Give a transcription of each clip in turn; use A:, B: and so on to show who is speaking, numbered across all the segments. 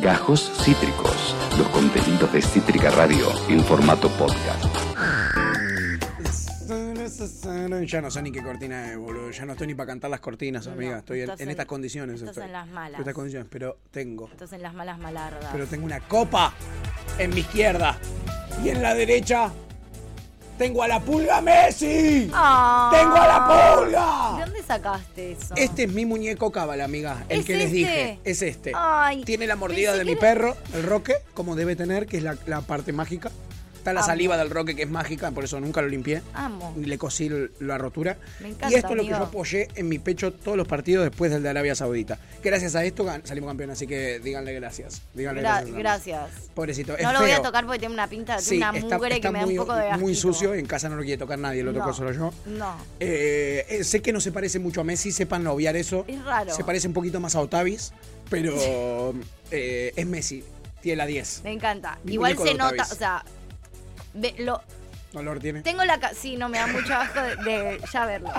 A: Gajos Cítricos, los contenidos de Cítrica Radio en formato podcast.
B: Ya eh, no sé ni qué cortina es, boludo. Ya no estoy ni para cantar las cortinas, amiga. Estoy en,
C: estás
B: en
C: en-
B: estas condiciones.
C: estás
B: estoy.
C: en las malas. Ah.
B: Estas condiciones, pero tengo.
C: Entonces las malas malardas.
B: Pero tengo una copa en mi izquierda. Y en la derecha tengo a la pulga Messi.
C: ¡Ah!
B: ¡Tengo a la
C: ¿De
B: pulga!
C: dónde sacaste eso?
B: Este es mi muñeco cábala, amiga. El
C: ¿Es
B: que les
C: este?
B: dije. Es este.
C: Ay,
B: Tiene la
C: pensé
B: mordida de
C: que
B: mi
C: era-
B: perro, el roque, como debe tener, que es la, la parte mágica. Está la
C: Amo.
B: saliva del roque, que es mágica, por eso nunca lo limpié.
C: Amo.
B: le cosí l- la rotura.
C: Me encanta,
B: y esto es lo que
C: amigo.
B: yo apoyé en mi pecho todos los partidos después del de Arabia Saudita. Gracias a esto gan- salimos campeón, así que díganle gracias. Díganle
C: Gra-
B: gracias. a
C: gracias.
B: Messi. Pobrecito. es
C: No lo voy a
B: feo.
C: tocar porque tiene una pinta, tiene
B: Sí,
C: una
B: está,
C: mugre
B: está
C: que me da
B: muy,
C: un poco de
B: muy
C: asquito.
B: sucio. En casa no lo quiere tocar nadie, lo
C: No.
B: tocó solo yo.
C: No.
B: Eh, eh, sé que no se parece mucho a Messi, sepan obviar eso.
C: Es raro.
B: Se parece un poquito más a Otavis, pero eh, es Messi. Tiene la 10.
C: Me encanta.
B: Mi
C: Igual
B: muñeco
C: se
B: de
C: nota,
B: Otavis.
C: o sea, ve- lo,
B: Olor tiene.
C: tengo la ca- sí, no me da mucho asco de, de ya verlo.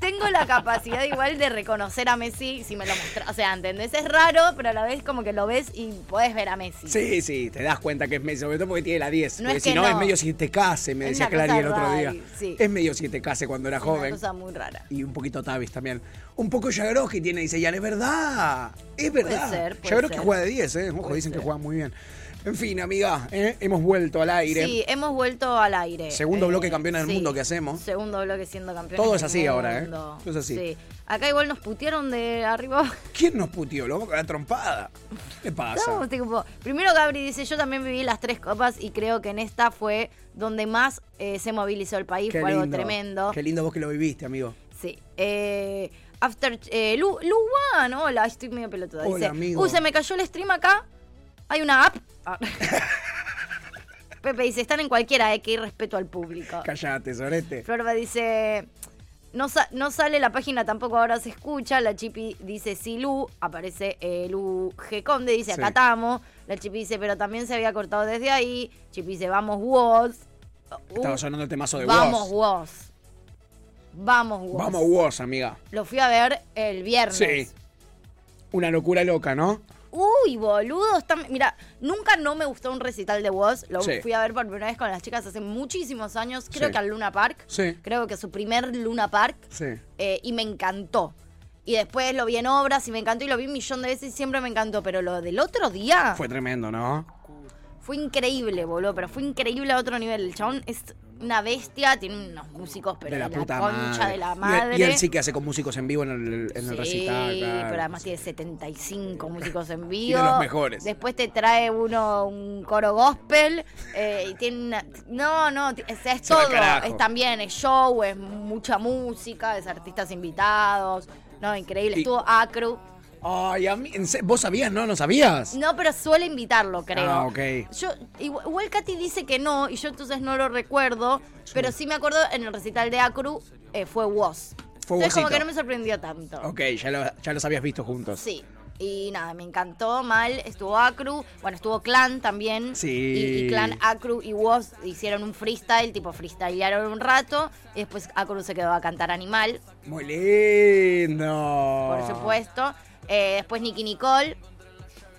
C: Tengo la capacidad igual de reconocer a Messi si me lo mostras, o sea, ¿entendés? Es raro, pero a la vez como que lo ves y podés ver a Messi.
B: Sí, sí, te das cuenta que es Messi, sobre todo porque tiene la 10.
C: No
B: porque
C: es
B: si
C: que
B: no,
C: no.
B: es medio si te case, me
C: Es
B: decía
C: una cosa
B: Clary el otro día.
C: rari, sí.
B: Es medio si te case cuando era
C: es una
B: joven.
C: cosa muy rara.
B: Y un poquito Tavis también. Un poco Yagroski tiene, dice Yan, es verdad. Es verdad.
C: ser, puede
B: Jagroski
C: ser.
B: juega de 10, ¿eh? Ojo,
C: Puede
B: dicen
C: ser.
B: que juega muy bien. En fin, amiga, ¿eh? hemos vuelto al aire.
C: Sí, eh, hemos vuelto al aire.
B: Segundo bloque campeona del mundo que hacemos.
C: Segundo bloque siendo campeona.
B: Todo es así ahora, ¿eh? Todo es así.
C: Sí. Acá igual nos putearon de arriba. abajo.
B: ¿Quién nos putió? Lo vamos a la trompada. ¿Qué pasa?
C: Estábamos tipo- Primero Gabri dice, yo también viví las tres copas y creo que en esta fue donde más eh, se movilizó el país,
B: Qué
C: fue algo
B: lindo.
C: tremendo.
B: Qué lindo vos que lo viviste, amigo.
C: Sí. Eh, after eh, Lu- Luan, hola, estoy medio pelotuda.
B: Hola,
C: Dice,
B: amigo.
C: uy, se me cayó el stream acá. Hay una app. Ah. Pepe dice, están en cualquiera, hay que ir respeto al público.
B: Callate, sorete.
C: Florba dice, no, sa- no sale la página tampoco, ahora se escucha. La Chipi dice, sí, Lu. Aparece eh, Lu G. Conde, dice,
B: Sí.
C: acá estamos. La Chipi dice, pero también se había cortado desde ahí. Chipi dice, vamos, Woz. Uh,
B: Estaba sonando el temazo de
C: vamos,
B: Woz.
C: Woz. Vamos, Woz.
B: Vamos, Woz, amiga.
C: Lo fui a ver el viernes.
B: Sí. Una locura loca, ¿no?
C: Uy, boludo. Está... Mira, nunca no me gustó un recital de Woz. Lo
B: Sí.
C: fui a ver por primera vez con las chicas hace muchísimos años. Creo
B: Sí.
C: que al Luna Park.
B: Sí.
C: Creo que su primer Luna Park.
B: Sí.
C: Eh, y me encantó. Y después lo vi en obras y me encantó y lo vi un millón de veces y siempre me encantó. Pero lo del otro día
B: Fue tremendo, ¿no?
C: fue increíble, boludo. Pero fue increíble a otro nivel. El chabón es una bestia, tiene unos músicos, pero
B: de la, puta
C: concha
B: madre.
C: de la
B: Y él-
C: madre.
B: Y, él sí que hace con músicos en vivo en el, en el
C: Sí,
B: recital. claro.
C: pero además tiene 75 músicos en vivo.
B: Y de los mejores.
C: Después te trae uno un coro gospel. eh, y tiene una- No, no, t- o sea, es
B: Se va al
C: todo.
B: carajo.
C: Es también, es show, es mucha música, es artistas invitados. No, increíble.
B: Y-
C: Estuvo Acru.
B: Ay, a mí- en se- ¿vos sabías? No, no sabías.
C: No, pero suele invitarlo, creo.
B: Ah, ok.
C: Yo, igual, igual Katy dice que no, y yo entonces no lo recuerdo, pero sí me acuerdo en el recital de Acru eh, fue Woz.
B: Fue
C: entonces como
B: Wozito.
C: que no me sorprendió tanto.
B: Ok, ya, lo- ya los habías visto juntos.
C: Sí. Y nada, me encantó mal. Estuvo Acru, bueno, estuvo Clan también.
B: Sí.
C: Y, y Clan, Acru y Woz hicieron un freestyle, tipo freestylearon un rato. Y después Acru se quedó a cantar Animal,
B: Muy lindo.
C: por supuesto. Eh, después Nicky Nicole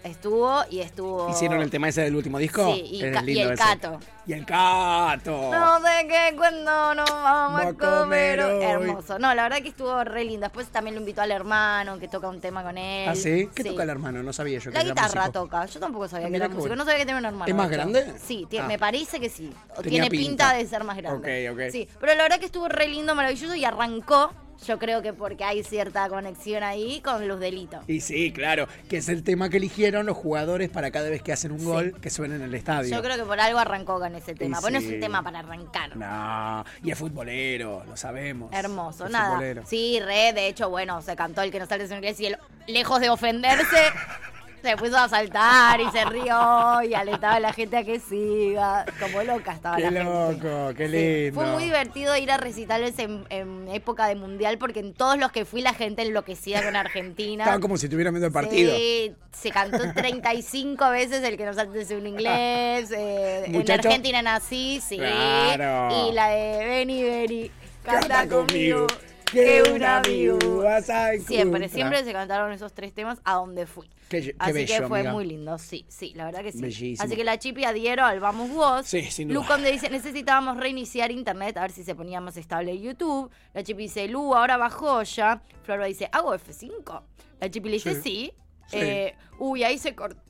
C: estuvo y estuvo.
B: ¿Hicieron el tema ese del último disco?
C: Sí, y
B: Es
C: ca- y
B: lindo
C: el
B: ese.
C: Cato.
B: Y el Cato.
C: No sé qué cuando nos vamos
B: Va
C: a
B: a
C: comer.
B: comer
C: hoy.
B: hoy.
C: Hermoso. No, la verdad que estuvo re lindo. Después también lo invitó al hermano que toca un tema con él.
B: ¿Ah, sí? ¿Qué toca el hermano? No sabía yo que
C: La
B: era
C: guitarra
B: músico.
C: toca. Yo tampoco sabía
B: Ah,
C: que era
B: mira qué
C: músico.
B: bueno.
C: No sabía que tenía un hermano.
B: ¿Es más
C: de hecho.
B: grande?
C: Sí, ti-
B: Ah.
C: me parece que sí. O
B: Tenía
C: tiene pinta.
B: pinta.
C: de ser más grande.
B: Ok, ok.
C: Sí, pero la verdad que estuvo re lindo, maravilloso y arrancó. Yo creo que porque hay cierta conexión ahí con Luz Delito.
B: Y sí, claro, que es el tema que eligieron los jugadores para cada vez que hacen un gol que suena en el estadio.
C: Yo creo que por algo arrancó con ese tema.
B: Ah, Y
C: Bueno, es
B: sí.
C: un tema para arrancar.
B: No, y es futbolero, lo sabemos.
C: Hermoso,
B: Es
C: nada.
B: futbolero.
C: Sí, re, de hecho, bueno, se cantó el que no sale sin inglés y él, lejos de ofenderse, se puso a saltar y se rió y aletaba a la gente a que siga. Como loca estaba
B: Qué
C: la gente.
B: loco, qué
C: Sí, Fue
B: lindo.
C: muy divertido ir a recitales en, en época de mundial porque en todos los que fui la gente enloquecida con Argentina.
B: Estaban como si estuvieran viendo el partido.
C: Sí, se cantó 35 veces el que no salte un inglés. eh, en
B: Muchacho.
C: Argentina nací, sí.
B: Claro.
C: Y la de Vení, Vení, canta,
B: Canta
C: conmigo.
B: conmigo. que una viuda se encuentra.
C: Siempre, siempre se cantaron esos tres temas a donde fui.
B: Qué, qué
C: Así
B: bello,
C: que fue
B: amiga.
C: muy lindo, sí, sí, la verdad que sí.
B: Bellísimo.
C: Así que la chipi adhiero al Vamos Vos.
B: Sí, sin duda.
C: Lucón le dice, necesitábamos reiniciar internet a ver si se ponía más estable YouTube. La chipi dice, Lu, ahora bajó ya. Florba dice, ¿hago F5? La chipi le dice,
B: Sí.
C: sí.
B: Sí.
C: Eh, uy, ahí se cortó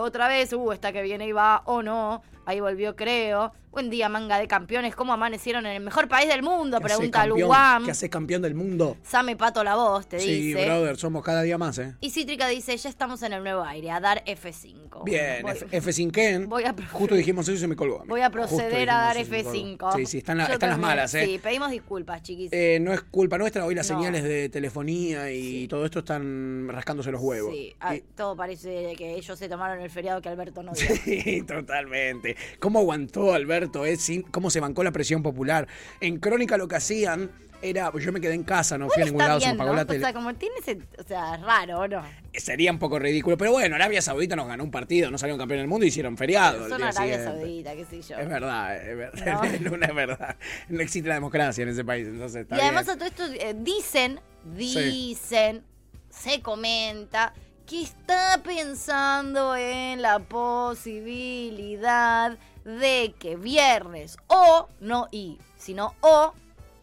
C: otra vez. Uh, esta que viene y va, o no. Ahí volvió, creo. Buen día, manga de campeones. ¿Cómo amanecieron en el mejor país del mundo?
B: ¿Qué hace,
C: Pregunta
B: campeón?
C: Luam.
B: ¿Qué haces campeón del mundo?
C: Same Pato la voz, te
B: Sí,
C: dice.
B: brother, somos cada día más, ¿eh?
C: Y Cítrica dice, ya estamos en el nuevo aire, a dar F5.
B: Bien,
C: Oh, Voy-
B: F- F5 Ken.
C: voy a-
B: Justo dijimos eso y se me colgó. amigo.
C: Voy a
B: Justo
C: proceder
B: dijimos
C: a dar
B: eso y se me
C: F5.
B: colgó. Sí, sí, están, la-
C: Yo
B: están las
C: también-
B: malas, ¿eh?
C: Sí, pedimos disculpas, chiquis.
B: Eh, No es culpa nuestra, hoy las
C: No.
B: señales de telefonía y todo esto están rascándose los huevos.
C: Sí, ah,
B: Y-
C: todo parece que ellos se tomaron el feriado que Alberto no dio.
B: Sí, totalmente. ¿Cómo aguantó Alberto? eh? Sin- ¿Cómo se bancó la presión popular? En Crónica lo que hacían era. Yo me quedé en casa, no fui
C: Igual
B: a ningún
C: está
B: lado, se me
C: bien,
B: apagó
C: ¿no?
B: la
C: O
B: tele. Ah,
C: sea, como tiene ese... O sea, raro, ¿no?
B: Sería un poco ridículo. Pero bueno, Arabia Saudita nos ganó un partido, no salieron campeón del mundo y hicieron feriado. el
C: Son
B: día
C: Arabia
B: siguiente.
C: Saudita, qué sé yo.
B: Es verdad, es
C: No.
B: verdad. Luna es verdad. No existe la democracia en ese país, entonces está
C: y además
B: bien.
C: a todo esto eh, dicen, dicen, se comenta que está pensando en la posibilidad de que viernes o, no y, sino o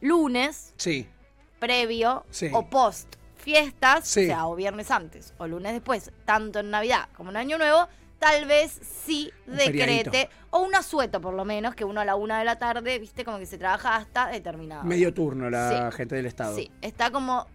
C: lunes
B: Sí,
C: previo
B: Sí.
C: o post fiestas,
B: Sí.
C: o sea, o viernes antes o lunes después, tanto en Navidad como en Año Nuevo, tal vez sí
B: Un
C: decrete
B: feriadito.
C: o un asueto por lo menos, que uno a la una de la tarde, viste, como que se trabaja hasta determinado.
B: medio turno la gente del Estado.
C: Ah. Sí,
B: Sí,
C: está como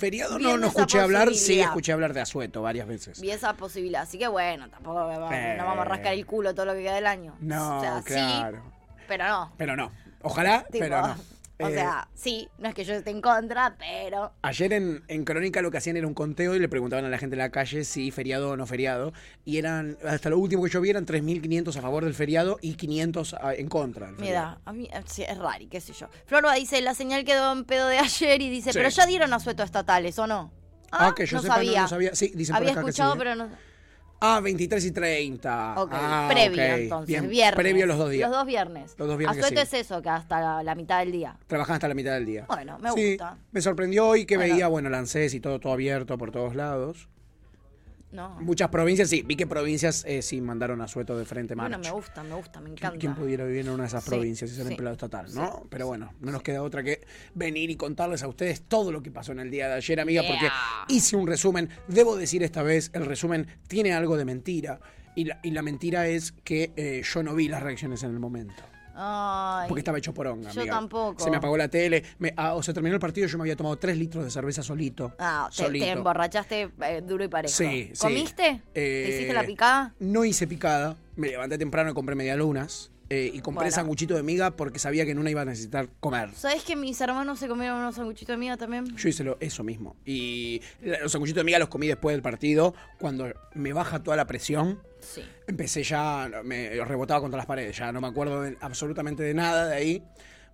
B: feriado no,
C: Viendo
B: no
C: esa
B: escuché hablar, sí
C: posibilidad.
B: escuché hablar de Azueto varias veces.
C: vi esa posibilidad. Así que bueno, tampoco vamos-
B: Eh.
C: no vamos a rascar el culo todo lo que queda del año.
B: No,
C: O sea,
B: claro.
C: sí, pero no.
B: Pero no. Ojalá,
C: Tipo,
B: pero no.
C: O
B: Eh,
C: sea, sí, no es que yo esté en contra, pero.
B: Ayer en, en Crónica lo que hacían era un conteo y le preguntaban a la gente en la calle si feriado o no feriado. Y eran, hasta lo último que yo vi, eran 3.500 a favor del feriado y 500 a- en contra. del feriado.
C: Mira, a mí eh, sí, es raro, qué sé yo. Florba dice, la señal quedó en pedo de ayer y dice,
B: Sí.
C: pero ya dieron asueto estatales, ¿o no?
B: Ah, que yo sepa, no, no sabía. Sí, dicen por
C: Había
B: acá que sí,
C: escuchado,
B: ¿eh?
C: pero no.
B: Ah, 23 y 30.
C: Ok,
B: Ah,
C: previo
B: ok.
C: entonces,
B: Bien,
C: viernes.
B: Previo a los dos días.
C: Los dos viernes.
B: Los dos viernes que
C: Asueto es
B: siguen.
C: eso, que hasta la- la mitad del día.
B: Trabajan hasta la mitad del día.
C: Bueno, me
B: Sí,
C: gusta.
B: Me sorprendió hoy que
C: Bueno.
B: veía, bueno, Lancés y todo, todo abierto por todos lados.
C: No.
B: Muchas provincias, sí. Vi que provincias eh, sí mandaron a sueto de frente marcha.
C: Bueno, me gusta, me gusta, me
B: ¿Qui-
C: encanta.
B: ¿Quién pudiera vivir en una de esas
C: Sí,
B: provincias y ser
C: sí,
B: empleado estatal, no? Pero bueno, no nos queda otra que venir y contarles a ustedes todo lo que pasó en el día de ayer, amiga,
C: Yeah.
B: porque hice un resumen. Debo decir esta vez, el resumen tiene algo de mentira. Y la, y la mentira es que eh, yo no vi las reacciones en el momento.
C: Ay.
B: Porque estaba hecho poronga,
C: Yo
B: amiga.
C: tampoco.
B: Se me apagó la tele. me- ah, o se terminó el partido, yo me había tomado tres litros de cerveza solito.
C: Ah, te, te
B: solito.
C: emborrachaste eh, duro y parejo.
B: Sí, sí.
C: ¿Comiste?
B: Eh,
C: ¿Te hiciste la picada?
B: No hice picada. Me levanté temprano y compré medialunas. eh, y compré
C: Bueno.
B: sanguchito de miga porque sabía que en una iba a necesitar comer.
C: ¿Sabes que mis hermanos se comieron unos sanguchitos de miga también?
B: Yo hice lo- eso mismo. Y la- los sanguchitos de miga los comí después del partido. Cuando me baja toda la presión,
C: Sí.
B: empecé ya, me rebotaba contra las paredes. Ya no me acuerdo de- absolutamente de nada de ahí.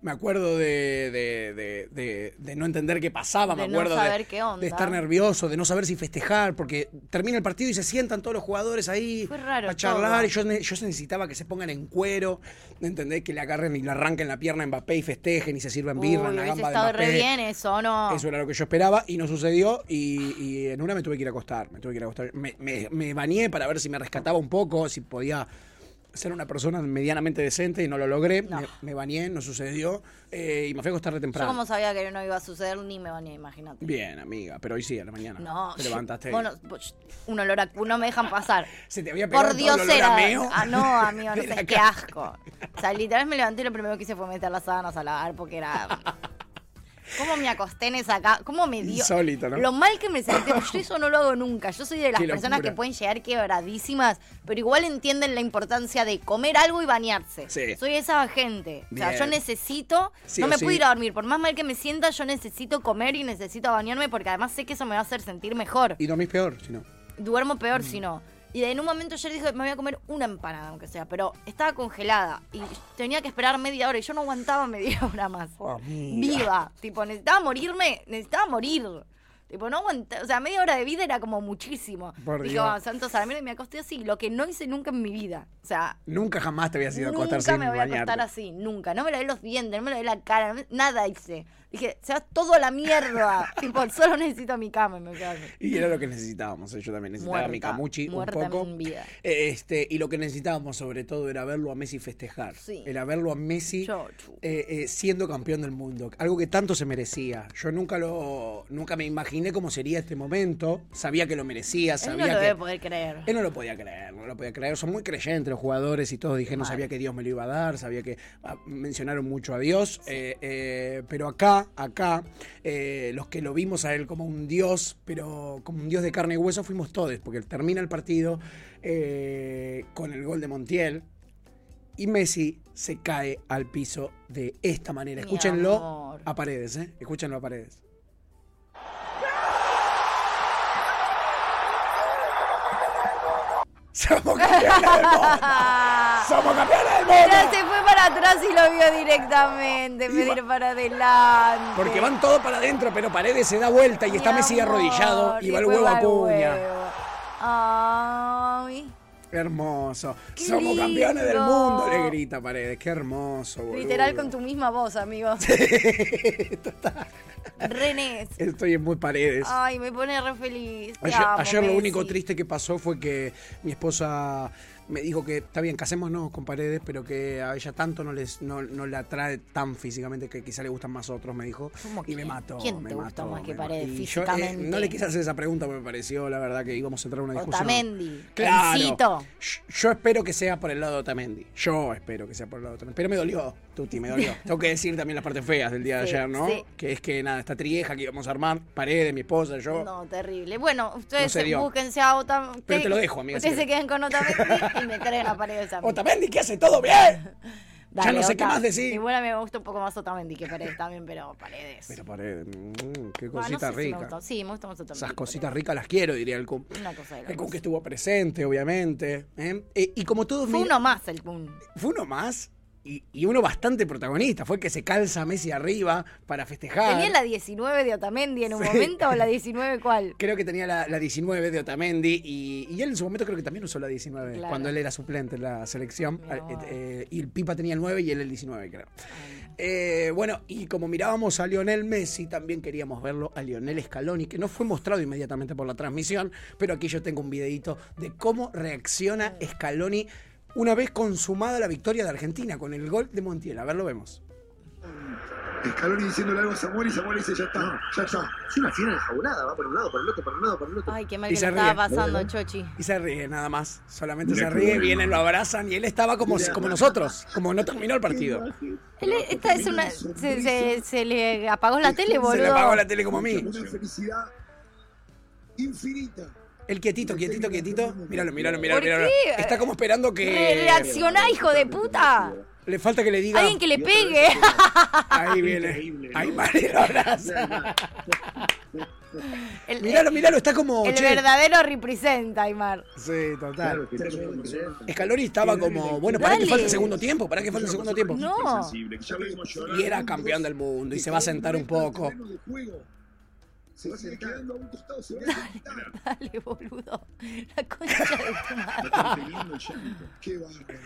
B: Me acuerdo de, de- de- de- de no entender qué pasaba,
C: De
B: me
C: no
B: acuerdo
C: saber
B: de,
C: qué onda.
B: de estar nervioso, de no saber si festejar, porque termina el partido y se sientan todos los jugadores ahí
C: Fue raro
B: a charlar.
C: todo.
B: Y yo, ne- yo necesitaba que se pongan en cuero, ¿entendés? Que le agarren y le arranquen la pierna a Mbappé y festejen y se sirvan birra en
C: Uy,
B: la
C: hubiese
B: gamba de
C: estado
B: Mbappé.
C: re bien eso, ¿o no?
B: Eso era lo que yo esperaba y no sucedió. Y, y en una me tuve que ir a acostar. Me tuve que ir a acostar. Me, me, me bañé para ver si me rescataba un poco, si podía ser una persona medianamente decente y no lo logré.
C: No.
B: Me, me bañé, no sucedió. eh, y me fui a acostar de
C: Yo
B: temprano.
C: como sabía que no iba a suceder, ni me bañé, imagínate.
B: Bien, amiga, pero hoy sí, a la mañana.
C: No.
B: Te levantaste.
C: Bueno, vos- un olor a culo no me dejan pasar.
B: Se te había pegado
C: Por
B: todo
C: Dios
B: el olor
C: era.
B: a meo
C: Ah, no, amigo, no
B: de la
C: sé, qué
B: cama.
C: asco. O sea, literal me levanté y lo primero que hice fue meter las sábanas a lavar porque era. ¿Cómo me acosté en esa cama? ¿Cómo me dio?
B: Insólito, ¿no?
C: Lo mal que me sentí. porque Yo eso no lo hago nunca. Yo soy de las
B: Qué
C: personas
B: locura.
C: que pueden llegar quebradísimas, pero igual entienden la importancia de comer algo y bañarse.
B: Sí.
C: Soy esa gente. O sea,
B: Bien.
C: yo necesito.
B: Sí
C: no
B: o
C: me
B: sí.
C: puedo ir a dormir. Por más mal que me sienta, yo necesito comer y necesito bañarme porque además sé que eso me va a hacer sentir mejor
B: Y dormís peor, si no.
C: duermo peor
B: Mm.
C: si no. Y en un momento ayer dije, me voy a comer una empanada, aunque sea, pero estaba congelada y tenía que esperar media hora y yo no aguantaba media hora más.
B: Oh, amiga.
C: Viva, tipo, necesitaba morirme, necesitaba morir. Tipo, no aguanté. O sea, media hora de vida era como muchísimo.
B: Por
C: Digo,
B: Dios.
C: santos a la mierda", y me acosté así. Lo que no hice nunca en mi vida. O sea,
B: Nunca jamás te habías ido a acostar
C: nunca
B: sin
C: me voy a acostar
B: bañarte.
C: así. Nunca. No me lavé los dientes, no me lavé la cara, no me- nada hice. Dije, se va todo a la mierda. tipo, solo necesito mi cama y me quedo dormida.
B: Y era lo que necesitábamos. eh, Yo también necesitaba mi
C: Muerta,
B: camuchi un
C: muerta en
B: poco.
C: vida.
B: Eh, Este, y lo que necesitábamos sobre todo era verlo a Messi festejar.
C: Sí.
B: Era verlo a Messi
C: Yo, chu.
B: eh, eh, siendo campeón del mundo. Algo que tanto se merecía. Yo nunca lo, nunca me imaginé cómo sería este momento. Sabía que lo merecía,
C: Él
B: sabía
C: no lo
B: que.
C: debe poder creer.
B: Él no lo podía creer, no lo podía creer. Son muy creyentes los jugadores y todos dijeron, no sabía que Dios me lo iba a dar, sabía que ah, mencionaron mucho a Dios. eh, eh, pero acá, acá, eh, los que lo vimos a él como un Dios, pero como un Dios de carne y hueso, fuimos todos, porque termina el partido eh, con el gol de Montiel. Y Messi se cae al piso de esta manera.
C: Mi
B: Escúchenlo
C: amor.
B: a paredes, ¿eh? Escúchenlo a paredes. ¡Somos campeones del mundo! ¡Somos campeones del
C: Pero
B: mundo!
C: se fue para atrás y lo vio directamente,
B: Iba-
C: pedir para adelante.
B: Porque van todos para adentro, pero Paredes se da vuelta y está
C: Mi
B: Messi
C: amor,
B: arrodillado y va el
C: después
B: huevo a
C: al
B: cuña.
C: huevo. Ay,
B: Hermoso.
C: Qué
B: ¡Somos campeones del
C: lindo.
B: mundo! Le grita Paredes. ¡Qué hermoso, boludo!
C: literal con tu misma voz, amigo. René.
B: Estoy en muy Paredes.
C: Ay, me pone re feliz. Te
B: Ayer,
C: amo,
B: ayer lo
C: Messi.
B: único triste que pasó fue que mi esposa me dijo que está bien, casémonos con paredes, pero que a ella tanto no les no, no la atrae tan físicamente que quizá le gustan más otros, me dijo.
C: ¿Cómo
B: Y me
C: quién?
B: mató.
C: ¿Quién
B: me
C: te gusta
B: mató,
C: más que
B: me mató.
C: Paredes
B: Y yo, eh,
C: físicamente?
B: no le quise hacer esa pregunta porque me pareció, la verdad, que íbamos a entrar en una discusión.
C: Otamendi,
B: Claro.
C: Lencito.
B: Sh- Yo espero que sea por el lado de Otamendi. Yo espero que sea por el lado de Otamendi. Pero me dolió, Tuti, me dolió. Tengo que decir también las partes feas del día de
C: Sí,
B: ayer, ¿no?
C: sí.
B: Que es que nada, esta trieja que íbamos a armar, paredes, mi esposa, yo.
C: No, terrible. Bueno,
B: No
C: ustedes
B: se dio.
C: búsquense a Otamendi.
B: Pero te lo dejo, amiga,
C: Ustedes
B: si
C: se quedan con Otamendi y me traen a paredes a mí.
B: Otamendi que hace todo bien.
C: Dale,
B: no sé qué
C: Ota-
B: más decir.
C: Igual a mí me gusta un poco más Otamendi que paredes también, pero paredes.
B: Pero pared, mm,
C: Ah,
B: qué
C: no
B: cosita
C: sé si me
B: rica.
C: gustó. Sí, me gusta más Otamendi.
B: Esas
C: que
B: cositas ricas las quiero, diría el Kun.
C: Paredes. Una cosa de
B: El Kun
C: locos.
B: que estuvo presente, obviamente. ¿eh? Eh, y como todos
C: Fue
B: mi-
C: uno más el Kun.
B: fue uno más y, y uno bastante protagonista. Fue el que se calza a Messi arriba para festejar.
C: ¿Tenía la 19 de Otamendi en un momento o la 19 cuál?
B: Creo que tenía la, la 19 de Otamendi y, y él en su momento creo que también usó la 19
C: Claro.
B: cuando él era suplente en la selección.
C: Mi amor.
B: Eh, eh, y el Pipa tenía el 9 y él el 19 creo. Eh, bueno, y como mirábamos a Lionel Messi, también queríamos verlo a Lionel Scaloni, que no fue mostrado inmediatamente por la transmisión, pero aquí yo tengo un videito de cómo reacciona Scaloni una vez consumada la victoria de Argentina con el gol de Montiel. A ver, lo vemos.
D: Escaloni diciéndole algo a Samuel y Samuel dice, ya está, ya está. Sí, la tiene enjaulada, va por un lado, por el otro, por un lado, por el otro.
C: Ay, qué mal
B: Y
C: que
B: se
C: le estaba
B: ríe.
C: pasando, Chochi.
B: Y se ríe nada más, solamente
D: Mira
B: se
D: qué
B: ríe,
D: bueno.
B: vienen, lo abrazan y él estaba como,
D: Mira.
B: como nosotros, como no terminó el partido.
C: Él- esta es una. Se, se- se le apagó la tele, boludo.
B: Se le apagó la tele como a mí.
D: Una felicidad infinita.
B: El quietito, quietito, quietito. Míralo, míralo, míralo,
C: ¿Por
B: míralo.
C: qué?
B: Está como esperando
C: Re-
B: que
C: Reaccioná, hijo de puta.
B: le falta que le diga.
C: Alguien que le pegue.
B: Ahí viene.
D: Ah, Increíble,
B: Ahí
D: ¿no?
B: Mari lo abraza.
C: El,
B: Míralo, míralo, está como.
C: el
B: Oh, che.
C: verdadero representa, Aymar.
B: Sí, total.
D: que
B: Escaloni estaba como, bueno, para que
C: Dale.
B: falta el segundo tiempo, para que falta el segundo tiempo.
C: No.
B: Y era campeón del mundo y se va a sentar un poco.
D: Se va quedando a un costado, se va a sentar.
C: Dale, boludo. La concha de tu madre.
D: Qué bárbaro.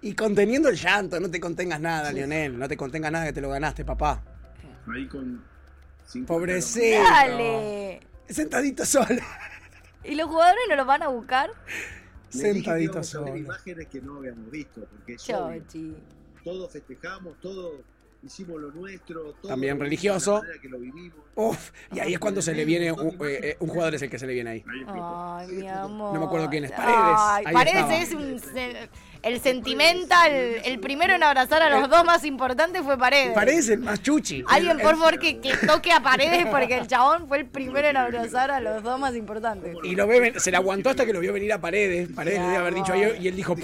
B: Y conteniendo el llanto, no te contengas nada, Lionel, no te contengas nada que te lo ganaste, papá.
E: Ahí con. cinco
B: Pobrecito.
C: Dale.
B: Sentadito solo.
C: ¿Y los jugadores no los van a buscar?
E: Le dije que
B: Sentadito
E: íbamos a ver
B: solo.
E: imágenes que no habíamos visto, porque es obvio.
C: Chochi.
E: todos festejamos, todos hicimos lo nuestro. Todos
B: También
E: de la
B: religioso.
E: manera que lo vivimos.
B: Uf, y ahí es cuando se le viene un, eh, eh, un jugador es el que se le viene ahí.
C: Ay, mi amor.
B: No me acuerdo quién es. Paredes.
C: Ay,
B: Ahí
C: Paredes
B: estaba.
C: es un, se- el sentimental. El primero en abrazar a los dos más importantes fue Paredes.
B: Parece el más chuchi.
C: Alguien, por favor, que, que toque a Paredes porque el chabón fue el primero en abrazar a los dos más importantes.
B: Y lo ve, ven- se le aguantó hasta que lo vio venir a Paredes. Paredes le debe haber dicho yo. Y él dijo,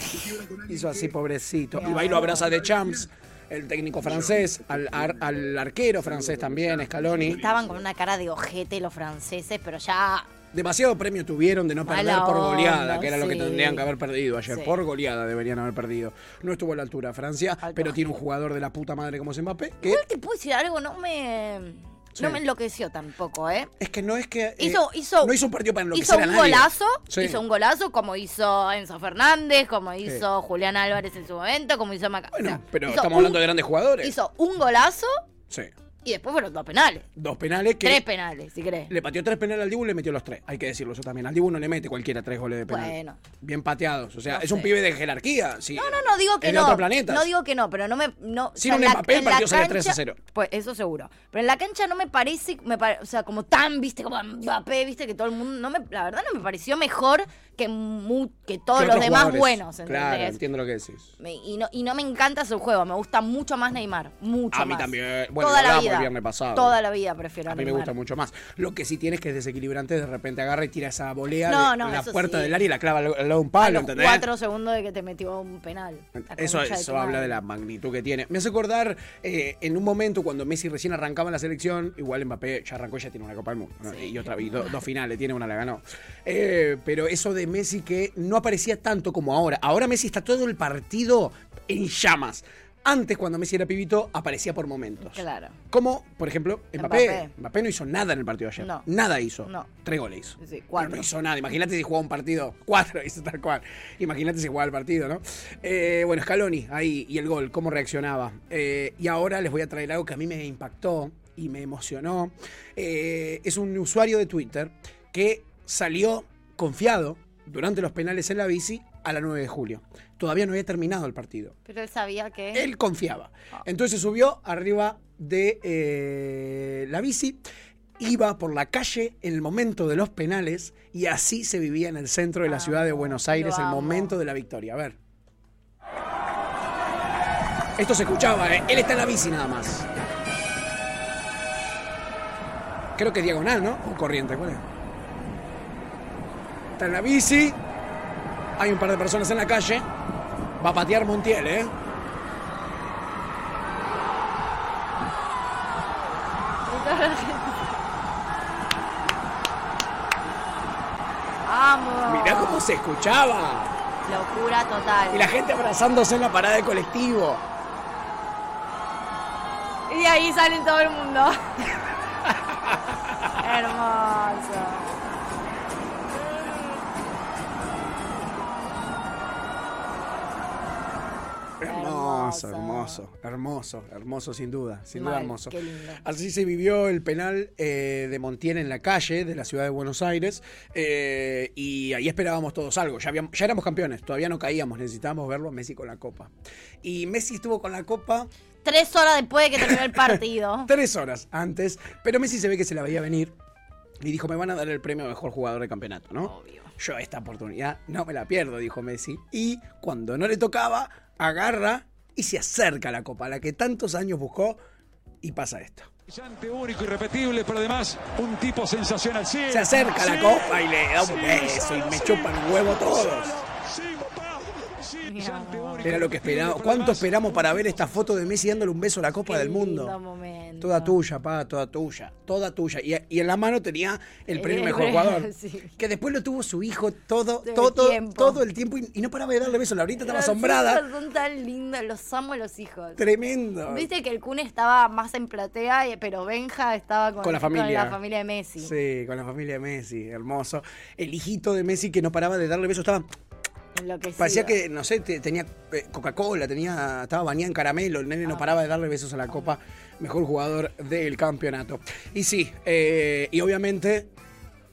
B: hizo así, pobrecito. Y va y lo abraza de Champs, el técnico francés, al, ar- al arquero francés también, Scaloni.
C: Estaban con una cara de ojete los franceses, pero ya
B: Demasiado premio tuvieron de no
C: Mala
B: perder por
C: onda,
B: goleada, que era lo que
C: sí.
B: tendrían que haber perdido ayer.
C: Sí.
B: Por goleada deberían haber perdido. No estuvo a la altura Francia,
C: Alto.
B: pero tiene un jugador de la puta madre como es Mbappé, que
C: Igual te puedo decir algo, no me.
B: Sí.
C: No me enloqueció tampoco, ¿eh?
B: Es que no es que. eh,
C: Hizo- hizo-
B: no hizo un partido para enloquecer
C: Hizo
B: a
C: un
B: nadie.
C: golazo,
B: Sí.
C: hizo un golazo como hizo Enzo Fernández, como hizo Julián Álvarez en su momento, como hizo Maca.
B: Bueno,
C: o sea,
B: pero
C: hizo
B: estamos
C: un-
B: hablando de grandes jugadores.
C: Hizo un golazo
B: Sí.
C: y después fueron dos penales.
B: Dos penales que.
C: Tres penales, si querés.
B: Le pateó tres penales al Dibu y le metió los tres. Hay que decirlo eso también. Al Dibu no le mete cualquiera tres goles de penal.
C: Bueno.
B: Bien pateados. O sea,
C: No
B: es un
C: sé.
B: pibe de jerarquía. Sí.
C: No, no, no digo que
B: Es de
C: no.
B: otro planeta.
C: No digo que no, pero no me. No,
B: Sin
C: en
B: un
C: la-
B: Mbappé, el
C: en la
B: partido sale
C: cancha-
B: 3 a 0.
C: Pues eso seguro. Pero en la cancha no me parece, me pare- o sea, como tan, viste, como Mbappé, viste, que todo el mundo. No me, la verdad no me pareció mejor que, mu- que todos
B: Que
C: los
B: otros
C: demás
B: jugadores.
C: buenos, ¿entendés?
B: Claro, entiendo lo que decís.
C: Me- y, no, y no me encanta su juego, me gusta mucho más Neymar. Mucho
B: A mí
C: más.
B: también. eh, Bueno,
C: Toda la
B: lo hablamos
C: vida.
B: el viernes pasado.
C: Toda la vida prefiero
B: A mí me
C: Neymar.
B: gusta mucho más. Lo que sí tienes que es desequilibrante, de repente agarra y tira esa volea
C: No,
B: de
C: no,
B: la
C: eso
B: puerta
C: sí.
B: del área y la clava al al lado de un
C: A
B: palo,
C: los
B: ¿entendés?
C: cuatro segundos de que te metió un penal. La
B: Eso,
C: concha de
B: eso
C: tu
B: habla
C: madre.
B: de la magnitud que tiene. Me hace acordar eh, en un momento cuando Messi recién arrancaba en la selección, igual Mbappé ya arrancó, ya tiene una Copa del Mundo ¿no? y otra y do- dos finales, tiene una la ganó. Eh, pero eso de Messi que no aparecía tanto como ahora. Ahora Messi está todo el partido en llamas. Antes, cuando Messi era pibito, aparecía por momentos.
C: Claro.
B: Como, por ejemplo, Mbappé. Mbappé.
C: Mbappé.
B: no hizo nada en el partido ayer.
C: No.
B: Nada hizo.
C: No.
B: Tres goles hizo.
C: Sí,
B: Pero
C: cuatro.
B: no hizo nada. Imagínate si jugaba un partido. Cuatro hizo tal cual. Imagínate si jugaba el partido, ¿no? Eh, bueno, Scaloni ahí y el gol, cómo reaccionaba. Eh, y ahora les voy a traer algo que a mí me impactó y me emocionó. Eh, es un usuario de Twitter que salió confiado durante los penales en la bici a la 9 de julio. Todavía no había terminado el partido.
C: Pero él sabía que.
B: Él confiaba.
C: Ah.
B: Entonces subió arriba de eh, la bici, iba por la calle en el momento de los penales y así se vivía en el centro de la ciudad de Buenos Aires
C: Ah, lo
B: el
C: amo.
B: momento de la victoria. A ver. Esto se escuchaba, ¿eh? él está en la bici nada más. Creo que es diagonal, ¿no? O corriente, ¿cuál es? Está en la bici. Hay un par de personas en la calle. Va a patear Montiel, ¿eh?
C: ¡Vamos!
B: Mirá cómo se escuchaba.
C: Locura total.
B: Y
C: Y,
B: la gente abrazándose en la parada de colectivo.
C: de ahí sale todo el mundo. Hermoso.
B: Hermoso,
C: Hermoso.
B: hermoso, hermoso, hermoso, sin duda, sin duda
C: Mal,
B: hermoso.
C: qué lindo.
B: Así se vivió el penal eh, de Montiel en la calle de la ciudad de Buenos Aires eh, y ahí esperábamos todos algo. Ya, habíamos- ya éramos campeones, todavía no caíamos, necesitábamos verlo a Messi con la copa. Y Messi estuvo con la copa
C: Tres horas después de que terminó el partido.
B: tres horas antes, pero Messi se ve que se la veía venir y dijo, me van a dar el premio a mejor jugador de campeonato, ¿no?
C: Obvio.
B: Yo esta oportunidad no me la pierdo, dijo Messi. Y cuando no le tocaba, agarra y se acerca a la copa, la que tantos años buscó, y pasa esto.
F: Brillante, único, irrepetible, pero además un tipo sensacional. Sí,
B: Se acerca a la
F: sí,
B: copa y le da un
F: sí,
B: beso y
F: Gonzalo,
B: me
F: sí,
B: chupan un huevo todos.
F: Gonzalo, sí, papá, sí, brillante, único,
B: Era lo que esperaba.
F: irrepetible, pero
B: ¿Cuánto
F: además
B: esperamos para
F: un
B: ver esta foto de Messi dándole un beso a la Copa
C: Qué
B: del
C: lindo
B: Mundo?
C: momento.
B: Toda tuya, pa, toda tuya, toda tuya. Y, y en la mano tenía el
C: El
B: premio mejor
C: premio,
B: jugador.
C: sí.
B: Que después lo tuvo su hijo todo,
C: Todo el
B: todo,
C: tiempo.
B: todo el tiempo y, y no paraba de darle besos. Laurita estaba
C: Los
B: asombrada.
C: hijos Son tan lindos, los amo los hijos.
B: Tremendo.
C: Viste que el Kun estaba más en platea, y- pero Benja estaba con,
B: Con la familia.
C: la familia de Messi.
B: Sí, con la familia de Messi, hermoso. El hijito de Messi que no paraba de darle besos, estaba,
C: Enloquecido.
B: parecía que, no sé, te- tenía eh, Coca-Cola, tenía, estaba bañado en caramelo, el nene no paraba de darle besos a la copa, mejor jugador del campeonato. Y sí, eh, y obviamente,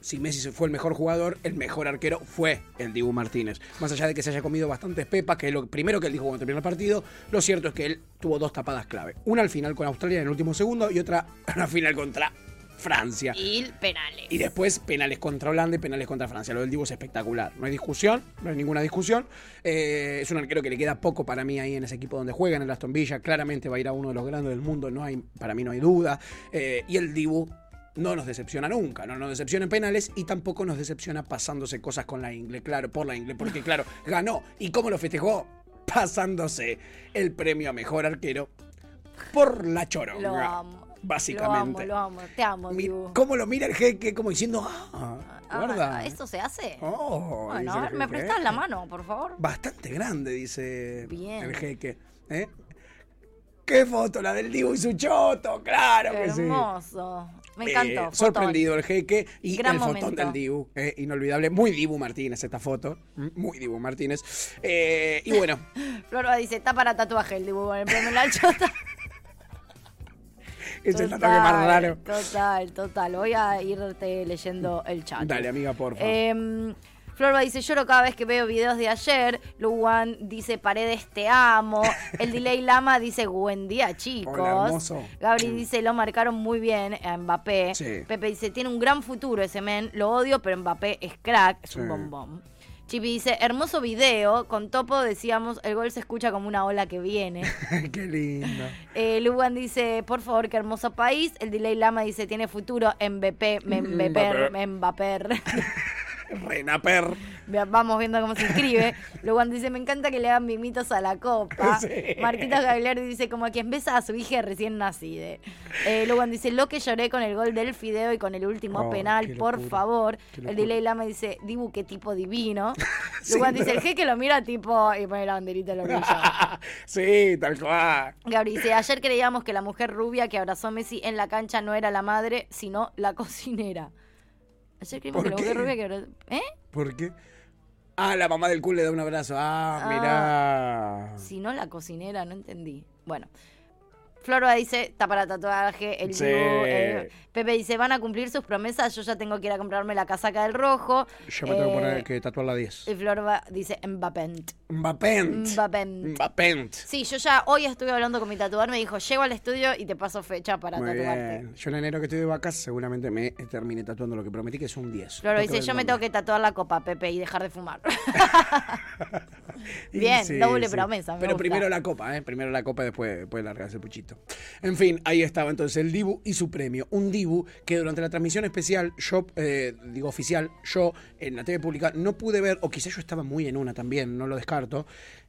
B: si Messi se fue el mejor jugador, el mejor arquero fue el Dibu Martínez. Más allá de que se haya comido bastantes pepas, que es lo primero que él dijo cuando terminó el partido, lo cierto es que él tuvo dos tapadas clave. Una al final con Australia en el último segundo y otra en la final contra Francia.
C: Y penales.
B: Y después penales contra Holanda y penales contra Francia. Lo del Dibu es espectacular. No hay discusión, no hay ninguna discusión. Eh, es un arquero que le queda poco para mí ahí en ese equipo donde juega, en el Aston Villa. Claramente va a ir a uno de los grandes del mundo, no hay, para mí no hay duda. Eh, y el Dibu no nos decepciona nunca, no nos decepciona en penales y tampoco nos decepciona pasándose cosas con la Ingle, claro, por la Ingle, porque claro, ganó. ¿Y cómo lo festejó? Pasándose el premio a mejor arquero por la choronga.
C: Lo amo.
B: Básicamente.
C: Lo amo, lo amo. Te amo,
B: Mi-
C: Dibu.
B: ¿Cómo lo mira el jeque? Como diciendo, ah,
C: Ah,
B: guarda.
C: ¿Esto se hace?
B: Oh,
C: bueno,
B: dice
C: a
B: el
C: ver, ¿me
B: jeque,
C: prestas
B: ¿eh?
C: la mano, por favor?
B: Bastante grande, dice
C: Bien.
B: el jeque. ¿eh? ¡Qué foto! La del Dibu y su choto, claro
C: Qué
B: que sí.
C: hermoso. Me
B: Eh,
C: encantó. fotón.
B: sorprendido el jeque y
C: Gran
B: el fotón
C: momento.
B: del Dibu, eh, inolvidable. Muy Dibu Martínez esta foto, muy Dibu Martínez. Eh, y bueno,
C: Florba dice, está para tatuaje el dibujo en el premio La Chota.
B: es el ataque más raro.
C: Total, total. Voy a irte leyendo el chat.
B: Dale, amiga, porfa.
C: Em, Florba dice, lloro cada vez que veo videos de ayer. Luwan dice, paredes te amo. El Delay Lama dice, buen día, chicos.
B: Hola, hermoso.
C: Gabri
B: Mm.
C: dice, lo marcaron muy bien a Mbappé.
B: Sí.
C: Pepe dice, tiene un gran futuro ese men. Lo odio, pero Mbappé es crack. Es un
B: Sí.
C: bombón. Chipi dice, hermoso video. Con Topo decíamos, el gol se escucha como una ola que viene.
B: Qué lindo.
C: Eh, Lugan dice, por favor, qué hermoso país. El Delay Lama dice, tiene futuro en BP,
B: Mm,
C: Mbappé, Mbappé.
B: Renaper.
C: Ve- Vamos viendo cómo se escribe. Lugan dice, me encanta que le hagan mimitos a la copa.
B: Sí.
C: Marquitos Gagliardi dice, como a quien besa a su hija recién nacida. Eh, Lugan dice, lo que lloré con el gol del Fideo y con el último
B: Oh,
C: penal,
B: qué
C: por
B: locura,
C: favor.
B: qué
C: El
B: locura.
C: Delay Lama dice, Dibu, qué tipo divino.
B: Sí,
C: Lugan dice,
B: no.
C: el jeque lo mira tipo, y pone la banderita en el orgullo.
B: sí, tal cual.
C: Gabriel dice, ayer creíamos que la mujer rubia que abrazó a Messi en la cancha no era la madre, sino la cocinera. Ayer creímos que
B: ¿Por
C: la mujer
B: qué?
C: rubia que abrazó... ¿Eh?
B: ¿Por qué? Ah, la mamá del cool le da un abrazo. Ah, mirá.
C: Si no la cocinera, no entendí. Bueno. Florba dice, está para tatuaje, el
B: Sí.
C: Dibu, eh, Pepe dice, van a cumplir sus promesas, yo ya tengo que ir a comprarme la casaca del rojo.
B: Yo me tengo que
C: Eh,
B: poner que tatuar la 10.
C: Y Florba dice, Mbappent.
B: Mbappent.
C: Mbappent.
B: Mbappent.
C: Sí, yo ya hoy estuve hablando con mi tatuador, me dijo, llego al estudio y te paso fecha para
B: Muy
C: tatuarte.
B: bien. Yo en enero que estoy de vacas seguramente me termine tatuando lo que prometí, que es un 10.
C: Floro
B: Tengo
C: dice,
B: ver
C: yo me
B: dónde.
C: tengo que tatuar la copa, Pepe, y dejar de fumar.
B: Y
C: Bien, doble promesa, me
B: Pero
C: gusta.
B: primero la copa, ¿eh? Primero la copa, después, después largarse el puchito. En fin, ahí estaba entonces el Dibu y su premio. Un Dibu que durante la transmisión especial, yo, eh, digo oficial, yo en la TV pública no pude ver, o quizás yo estaba muy en una también, no lo descarto.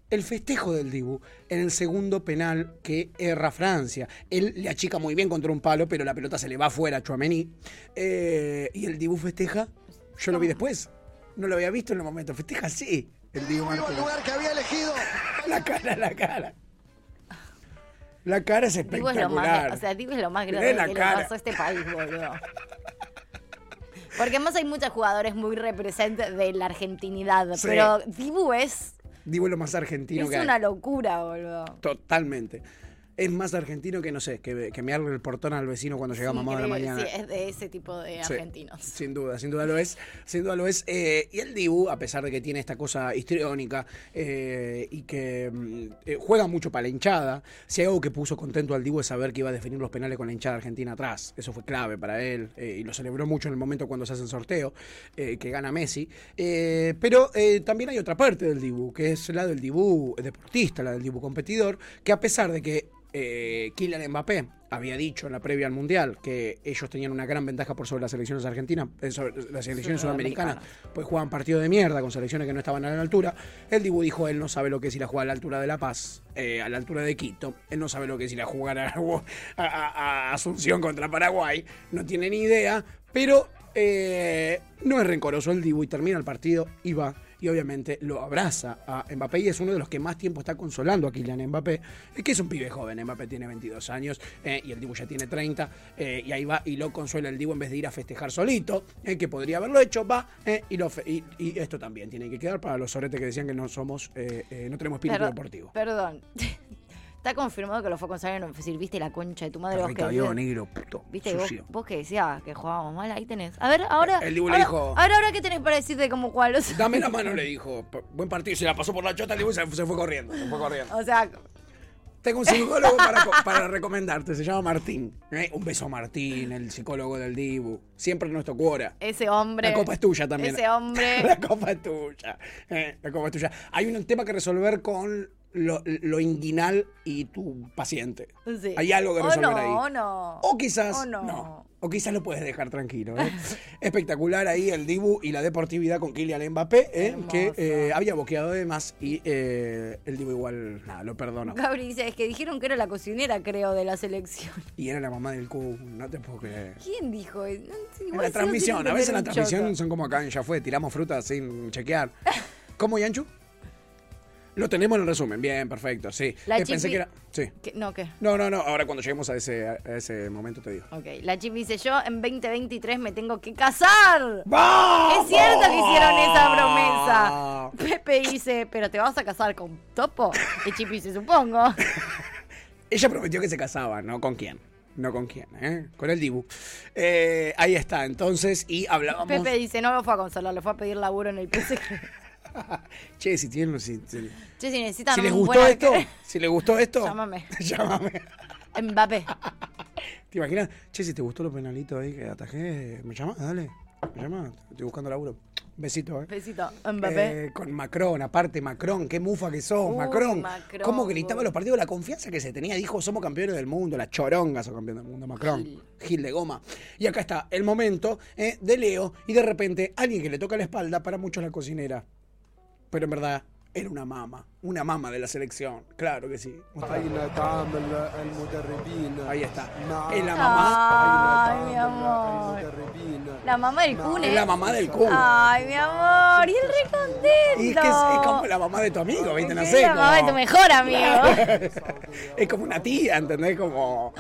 B: El festejo del Dibu en el segundo penal que erra Francia. Él le achica muy bien contra un palo, pero la pelota se le va afuera a Chouameni. y el Dibu festeja. Yo lo vi después. No lo había visto en el momento. Festeja así. El Dibu Martínez.
D: que había elegido.
B: La cara, la cara. La cara es
C: Digo es
B: espectacular.
C: lo más, o sea, Dibu es lo más
B: Mirá
C: grande
B: la
C: que le
B: cara.
C: pasó a este país, boludo. Porque además hay muchos jugadores muy representantes de la argentinidad,
B: Sí.
C: pero Dibu es,
B: Digo es lo más argentino
C: es
B: que hay.
C: una locura, boludo.
B: Totalmente. Es más argentino que, no sé, que, que me el portón al vecino cuando llega mamá de la
C: Increíble,
B: mañana.
C: sí, es de ese tipo de
B: Sí,
C: argentinos.
B: Sin duda, sin duda lo es. Sin duda lo es. Eh, y el Dibu, a pesar de que tiene esta cosa histriónica eh, y que mm, eh, juega mucho para la hinchada, si hay algo que puso contento al Dibu es saber que iba a definir los penales con la hinchada argentina atrás. Eso fue clave para él eh, y lo celebró mucho en el momento cuando se hace el sorteo, eh, que gana Messi. Eh, pero eh, también hay otra parte del Dibu, que es la del Dibu deportista, la del Dibu competidor, que a pesar de que eh, Kylian Mbappé había dicho en la previa al Mundial que ellos tenían una gran ventaja por sobre las selecciones argentinas, eh, sobre las selecciones sudamericanas, pues jugaban partido de mierda con selecciones que no estaban a la altura. El Dibu dijo, él no sabe lo que es ir a jugar a la altura de La Paz, eh, a la altura de Quito, él no sabe lo que es ir a jugar a, a- a- a Asunción contra Paraguay, no tiene ni idea, pero eh, no es rencoroso el Dibu y termina el partido y va y obviamente lo abraza a Mbappé y es uno de los que más tiempo está consolando a Kylian Mbappé, que es un pibe joven, eh, Mbappé tiene 22 años eh, y el Dibu ya tiene 30 eh, y ahí va y lo consuela el Dibu en vez de ir a festejar solito, eh, que podría haberlo hecho, va eh, y, lo fe- y, y esto también tiene que quedar para los soretes que decían que no somos, eh, eh, no tenemos espíritu
C: Pero-
B: deportivo.
C: Perdón. Está confirmado que lo fue con Sabrina Oficir, viste la concha de tu madre. vos
B: Carrita
C: que-
B: vio negro, puto,
C: Viste, vos,
B: sucio.
C: vos que decías que jugábamos mal, ahí tenés. A ver, ahora.
B: El Dibu le
C: ahora,
B: dijo-
C: Ahora, ahora, ¿qué tenés para decir de cómo cuál? O sea,
B: Dame la mano, le dijo. P- Buen partido, se la pasó por la chota, el Dibu se, se fue corriendo, se fue corriendo.
C: o sea,
B: Tengo un psicólogo para, co- para recomendarte, se llama Martín. Eh, Un beso a Martín, el psicólogo del Dibu. Siempre en nuestro cuora.
C: ese hombre.
B: La copa es tuya también.
C: Ese hombre.
B: La copa es tuya. Eh, la copa es tuya. Hay un tema que resolver con lo, lo inguinal y tu paciente.
C: Sí.
B: Hay algo que
C: O
B: resolver
C: no,
B: ahí.
C: o no.
B: O quizás
C: O no.
B: no. O quizás lo puedes dejar tranquilo. ¿eh? Espectacular ahí el Dibu y la deportividad con Kylian Mbappé, ¿eh?
C: Hermoso.
B: que eh, había boqueado de más y eh, el Dibu igual, nada, lo perdonó.
C: Gabri dice, es que dijeron que era la cocinera, creo, de la selección.
B: Y era la mamá del Q, no te puedo creer.
C: ¿Quién dijo eso? No, sí,
B: En
C: igual
B: la
C: sí,
B: transmisión,
C: tiene
B: a
C: que
B: veces
C: tener
B: en la
C: un
B: transmisión
C: choto.
B: son como acá en Ya Fue, tiramos fruta sin chequear. ¿Cómo, Yanchu? Lo tenemos en el resumen. Bien, perfecto. Sí.
C: La
B: Eh, pensé
C: chiqui-
B: que era. Sí.
C: ¿Qué? No, ¿qué?
B: No, no, no. Ahora cuando lleguemos a ese, a ese momento te digo.
C: Ok, la chip dice yo, en 2023 me tengo que casar.
B: ¡Vamos!
C: Es cierto que hicieron esa promesa. Pepe dice, pero te vas a casar con Topo. Y Chip dice, supongo.
B: Ella prometió que se casaba, ¿no? ¿Con quién? No con quién, ¿eh? Con el Dibu. Eh, ahí está, entonces, y hablábamos...
C: Pepe dice, no lo fue a consolar, le fue a pedir laburo en el PC.
B: Che, si tienen... Si, si-
C: Che, si necesitan
B: si les
C: un
B: gustó
C: buen
B: esto,
C: arquero-
B: si les gustó esto...
C: Llámame.
B: Llámame.
C: Mbappé.
B: ¿Te imaginas? Che, si te gustó lo penalito ahí que atajé, me llamas, dale. Me llamas, estoy buscando laburo. Besito, ¿eh?
C: Besito. Mbappé.
B: Eh, con Macron, aparte Macron, qué mufa que sos,
C: Uy,
B: Macron.
C: Macron,
B: ¿Cómo gritaba
C: boludo.
B: los partidos? La confianza que se tenía, dijo, somos campeones del mundo, la choronga sos campeón del mundo, Macron. Gil, de goma. Y acá está el momento eh, de Leo y de repente alguien que le toca la espalda, para muchos la cocinera. Pero en verdad era una mama, una mama de la selección, claro que sí.
G: أين تعامل المدربين
B: Ahí está.
G: مع
B: Es la mamá,
C: Ay,
G: أين
C: mi
G: تعامل
C: amor.
G: المدربين
C: La mamá del Kun,
B: es
C: ¿eh?
B: la mamá del Kun.
C: Ay, mi amor. Y él re contento.
B: Y es que es, es como la mamá de tu amigo, ¿viste? No
C: Es
B: sé,
C: la mamá de tu
B: como-
C: mejor amigo.
B: es como una tía, ¿entendés? Como...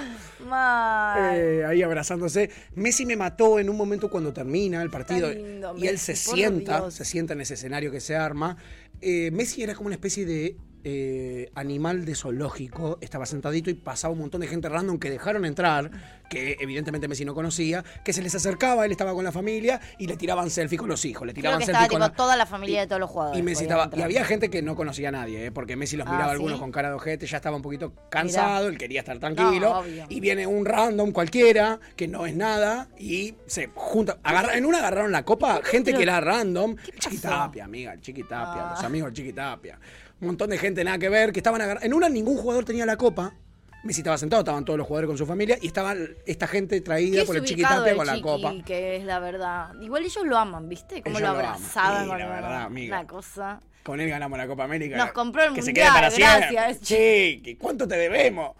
C: Mal.
B: Eh, ahí abrazándose. Messi me mató en un momento cuando termina el partido
C: Está lindo,
B: y él
C: Messi,
B: se
C: por
B: sienta,
C: Dios.
B: se sienta en ese escenario que se arma. Eh, Messi era como una especie de eh, animal de zoológico, estaba sentadito y pasaba un montón de gente random que dejaron entrar, que evidentemente Messi no conocía, que se les acercaba, él estaba con la familia y le tiraban selfie con los hijos, le
C: Creo
B: tiraban
C: que
B: selfie
C: estaba
B: con
C: tipo
B: la-
C: toda la familia de todos los jugadores.
B: y Messi
C: podían
B: estaba, y
C: entrar.
B: había gente que no conocía a nadie, ¿eh? porque Messi los
C: Ah, ¿sí?
B: miraba algunos con cara de ojete, ya estaba un poquito cansado, él quería estar tranquilo.
C: No, obvio.
B: y viene un random cualquiera, que no es nada, y se junta. agarra- en una agarraron la copa, gente que era random. El Chiquitapia, amiga, el
C: Ah.
B: Chiquitapia, los amigos del Chiquitapia. Un montón de gente nada que ver, que estaban agarrando. En una ningún jugador tenía la copa. Messi estaba sentado, estaban todos los jugadores con su familia y estaban esta gente traída
C: Qué
B: por el
C: desubicado
B: Chiquitapia
C: el
B: con la
C: Chiqui,
B: copa.
C: que es la verdad. Igual ellos lo aman, ¿viste? Como
B: Ellos
C: lo
B: lo aman.
C: abrazaban.
B: Sí,
C: con
B: la verdad, amiga.
C: Una cosa.
B: Con él ganamos la Copa América.
C: Nos compró el
B: Que se
C: Mundial,
B: quede para siempre.
C: gracias.
B: Chiqui, ¿cuánto te debemos?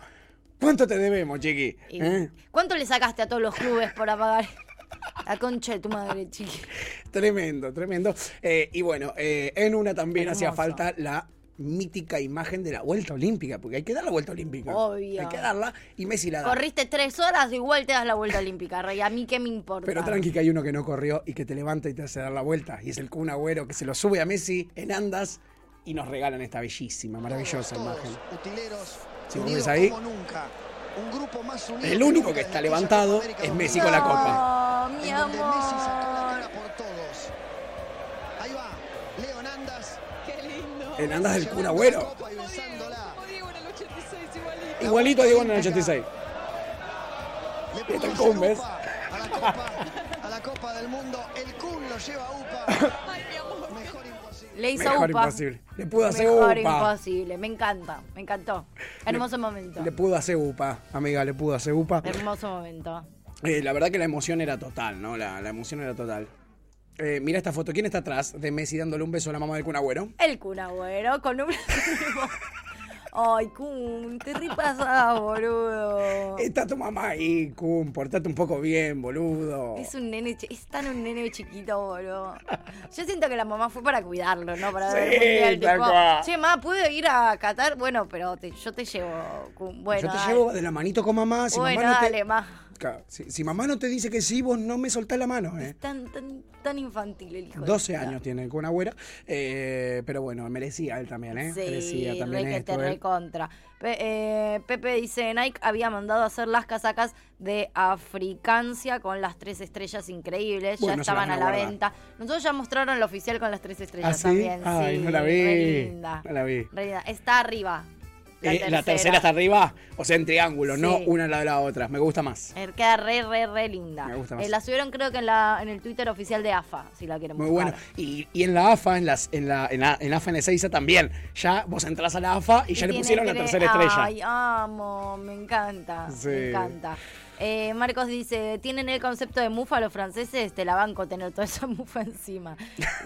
B: ¿Cuánto te debemos, Chiqui?
C: Y-
B: ¿Eh?
C: ¿Cuánto le sacaste a todos los clubes por apagar la concha de tu madre, chiqui?
B: Tremendo, tremendo. Eh, y bueno, eh, en una también
C: Hermoso.
B: hacía falta la mítica imagen de la Vuelta Olímpica, porque hay que dar la Vuelta Olímpica.
C: Obvio.
B: Hay que darla y Messi la da.
C: Corriste tres horas, igual te das la vuelta olímpica, rey. ¿A mí qué me importa?
B: Pero tranqui que hay uno que no corrió y que te levanta y te hace dar la vuelta. Y es el Kun Agüero que se lo sube a Messi en andas y nos regalan esta bellísima, maravillosa imagen.
H: utileros
B: Si vos
H: unidos
B: ves ahí,
H: como nunca. Un grupo más unido
B: el único
H: nunca
B: que está
H: desde aquella
B: levantado
H: Copa América
B: es
H: 2000,
B: Messi con la copa.
C: No, mi
H: en donde Messi sacó la
C: amor.
H: cara por todos. Ahí va, Leo Nandas.
B: En andas del Kun
H: llevando la
B: Agüero.
H: copa y besándola.
B: Igualito a Diego en el 86.
H: Le
B: Está el
H: pudo
B: Kun,
H: hacer
B: ¿ves?
H: UPA a la copa, a la copa del mundo. El Kun lo lleva a UPA. Mejor imposible.
C: Le hizo
B: Mejor
C: upa.
B: imposible. Le pudo hacer
C: Mejor
B: upa.
C: imposible. Me encanta, me encantó. Hermoso momento.
B: Le pudo hacer upa, amiga, le pudo hacer upa.
C: Hermoso momento.
B: Eh, la verdad que la emoción era total, ¿no? La, la emoción era total. Eh, mira esta foto. ¿Quién está atrás de Messi dándole un beso a la mamá del Kun Agüero?
C: El Kun Agüero con un... Ay, Kun, te repasás, boludo.
B: Está tu mamá ahí, Kun. Portate un poco bien, boludo.
C: Es un nene, chi- es tan un nene chiquito, boludo. Yo siento que la mamá fue para cuidarlo, ¿no? Para
B: Sí,
C: ver el mundial,
B: tal cual.
C: Che, ma, pude ir a Qatar. Bueno, pero te- yo te llevo. Kun. Bueno,
B: Yo te
C: dale.
B: llevo de la manito con mamá. Si
C: bueno,
B: mamá no te...
C: dale, ma.
B: Claro, Si, si mamá no te dice que sí, vos no me soltás la mano, ¿eh?
C: Es tan, tan, tan infantil el hijo. de
B: 12
C: puta.
B: años tiene el Kun Agüero. Eh, pero bueno, merecía él también, ¿eh? merecía
C: Sí,
B: también
C: re que te
B: esto, ¿eh? él.
C: recontra. Pe- eh, Pepe dice, Nike había mandado a hacer las casacas de Africancia con las tres estrellas increíbles,
B: Bueno,
C: ya
B: se las
C: estaban a
B: van a
C: la
B: guardar.
C: venta. Nosotros ya mostraron la oficial con las tres estrellas
B: ¿Ah, sí?
C: también.
B: Ay,
C: sí,
B: no la
C: re
B: vi,
C: linda.
B: no la vi.
C: Re linda. Está arriba.
B: Eh, La, tercera está arriba, o sea, en triángulo, no
C: Sí.
B: una al lado de la otra. Me gusta más.
C: Eh, Queda re, re, re linda.
B: Me gusta más.
C: Eh, la subieron creo que en, la, en el Twitter oficial de AFA, si la quieren
B: Muy
C: buscar.
B: bueno. Y, y en la AFA, en las, en la, en la- en AFA en Ezeiza también. Ya vos entrás a la AFA y ya le
C: tiene
B: pusieron la
C: tre-
B: tercera estrella.
C: Ay, amo, me encanta,
B: Sí.
C: me encanta. Eh, Marcos dice, tienen el concepto de mufa los franceses, te la banco tener toda esa mufa encima.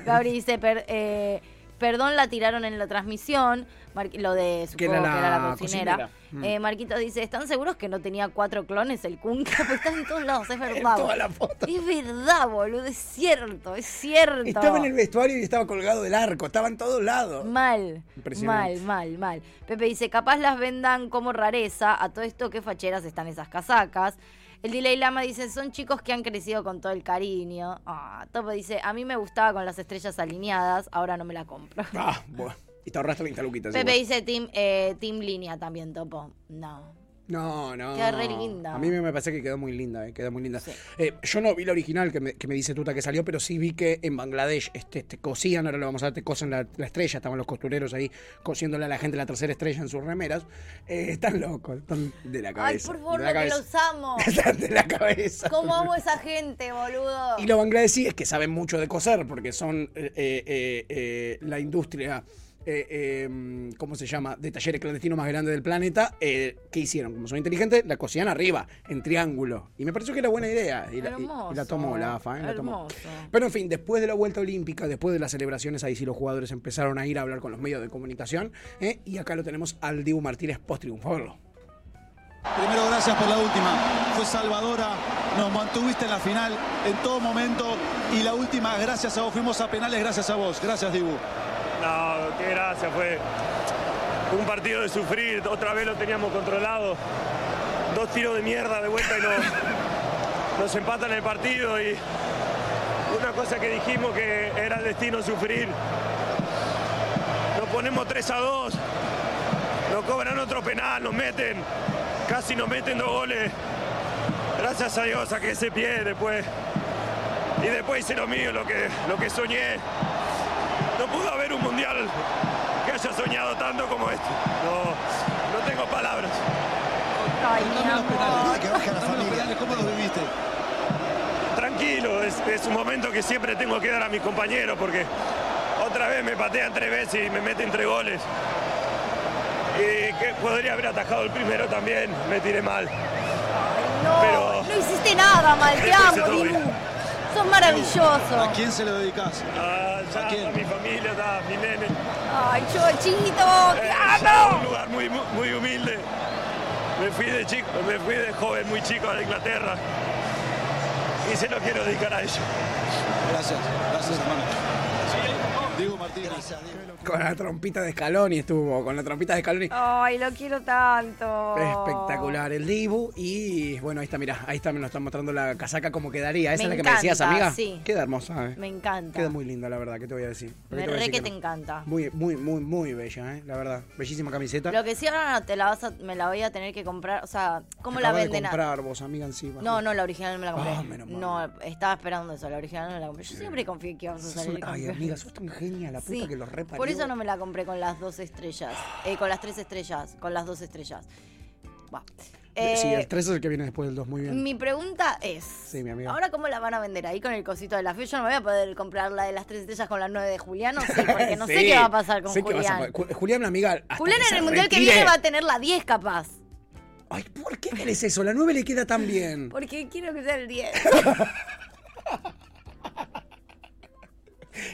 C: Gabri dice, per- eh, Perdón, la tiraron en la transmisión. Mar- lo de su
B: Que era
C: que era la
B: la
C: cocinera.
B: cocinera. Mm.
C: Eh, Marquito dice: ¿Están seguros que no tenía cuatro clones el Kunka? Porque está en todos lados, es verdad.
B: toda la foto.
C: Es verdad, boludo, es cierto, es cierto.
B: Estaba en el vestuario y estaba colgado del arco, estaba en todos lados.
C: Mal, mal,
B: Impresionante.
C: mal, mal. Pepe dice, capaz las vendan como rareza, a todo esto qué facheras están esas casacas. El Delay Lama dice, son chicos que han crecido con todo el cariño. Ah, Topo dice, a mí me gustaba con las estrellas alineadas, ahora no me la compro.
B: Ah, bueno. Y te ahorraste 20 luquitas.
C: Mm. Pepe
B: igual.
C: dice, team, eh, team Línea también, Topo. No.
B: No, no.
C: Queda re linda.
B: A mí me me parece que quedó muy linda, eh, quedó muy linda. Eh, yo no vi la original que me, que me dice Tuta que salió, pero sí vi que en Bangladesh este, este, cosían, ahora lo vamos a ver, te cosen la, la estrella, estaban los costureros ahí cosiéndole a la gente la tercera estrella en sus remeras. Eh, están locos, están de la
C: Ay,
B: cabeza.
C: por favor,
B: de
C: no
B: la
C: te
B: cabeza.
C: los amo.
B: Están de la cabeza.
C: ¿Cómo amo a esa gente, boludo?
B: Y lo bangladesíes que saben mucho de coser, porque son eh, eh, eh, la industria, eh, eh, ¿cómo se llama?, de talleres clandestinos más grande del planeta, eh, ¿qué hicieron? Como son inteligentes, la cosían arriba, en triángulo. Y me pareció que era buena idea. Y la, y- y la
C: Hermoso,
B: tomó la AFA, ¿eh? la tomó.
C: hermoso.
B: Pero en fin, después de la vuelta olímpica, después de las celebraciones, ahí sí los jugadores empezaron a ir a hablar con los medios de comunicación. ¿eh? Y acá lo tenemos al Dibu Martínez post triunfarlo.
I: Primero, gracias por la última. Fue salvadora, nos mantuviste en la final en todo momento y la última, gracias a vos, fuimos a penales gracias a vos. Gracias, Dibu.
J: No, qué gracia, fue un partido de sufrir, otra vez lo teníamos controlado. Dos tiros de mierda de vuelta y nos, nos empatan el partido y una cosa que dijimos que era el destino sufrir. Nos ponemos 3 a 2, nos cobran otro penal, nos meten, casi nos meten dos goles. Gracias a Dios saqué ese pie después. pues. Y después hice lo mío, lo que, lo que soñé. No pudo haber un mundial que haya soñado tanto como este. No, no tengo palabras.
C: Ay, mi
I: Dame los penales,
C: amor.
I: que baja la Dame los penales, ¿cómo los viviste?
J: Tranquilo, es, es un momento que siempre tengo que dar a mis compañeros porque otra vez me patean tres veces y me meten tres goles. Y que podría haber atajado el primero también, me tiré mal.
C: No,
J: Pero-
C: no hiciste nada mal, te
J: Pero hice
C: amo, Dibu.
J: todo bien.
C: Sos maravilloso.
I: ¿A quién se lo dedicás?
J: Ah, ya,
I: ¿A quién?
J: a mi familia, a mi nene.
C: Ay, Chochito, te
J: Eh, ya,
C: amo.
J: Un lugar muy, mu- muy humilde. Me fui de chico, me fui de joven, muy chico a Inglaterra. Y se lo quiero dedicar a ellos.
I: Gracias, gracias, hermano. Dibu Martínez. Gracias, Dibu.
B: Con la trompita de Scaloni estuvo, con la trompita de Scaloni.
C: Ay, lo quiero tanto.
B: Espectacular el Dibu. Y bueno, ahí está, mira, ahí está, me nos está mostrando la casaca como quedaría.
C: Me
B: Esa es la que me decías,
C: encanta,
B: amiga.
C: sí.
B: Queda hermosa, eh.
C: Me encanta.
B: Queda muy linda, la verdad, que te voy a decir. ¿Para qué
C: Me
B: te voy a
C: re
B: decir
C: que
B: no?
C: te encanta.
B: Muy, muy, muy, muy bella, eh, la verdad. Bellísima camiseta.
C: Lo que sí ahora te la vas a, me la voy a tener que comprar, o sea, ¿cómo
B: Te
C: la
B: acabas
C: venden?
B: de
C: a-
B: comprar vos, amiga, encima.
C: No, no, la original no me la compré.
B: Ah, menos mal.
C: No, estaba esperando eso, la original no me la compré. Yo siempre confié que íbamos a
B: Sos
C: salir
B: una-
C: con
B: Ay,
C: que-
B: amiga, sos tan genia, la puta
C: Sí,
B: que los reparió.
C: Por eso no me la compré con las dos estrellas, eh, con las tres estrellas, con las dos estrellas. Va.
B: Sí,
C: Eh,
B: el 3 es el que viene después del 2, muy bien.
C: Mi pregunta es,
B: mi amiga.
C: ¿ahora cómo la van a vender? Ahí con el cosito de la fe, yo no voy a poder comprar la de las tres estrellas con la 9 de Julián, no sé, porque no sé
B: Sí,
C: qué va a pasar con
B: sé que vas a
C: Julián.
B: poder- Ju- Julián, la amiga. hasta
C: Julián
B: que se
C: en el mundial que
B: retire.
C: viene va a tener la 10 capaz,
B: Ay, ¿por qué querés eso? La 9 le queda tan bien.
C: porque quiero que sea el 10.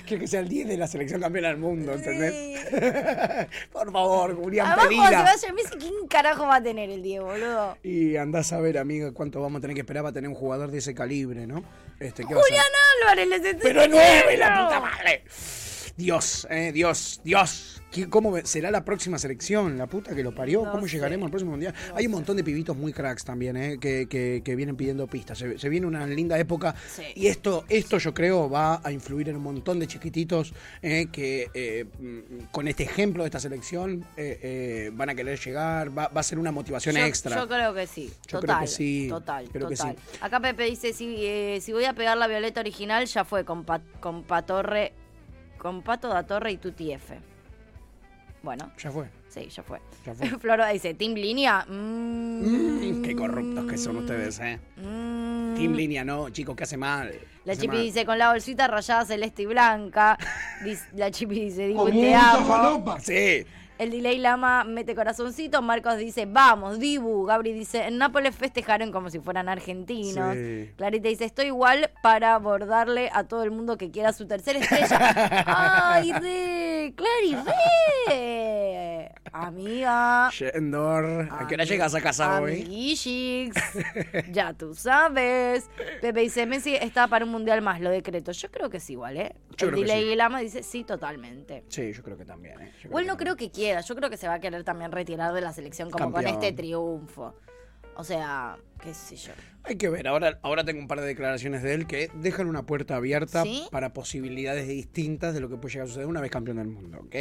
B: Quiero que sea el 10 de la selección campeona del mundo, ¿entendés?
C: Sí.
B: Por favor, Julián,
C: Además, cuando se
B: pedila.
C: vaya Messi, ¿quién carajo va a tener el 10, boludo?
B: Y andás a ver, amiga, cuánto vamos a tener que esperar para tener un jugador de ese calibre, ¿no? Este, ¿qué va a ser?
C: Julián Álvarez, les estoy
B: ¡Pero es nueve, la
C: diciendo.
B: puta madre! Dios, eh, Dios, Dios. ¿Qué- ¿Cómo ve- será la próxima selección? La puta que lo parió.
C: No
B: ¿Cómo
C: sé.
B: llegaremos al próximo mundial? Hay un montón de pibitos muy cracks también, eh, que, que- que vienen pidiendo pistas. Se, se viene una linda época.
C: Sí.
B: Y esto, esto yo creo va a influir en un montón de chiquititos eh, que eh, mm, con este ejemplo de esta selección eh, eh, van a querer llegar. Va, va a ser una motivación
C: Yo-
B: extra.
C: Yo creo que sí.
B: Yo creo
C: total,
B: que sí,
C: Total,
B: creo que
C: total.
B: sí.
C: Acá Pepe dice, si, eh, si voy a pegar la violeta original, ya fue con, Pa- con Patorre, con Pato da Torre y Tuti F. Bueno,
B: Ya fue.
C: sí, ya fue.
B: Ya fue.
C: Floro dice, Team Línea. Mm,
B: Mm, qué corruptos que son ustedes, eh.
C: mm.
B: Team Línea, no, chicos, que hace mal.
C: La
B: Hace
C: Chipi
B: mal.
C: dice, con la bolsita rayada celeste y blanca. Dice- la Chipi dice, digo, te amo.
B: Sí.
C: El Delay Lama mete corazoncito. Marcos dice, vamos, Dibu. Gabri dice, en Nápoles festejaron como si fueran argentinos.
B: Sí.
C: Clarita dice, estoy igual para abordarle a todo el mundo que quiera su tercera estrella. ¡Ay, re! ¡Clary, re! Amiga.
B: Yendor. ¿A qué hora llegas a
C: Ah,
B: casa hoy?
C: Amiguillix. ya tú sabes. Pepe dice, Messi está para un mundial más, lo decreto. Yo creo que es igual, ¿eh?
B: Yo
C: el
B: creo que
C: Delay
B: sí.
C: Lama dice, sí, totalmente.
B: Sí, yo creo que también. ¿eh? Yo
C: Igual no
B: que
C: creo que quiera, yo creo que se va a querer también retirar de la selección como con
B: Campeón.
C: este triunfo. O sea, qué sé yo.
B: también. Hay que ver, ahora, ahora tengo un par de declaraciones de él que dejan una puerta abierta
C: ¿Sí?
B: para posibilidades distintas de lo que puede llegar a suceder una vez campeón del mundo, ¿ok?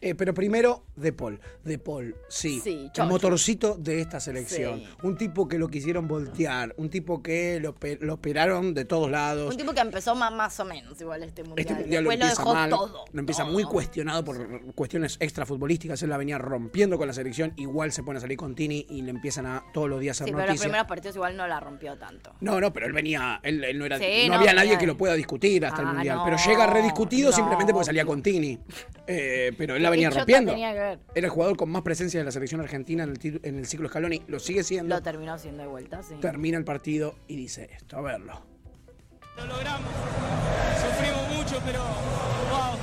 B: Eh, pero primero, De Paul. De Paul, sí.
C: Sí,
B: el
C: chocho.
B: motorcito de esta selección.
C: Sí.
B: Un tipo que lo quisieron voltear, un tipo que lo, pe- lo operaron de todos lados.
C: Un tipo que empezó ma- más, o menos igual este mundial.
B: Este mundial lo
C: Después lo,
B: empieza
C: dejó
B: mal,
C: todo.
B: lo empieza
C: todo.
B: muy cuestionado por cuestiones extrafutbolísticas. Él la venía rompiendo con la selección, igual se pone a salir con Tini y le empiezan a todos los días a
C: Sí,
B: hacer
C: pero los
B: noticias.
C: primeros partidos igual no la rompió tanto.
B: No, no, pero él venía, él, él no era,
C: Sí, no,
B: no, había nadie
C: claro.
B: que lo pueda discutir hasta
C: Ah,
B: el mundial.
C: no,
B: pero llega rediscutido simplemente porque
C: no.
B: salía con Tini. Eh, pero él la
C: Qué
B: venía
C: chota
B: rompiendo.
C: tenía que ver.
B: Era el jugador con más presencia de la selección argentina en el, tit- en el ciclo Scaloni. Lo sigue siendo.
C: Lo terminó haciendo de vuelta, sí.
B: Termina el partido y dice esto, a verlo.
K: Lo logramos. Sufrimos mucho, pero wow,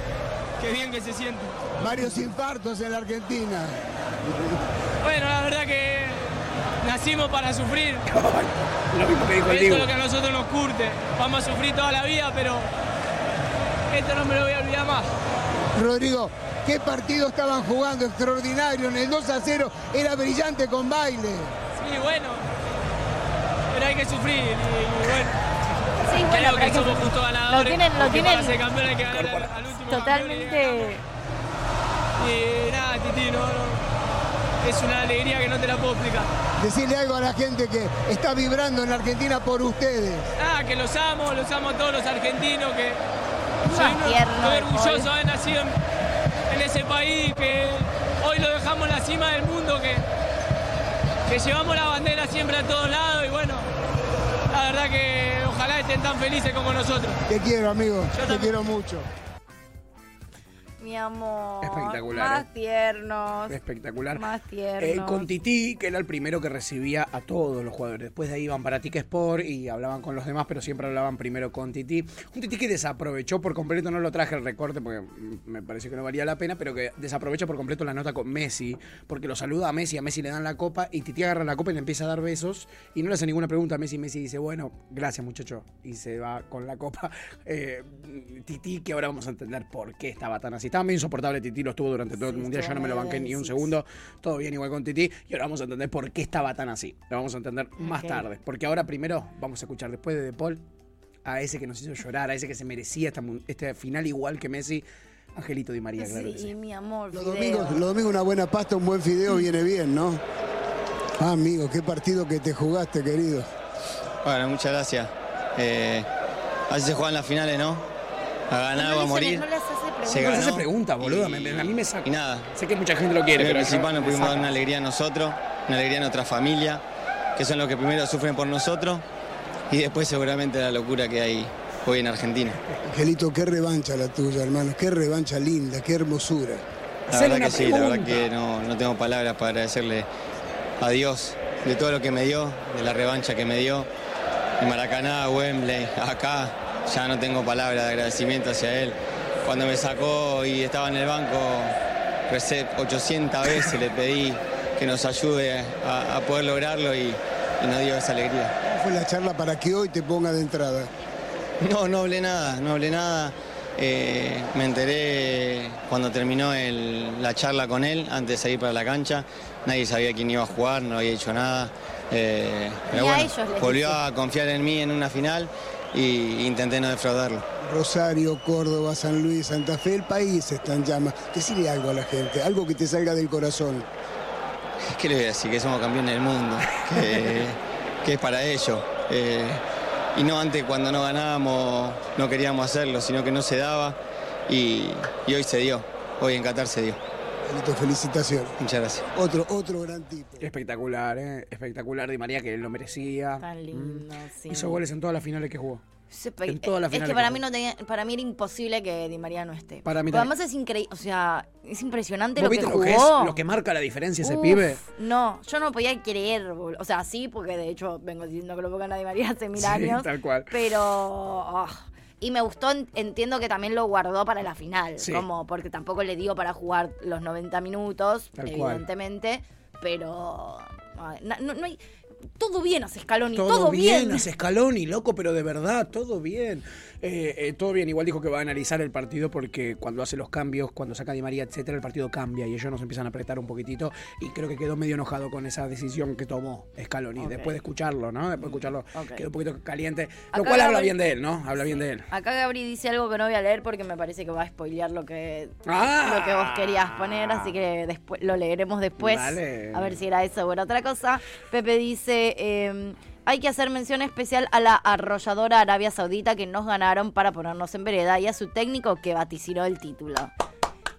K: qué bien que se siente.
G: Varios infartos en la Argentina.
K: Bueno, la verdad que nacimos para sufrir.
B: Lo mismo que dijo el
K: Eso
B: Dibu.
K: es lo que a nosotros nos curte. Vamos a sufrir toda la vida, pero esto no me lo voy a olvidar más.
G: Rodrigo, qué partido estaban jugando, extraordinario. En el 2 a 0 era brillante con baile.
K: Sí, bueno, pero hay que sufrir. Y, bueno,
C: Sí,
K: creo
C: bueno, pero
K: que
C: hay que
K: somos
C: sufrir.
K: justo
C: Lo
K: ganadores.
C: tienen- lo
K: porque Para
C: tienen
K: ser campeón hay que ganar al, al último
C: Totalmente.
K: campeón. Y nada, Titi, no, no. es una alegría que no te la puedo explicar.
G: Decirle algo a la gente que está vibrando en la Argentina por ustedes.
K: Ah, que los amo, los amo a todos los argentinos, que
C: Más
K: soy uno-
C: tierno,
K: estoy
C: el
K: orgulloso
C: Paul.
K: de haber nacido en, en ese país, que hoy lo dejamos en la cima del mundo, que, que llevamos la bandera siempre a todos lados y bueno, la verdad que ojalá estén tan felices como nosotros.
G: Te quiero, amigo. Te
K: también.
G: quiero mucho.
C: Mi amor.
B: Espectacular,
C: Más
B: ¿eh?
C: tiernos.
B: Espectacular.
C: Más
B: Eh,
C: tiernos.
B: con Tití, que era el primero que recibía a todos los jugadores. Después de ahí iban para Tica Sport y hablaban con los demás, pero siempre hablaban primero con Tití. Un Tití que desaprovechó por completo, no lo traje el recorte porque mm, me pareció que no valía la pena, pero que desaprovecha por completo la nota con Messi, porque lo saluda a Messi, a Messi le dan la copa y Tití agarra la copa y le empieza a dar besos y no le hace ninguna pregunta a Messi. Messi dice, bueno, gracias muchacho, y se va con la copa. Eh, Tití, que ahora vamos a entender por qué estaba tan así. Estaba medio insoportable Tití, lo estuvo durante todo el
C: Sí,
B: mundial, yo
C: estuvo
B: no me lo
C: medio
B: banqué ni un
C: difícil.
B: segundo. Todo bien igual con Titi. Y ahora vamos a entender por qué estaba tan así. Lo vamos a entender más
C: Ok.
B: tarde. Porque ahora primero vamos a escuchar después de De Paul a ese que nos hizo llorar, a ese que se merecía esta, mu- este final igual que Messi, Angelito Di María, claro que
C: Sí,
B: sí.
C: mi amor.
G: Los
C: Fideo.
G: domingos, los domingos una buena pasta, un buen fideo viene bien, ¿no? Ah, amigo, qué partido que te jugaste, querido.
L: Bueno, muchas gracias. Eh, así se juegan las finales, ¿no? A ganar o a
C: No les-
L: morir.
C: no les hace preguntas.
L: Se
B: No les
L: ganó.
B: hace pregunta, boludo. me- me- a mí me saca.
L: Y nada.
B: Sé que mucha gente lo quiere,
L: Creo que
B: pero
L: principal
B: yo-
L: nos
B: me
L: pudimos dar
B: saca.
L: una alegría a nosotros, una alegría a nuestra familia, que son los que primero sufren por nosotros. Y después seguramente la locura que hay hoy en Argentina.
G: Angelito, qué revancha la tuya, hermano. Qué revancha linda, qué hermosura.
L: La verdad que sí, la verdad que no, no tengo palabras para agradecerle a Dios de todo lo que me dio, de la revancha que me dio. En Maracaná, Wembley, acá, ya no tengo palabras de agradecimiento hacia él. Cuando me sacó y estaba en el banco, recé 800 veces, le pedí que nos ayude a, a poder lograrlo y, y nos dio esa alegría.
G: ¿Cómo fue la charla para que hoy te ponga de entrada?
L: No, no hablé nada, no hablé nada. Eh, me enteré cuando terminó el- la charla con él, antes de salir para la cancha. Nadie sabía quién iba a jugar, no había dicho nada. Eh, pero
C: Ni a
L: bueno,
C: ellos les
L: volvió
C: dice.
L: a confiar en mí en una final y intenté no defraudarlo.
G: Rosario, Córdoba, San Luis, Santa Fe, el país está en llamas. Decirle algo a la gente, algo que te salga del corazón.
L: ¿Qué le voy a decir? Que somos campeones del mundo, que, que es para ellos. Eh, y no antes cuando no ganábamos, no queríamos hacerlo, sino que no se daba y, y hoy se dio, hoy en Qatar se dio.
G: Angelito, felicitaciones.
L: Muchas gracias.
G: Otro, otro gran tipo.
B: Espectacular, ¿eh? Espectacular Di María, que él lo merecía.
C: Tan lindo, sí.
B: Hizo goles en todas las finales que jugó.
C: Se pe-
B: En todas las
C: es
B: finales
C: que
B: que
C: para
B: jugó.
C: mí, no tenía, para mí era imposible que Di María no esté.
B: Para mí
C: Porque
B: también.
C: además es increíble, o sea, es impresionante
B: ¿Vos
C: lo que
B: viste lo
C: jugó.
B: que, es, lo que marca la diferencia ese
C: Uf,
B: pibe?
C: No, yo no podía creer, bol- o sea, sí, porque de hecho vengo diciendo que lo pongan a Di María hace mil
B: Sí,
C: años,
B: tal cual.
C: pero... ah, y me gustó, en- entiendo que también lo guardó para la final,
B: Sí.
C: como porque tampoco le dio para jugar los 90 minutos,
B: Tal cual.
C: evidentemente, pero... ah, na- no, no hay- todo bien hace Scaloni, todo,
B: Todo, bien,
C: bien.
B: hace Scaloni, loco, pero de verdad, todo bien. Eh, eh, todo bien, igual dijo que va a analizar el partido porque cuando hace los cambios, cuando saca Di María, etcétera, el partido cambia y ellos nos empiezan a apretar un poquitito. Y creo que quedó medio enojado con esa decisión que tomó Scaloni,
C: Ok. Mm,
B: después de escucharlo, ¿no? Después de escucharlo,
C: Ok.
B: quedó un poquito caliente. Lo
C: Acá
B: cual habla
C: Gabriel-
B: bien de él, ¿no? Habla bien de él.
C: Acá Gabri dice algo que no voy a leer porque me parece que va a spoilear lo que,
B: Ah.
C: lo que vos querías poner, así que después lo leeremos después.
B: Dale.
C: A ver si era eso o era otra cosa. Pepe dice, eh, hay que hacer mención especial a la arrolladora Arabia Saudita que nos ganaron para ponernos en vereda y a su técnico que vaticinó el título.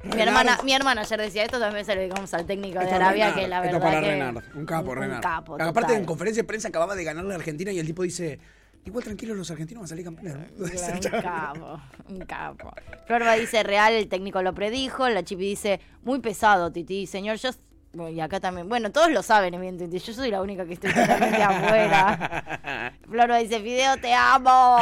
C: Mi
B: Renard.
C: hermana, mi hermana ayer decía esto, también se lo digamos al técnico de
B: Esto es
C: Arabia,
B: Renard,
C: que la verdad
B: Esto para
C: que-
B: Renard, un capo,
C: un- un
B: Renard.
C: capo,
B: Aparte,
C: total.
B: en conferencia de prensa acababa de ganarle a Argentina y el tipo dice... Igual tranquilos los argentinos van a salir campeones. ¿no?".
C: Claro, un capo, un capo. Florba dice real, el técnico lo predijo. La Chipi dice muy pesado, Titi. Señor, yo. bueno, Y acá también. Bueno, todos lo saben, evidentemente. Yo soy la única que estoy totalmente afuera. Florba dice, Fideo, te amo.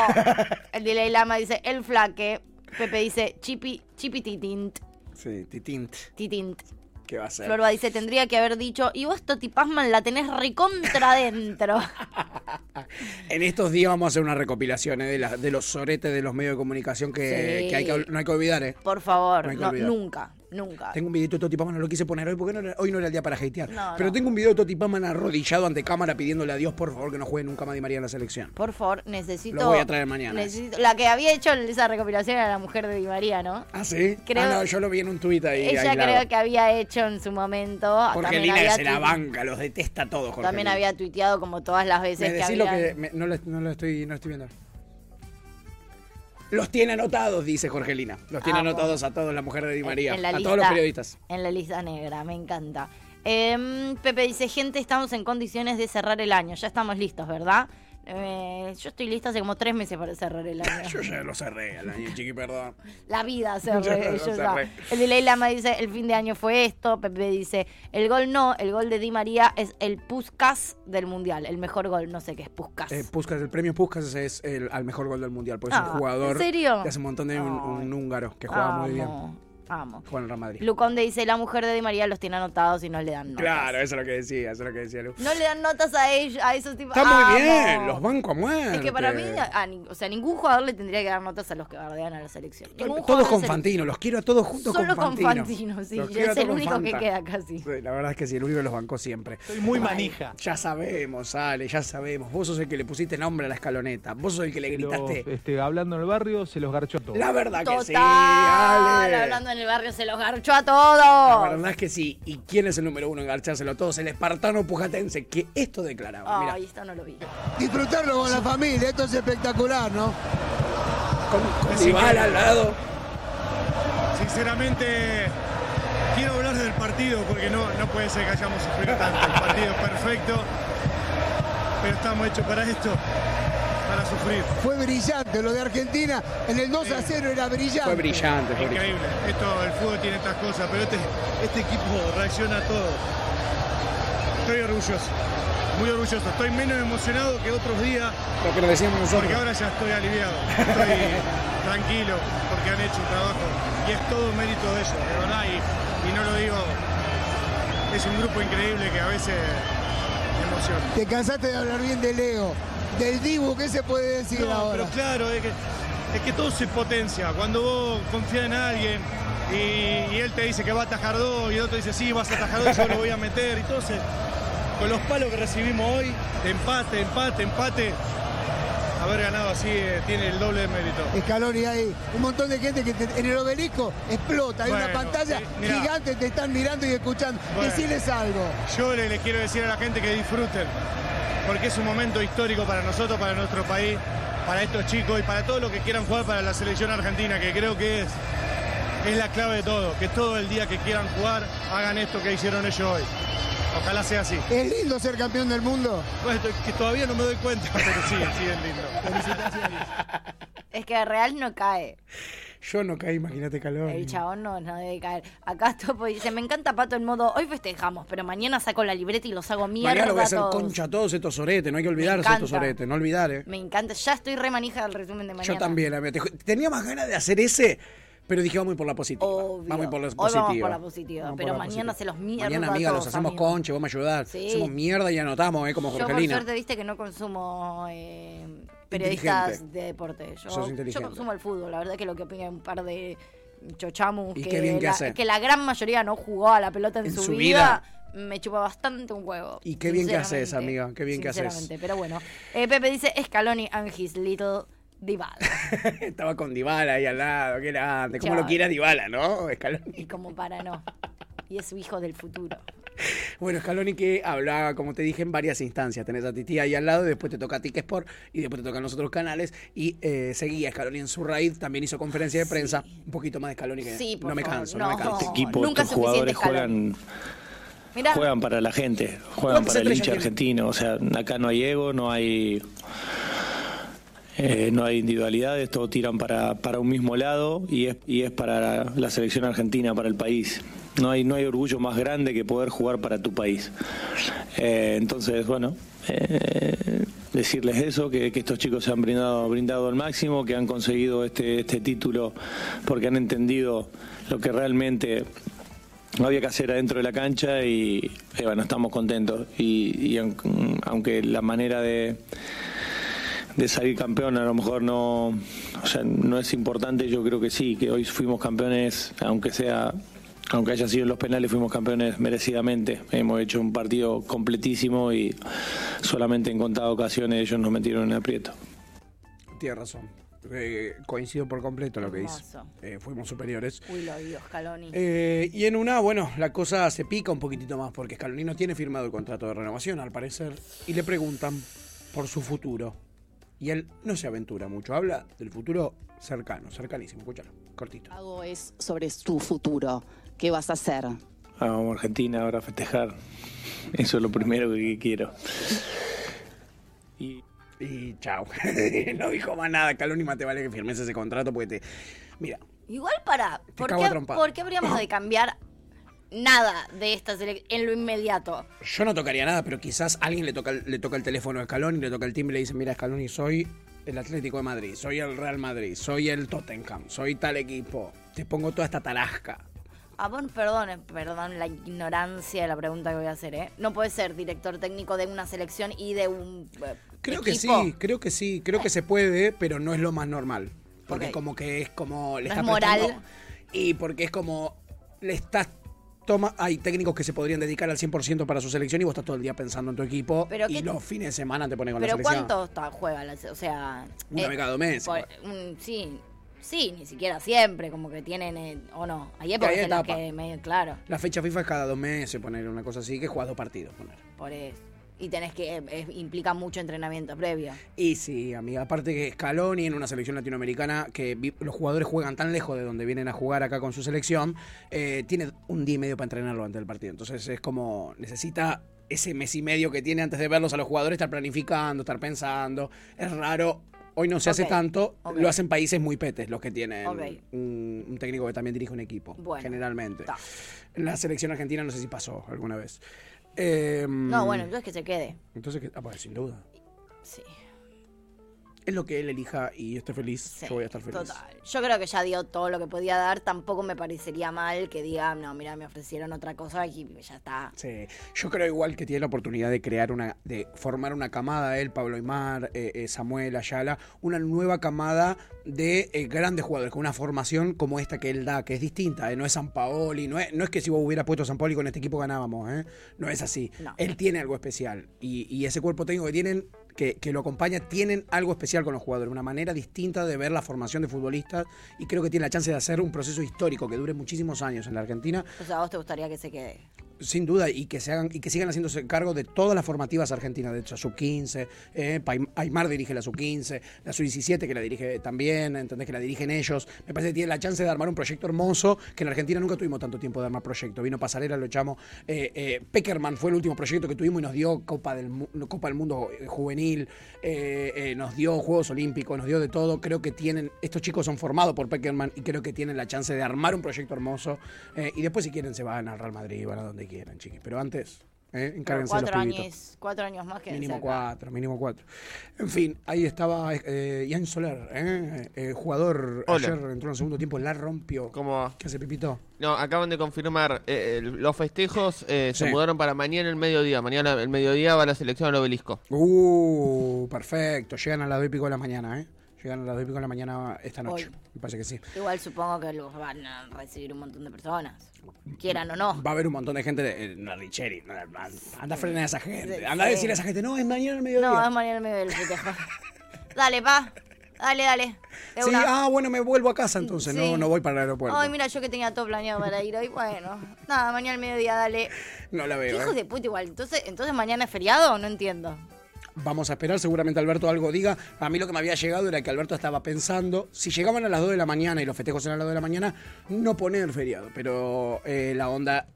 C: El Dilei Lama dice, el flaque. Pepe dice, Chipi, Chipi titint,
B: Sí, titint.
C: titint.
B: ¿Qué va a ser?
C: Florba dice, tendría que haber dicho, y vos, Toti Pazman, la tenés recontra dentro.
B: En estos días vamos a hacer una recopilación eh, de, la- de los soretes de los medios de comunicación que,
C: Sí.
B: que hay que no hay que olvidar. eh.
C: Por favor,
B: No hay que
C: no,
B: olvidar.
C: nunca, nunca.
B: Tengo un videito de Toti Paman, no lo quise poner hoy porque no era- hoy no era el día para hatear.
C: No,
B: pero
C: no.
B: tengo un video de Toti Paman arrodillado ante cámara pidiéndole a Dios, por favor, que no juegue nunca más Di María en la selección.
C: Por favor, necesito.
B: Lo voy a traer mañana.
C: necesito- la que había hecho esa recopilación era la mujer de Di María, ¿no?
B: ¿Ah, sí?
C: Creo-
B: Ah, no, yo lo vi en un tuit ahí.
C: Ella
B: aislado.
C: creo que había hecho en su momento. ah,
B: Jorge
C: también
B: Lina que
C: había
B: se la
C: tuite-
B: banca, los detesta a todos, Jorge
C: También
B: Lina.
C: había tuiteado como todas las veces
B: Me
C: que
B: decís
C: había.
B: lo que. me- no, lo, no lo estoy, no estoy viendo. Los tiene anotados, dice Jorgelina. Los tiene
C: Ah,
B: anotados a todos, la mujer de Di María.
C: en la
B: a
C: lista-
B: todos los periodistas.
C: En la lista negra, me encanta. Em, Pepe dice, gente, estamos en condiciones de cerrar el año. Ya estamos listos, ¿verdad? Eh, yo estoy lista hace como tres meses para cerrar el año.
B: Yo ya lo cerré al año, chiqui, perdón.
C: La vida se
B: Yo
C: re-
B: no lo
C: yo
B: sé,
C: ya.
B: re.
C: El Dilei Lama dice, el fin de año fue esto. Pepe dice, el gol no, el gol de Di María es el Puskas del Mundial. El mejor gol, no sé qué es Puskas.
B: Eh, Puskás, el premio Puskas es el, al mejor gol del mundial, porque es
C: Ah,
B: un jugador
C: ¿en serio?
B: que hace un montón de un, un húngaro que juega muy bien.
C: Amo, Amo.
B: Juega en el Real Madrid.
C: Luconde dice, la mujer de Di María los tiene anotados y no le dan notas.
B: Claro, eso es lo que decía, eso es lo que decía Lu.
C: No le dan notas a, ellos, a esos tipos.
B: Está muy
C: Amo.
B: bien, los banco a muerte.
C: Es que para mí, a- a ni- o sea, ningún jugador le tendría que dar notas a los que bardean a la selección. Ningún jugador
B: Todos
C: de
B: con
C: selección.
B: Fantino, los quiero a todos juntos
C: Solo
B: con
C: con
B: Fantino.
C: Fantino, sí,
B: Los
C: es
B: quiero a todos
C: el
B: con
C: único que
B: Fanta.
C: queda casi.
B: Sí, la verdad es que sí, el único que los bancó siempre.
I: Soy muy manija.
B: Ya sabemos, Ale, ya sabemos. Vos sos el que le pusiste nombre a la escaloneta. Vos sos el que le gritaste.
M: este, hablando en el barrio, se los garchó a todos.
B: La verdad que sí,
C: Total,
B: Ale.
C: hablando en el barrio, se los garchó a todos.
B: La verdad es que sí. ¿Y quién es el número uno en garchárselo a todos? El espartano pujatense, que esto declaraba. Mirá.
C: Ay, esto no lo vi.
G: Disfrutarlo con la familia, esto es espectacular, ¿no?
B: con Dybala al lado.
N: Sinceramente, quiero hablar del partido porque no, no puede ser que hayamos sufrido tanto. El partido es perfecto, pero estamos hechos para esto, para sufrir.
G: Fue brillante lo de Argentina, en el 2 a 0 era brillante.
B: Fue brillante, fue brillante.
N: Increíble. Esto, el fútbol tiene estas cosas, pero este, este equipo reacciona a todo. Estoy orgulloso, muy orgulloso. Estoy menos emocionado que otros días.
B: Lo que nos decíamos nosotros.
N: Porque ahora ya estoy aliviado. Estoy tranquilo porque han hecho un trabajo. Y es todo mérito de ellos, de verdad. Y, y no lo digo. Es un grupo increíble que a veces me emociona.
G: Te cansaste de hablar bien de Leo, del Dibu, ¿qué se puede decir
N: No,
G: ahora?
N: pero claro, es que, es que todo se potencia. Cuando vos confías en alguien y, y él te dice que va a atajar dos y el otro dice, sí, vas a atajar dos, yo lo voy a meter. Entonces, con los palos que recibimos hoy, de empate, empate, empate, haber ganado así eh, tiene el doble de mérito.
G: Escaloni hay un montón de gente que te- en el obelisco explota, hay una
N: Bueno,
G: pantalla
N: sí, mirá.
G: gigante, te están mirando y escuchando.
N: Bueno.
G: Decirles algo.
N: Yo le, le quiero decir a la gente que disfruten, porque es un momento histórico para nosotros, para nuestro país, para estos chicos y para todos los que quieran jugar para la selección argentina, que creo que es, es la clave de todo, que todo el día que quieran jugar hagan esto que hicieron ellos hoy. Ojalá sea así.
G: ¿Es lindo ser campeón del mundo?
N: Bueno, que todavía no me doy cuenta, pero sí, sí es lindo.
C: Es que Real no cae.
B: Yo no caí, imagínate calor.
C: El chabón no, no debe caer. Acá Topo dice, me encanta Pato el modo, hoy festejamos, pero mañana saco la libreta y los hago mierda
B: Mañana lo voy a hacer
C: todos".
B: concha a todos estos oretes, no hay que olvidarse
C: encanta.
B: estos oretes, no olvidar, eh.
C: Me encanta, ya estoy re manija del resumen de mañana.
B: Yo también, amigo. Te ju- Tenía más ganas de hacer ese, pero dije, vamos a ir por la positiva.
C: Obvio.
B: Vamos a ir por la
C: Hoy
B: positiva.
C: vamos por la positiva,
B: Vamos
C: pero
B: por la
C: mañana se los mierda
B: Mañana,
C: a
B: amiga,
C: todos,
B: los hacemos
C: amigo.
B: conche, vamos a ayudar.
C: Sí.
B: Somos mierda y anotamos, eh, como
C: Yo por
B: Jorgelina.
C: suerte viste que no consumo eh, periodistas
B: Inteligente.
C: de deporte. Yo,
B: Sos
C: yo
B: inteligente.
C: consumo el fútbol, la verdad que lo que opina un par de chochamus
B: Y qué bien que
C: la,
B: hace.
C: que la gran mayoría no jugó a la pelota en,
B: En
C: su,
B: su
C: vida, me chupa bastante un huevo.
B: Y qué bien que
C: sinceramente,
B: haces, amiga, qué bien que haces.
C: sinceramente. Pero bueno, Eh, Pepe dice Scaloni and his little dival.
B: Estaba con Dybala ahí al lado, que era antes. Como
C: Ya.
B: lo quiera Dybala, ¿no? Scaloni.
C: Y como para no. Y es su hijo del futuro.
B: Bueno, Scaloni que hablaba, como te dije, en varias instancias. Tenés a Titi ahí al lado, y después te toca a Tic Sport y después te tocan los otros canales. Y eh, seguía Scaloni en su raid, también hizo conferencia de prensa. Un poquito más de Scaloni que
C: Sí, por
B: no me
C: favor,
B: canso, no, me
C: no.
B: canso.
C: Este
O: equipo,
C: Nunca
O: estos
C: es suficiente
O: jugadores juegan,
C: Mirá,
O: juegan para la gente, juegan
B: ¿Cuántas
O: para el
B: estrellas
O: hincha
B: tiene?
O: argentino. O sea, acá no hay ego, no hay eh, no hay individualidades, todos tiran para, para un mismo lado y es, y es para la, la selección argentina, para el país. No hay, no hay orgullo más grande que poder jugar para tu país. Eh, entonces, bueno, eh, decirles eso, que, que estos chicos se han brindado, brindado al máximo, que han conseguido este, este título porque han entendido lo que realmente no había que hacer adentro de la cancha y eh, bueno, estamos contentos. Y, y aun- aunque la manera de, de salir campeón a lo mejor no, o sea, no es importante, yo creo que sí, que hoy fuimos campeones, aunque sea... Aunque haya sido en los penales, fuimos campeones merecidamente. Hemos hecho un partido completísimo y solamente en contadas ocasiones ellos nos metieron en aprieto.
B: Tienes razón. Eh, coincido por completo lo que dice.
C: Hermoso.
B: Eh, fuimos superiores.
C: Uy, lo odio, Scaloni.
B: Eh, y en una, bueno, la cosa se pica un poquitito más porque Scaloni no tiene firmado el contrato de renovación, al parecer, y le preguntan por su futuro. Y él no se aventura mucho, habla del futuro cercano, cercanísimo. Escúchalo, cortito.
P: Hago es sobre tu futuro. ¿Qué vas a hacer?
O: Ah, Vamos a Argentina ahora a festejar. Eso es lo primero que quiero. Y,
B: chao. no dijo más nada, Scaloni, más te vale que firmes ese contrato porque te... Mira,
C: Igual para, ¿por
B: cago a
C: qué,
B: trompada.
C: por qué habríamos de cambiar nada de esta selec- en lo inmediato?
B: Yo no tocaría nada, pero quizás alguien le toca, le toca el teléfono a Scaloni, le toca el timbre y le dice, mira Scaloni, soy el Atlético de Madrid, soy el Real Madrid, soy el Tottenham, soy tal equipo, te pongo toda esta tarasca.
C: Ah, bueno, perdón, perdón la ignorancia de la pregunta que voy a hacer, ¿eh? No puede ser director técnico de una selección y de un. eh,
B: Creo
C: equipo.
B: que sí, creo que sí, creo que se puede, pero no es lo más normal. Porque
C: Ok.
B: como que es como...
C: No
B: Le está
C: es moral.
B: prestando- Y porque es como... Le estás... Toma, hay técnicos que se podrían dedicar al 100% para su selección y vos estás todo el día pensando en tu equipo
C: Pero
B: y
C: qué-
B: los fines de semana te pones con la
C: Pero
B: selección.
C: ¿cuánto está- juega? la se- o sea. eh,
B: Una vez cada dos meses,
C: por- un- sí, sí, ni siquiera siempre, como que tienen. eh, o no. Hay épocas
B: hay
C: en las
B: etapa.
C: que medio claro,
B: La fecha FIFA es cada dos meses, poner una cosa así, que jugás dos partidos, poner.
C: por eso. Y tenés que. eh, eh, implica mucho entrenamiento previo.
B: Y sí, amiga, aparte que Scaloni en una selección latinoamericana que vi- los jugadores juegan tan lejos de donde vienen a jugar acá con su selección, eh, tiene un día y medio para entrenarlo antes del partido. Entonces es como necesita ese mes y medio que tiene antes de verlos a los jugadores, estar planificando, estar pensando. Es raro. Hoy no se hace
C: Ok,
B: tanto,
C: ok.
B: lo hacen países muy petes los que tienen
C: Ok.
B: un, un técnico que también dirige un equipo,
C: Bueno,
B: generalmente. La selección argentina no sé si pasó alguna vez. Eh,
C: No, bueno, entonces que se quede.
B: entonces, que- ah, pues, sin duda.
C: Sí.
B: Es lo que él elija y esté feliz, yo voy a estar feliz.
C: Total. Yo creo que ya dio todo lo que podía dar. Tampoco me parecería mal que diga, no, mira, me ofrecieron otra cosa y ya está.
B: Sí. Yo creo igual que tiene la oportunidad de crear una, de formar una camada, él, Pablo Aymar, eh, eh, Samuel, Ayala, una nueva camada de eh, grandes jugadores, con una formación como esta que él da, que es distinta, eh, no es San Paoli, no es, no es que si vos hubiera puesto a San Paoli con este equipo ganábamos, eh, no es así.
C: No.
B: Él tiene algo especial y, y ese cuerpo técnico que tienen, que, que lo acompaña, tienen algo especial con los jugadores, una manera distinta de ver la formación de futbolistas y creo que tiene la chance de hacer un proceso histórico que dure muchísimos años en la Argentina
C: O sea, a vos te gustaría que se quede.
B: sin duda, y que se hagan, y que sigan haciéndose cargo de todas las formativas argentinas, de hecho, sub 15, eh, Paim- Aymar dirige la sub 15, la sub 17 que la dirige también, entendés que la dirigen ellos. Me parece que tienen la chance de armar un proyecto hermoso, que en la Argentina nunca tuvimos tanto tiempo de armar proyecto. Vino Pasarela, lo echamos. Eh, eh, Peckerman fue el último proyecto que tuvimos y nos dio Copa del, Mu- Copa del Mundo Juvenil, eh, eh, nos dio Juegos Olímpicos, nos dio de todo. Creo que tienen, estos chicos son formados por Peckerman y creo que tienen la chance de armar un proyecto hermoso. Eh, y después, si quieren, se van al Real Madrid, van a donde quieran, chiquis. Pero antes, eh,
C: Pero
B: encárguense de los
C: cuatro
B: pibitos.
C: años, cuatro años más que
B: Mínimo cuatro, mínimo cuatro. En fin, ahí estaba eh, Ian Soler, eh, eh, jugador.
Q: Hola.
B: Ayer entró en el segundo tiempo, la rompió.
Q: ¿Cómo
B: ¿Qué hace Pipito?
Q: No, acaban de confirmar. eh, el- los festejos eh, se
B: Sí.
Q: mudaron para mañana el mediodía. Mañana el mediodía va la selección al obelisco.
B: Uh, perfecto. Llegan a las 2 y pico de la mañana, ¿eh? Llegan a las 2 y pico de la mañana esta noche.
C: Hoy.
B: Me parece que sí.
C: Igual supongo que los van a recibir un montón de personas, quieran o no.
B: Va a haber un montón de gente de, la Richeri. Anda a frenar a esa gente.
C: Sí.
B: Anda a decirle a esa gente, no, es mañana al mediodía.
C: No, es mañana el medio del festejo. dale, pa. Dale, dale. De
B: Sí,
C: una.
B: ah, bueno, me vuelvo a casa entonces.
C: Sí.
B: No, no voy para el aeropuerto.
C: Ay, mira, yo que tenía todo planeado para ir hoy. Bueno, nada, mañana al mediodía, dale.
B: no la veo.
C: Hijos
B: ¿eh?
C: de puta, igual. Entonces, entonces mañana es feriado, no entiendo.
B: Vamos a esperar, seguramente Alberto algo diga. A mí lo que me había llegado era que Alberto estaba pensando, si llegaban a las 2 de la mañana y los festejos eran a las 2 de la mañana, no poner feriado. Pero eh, la onda,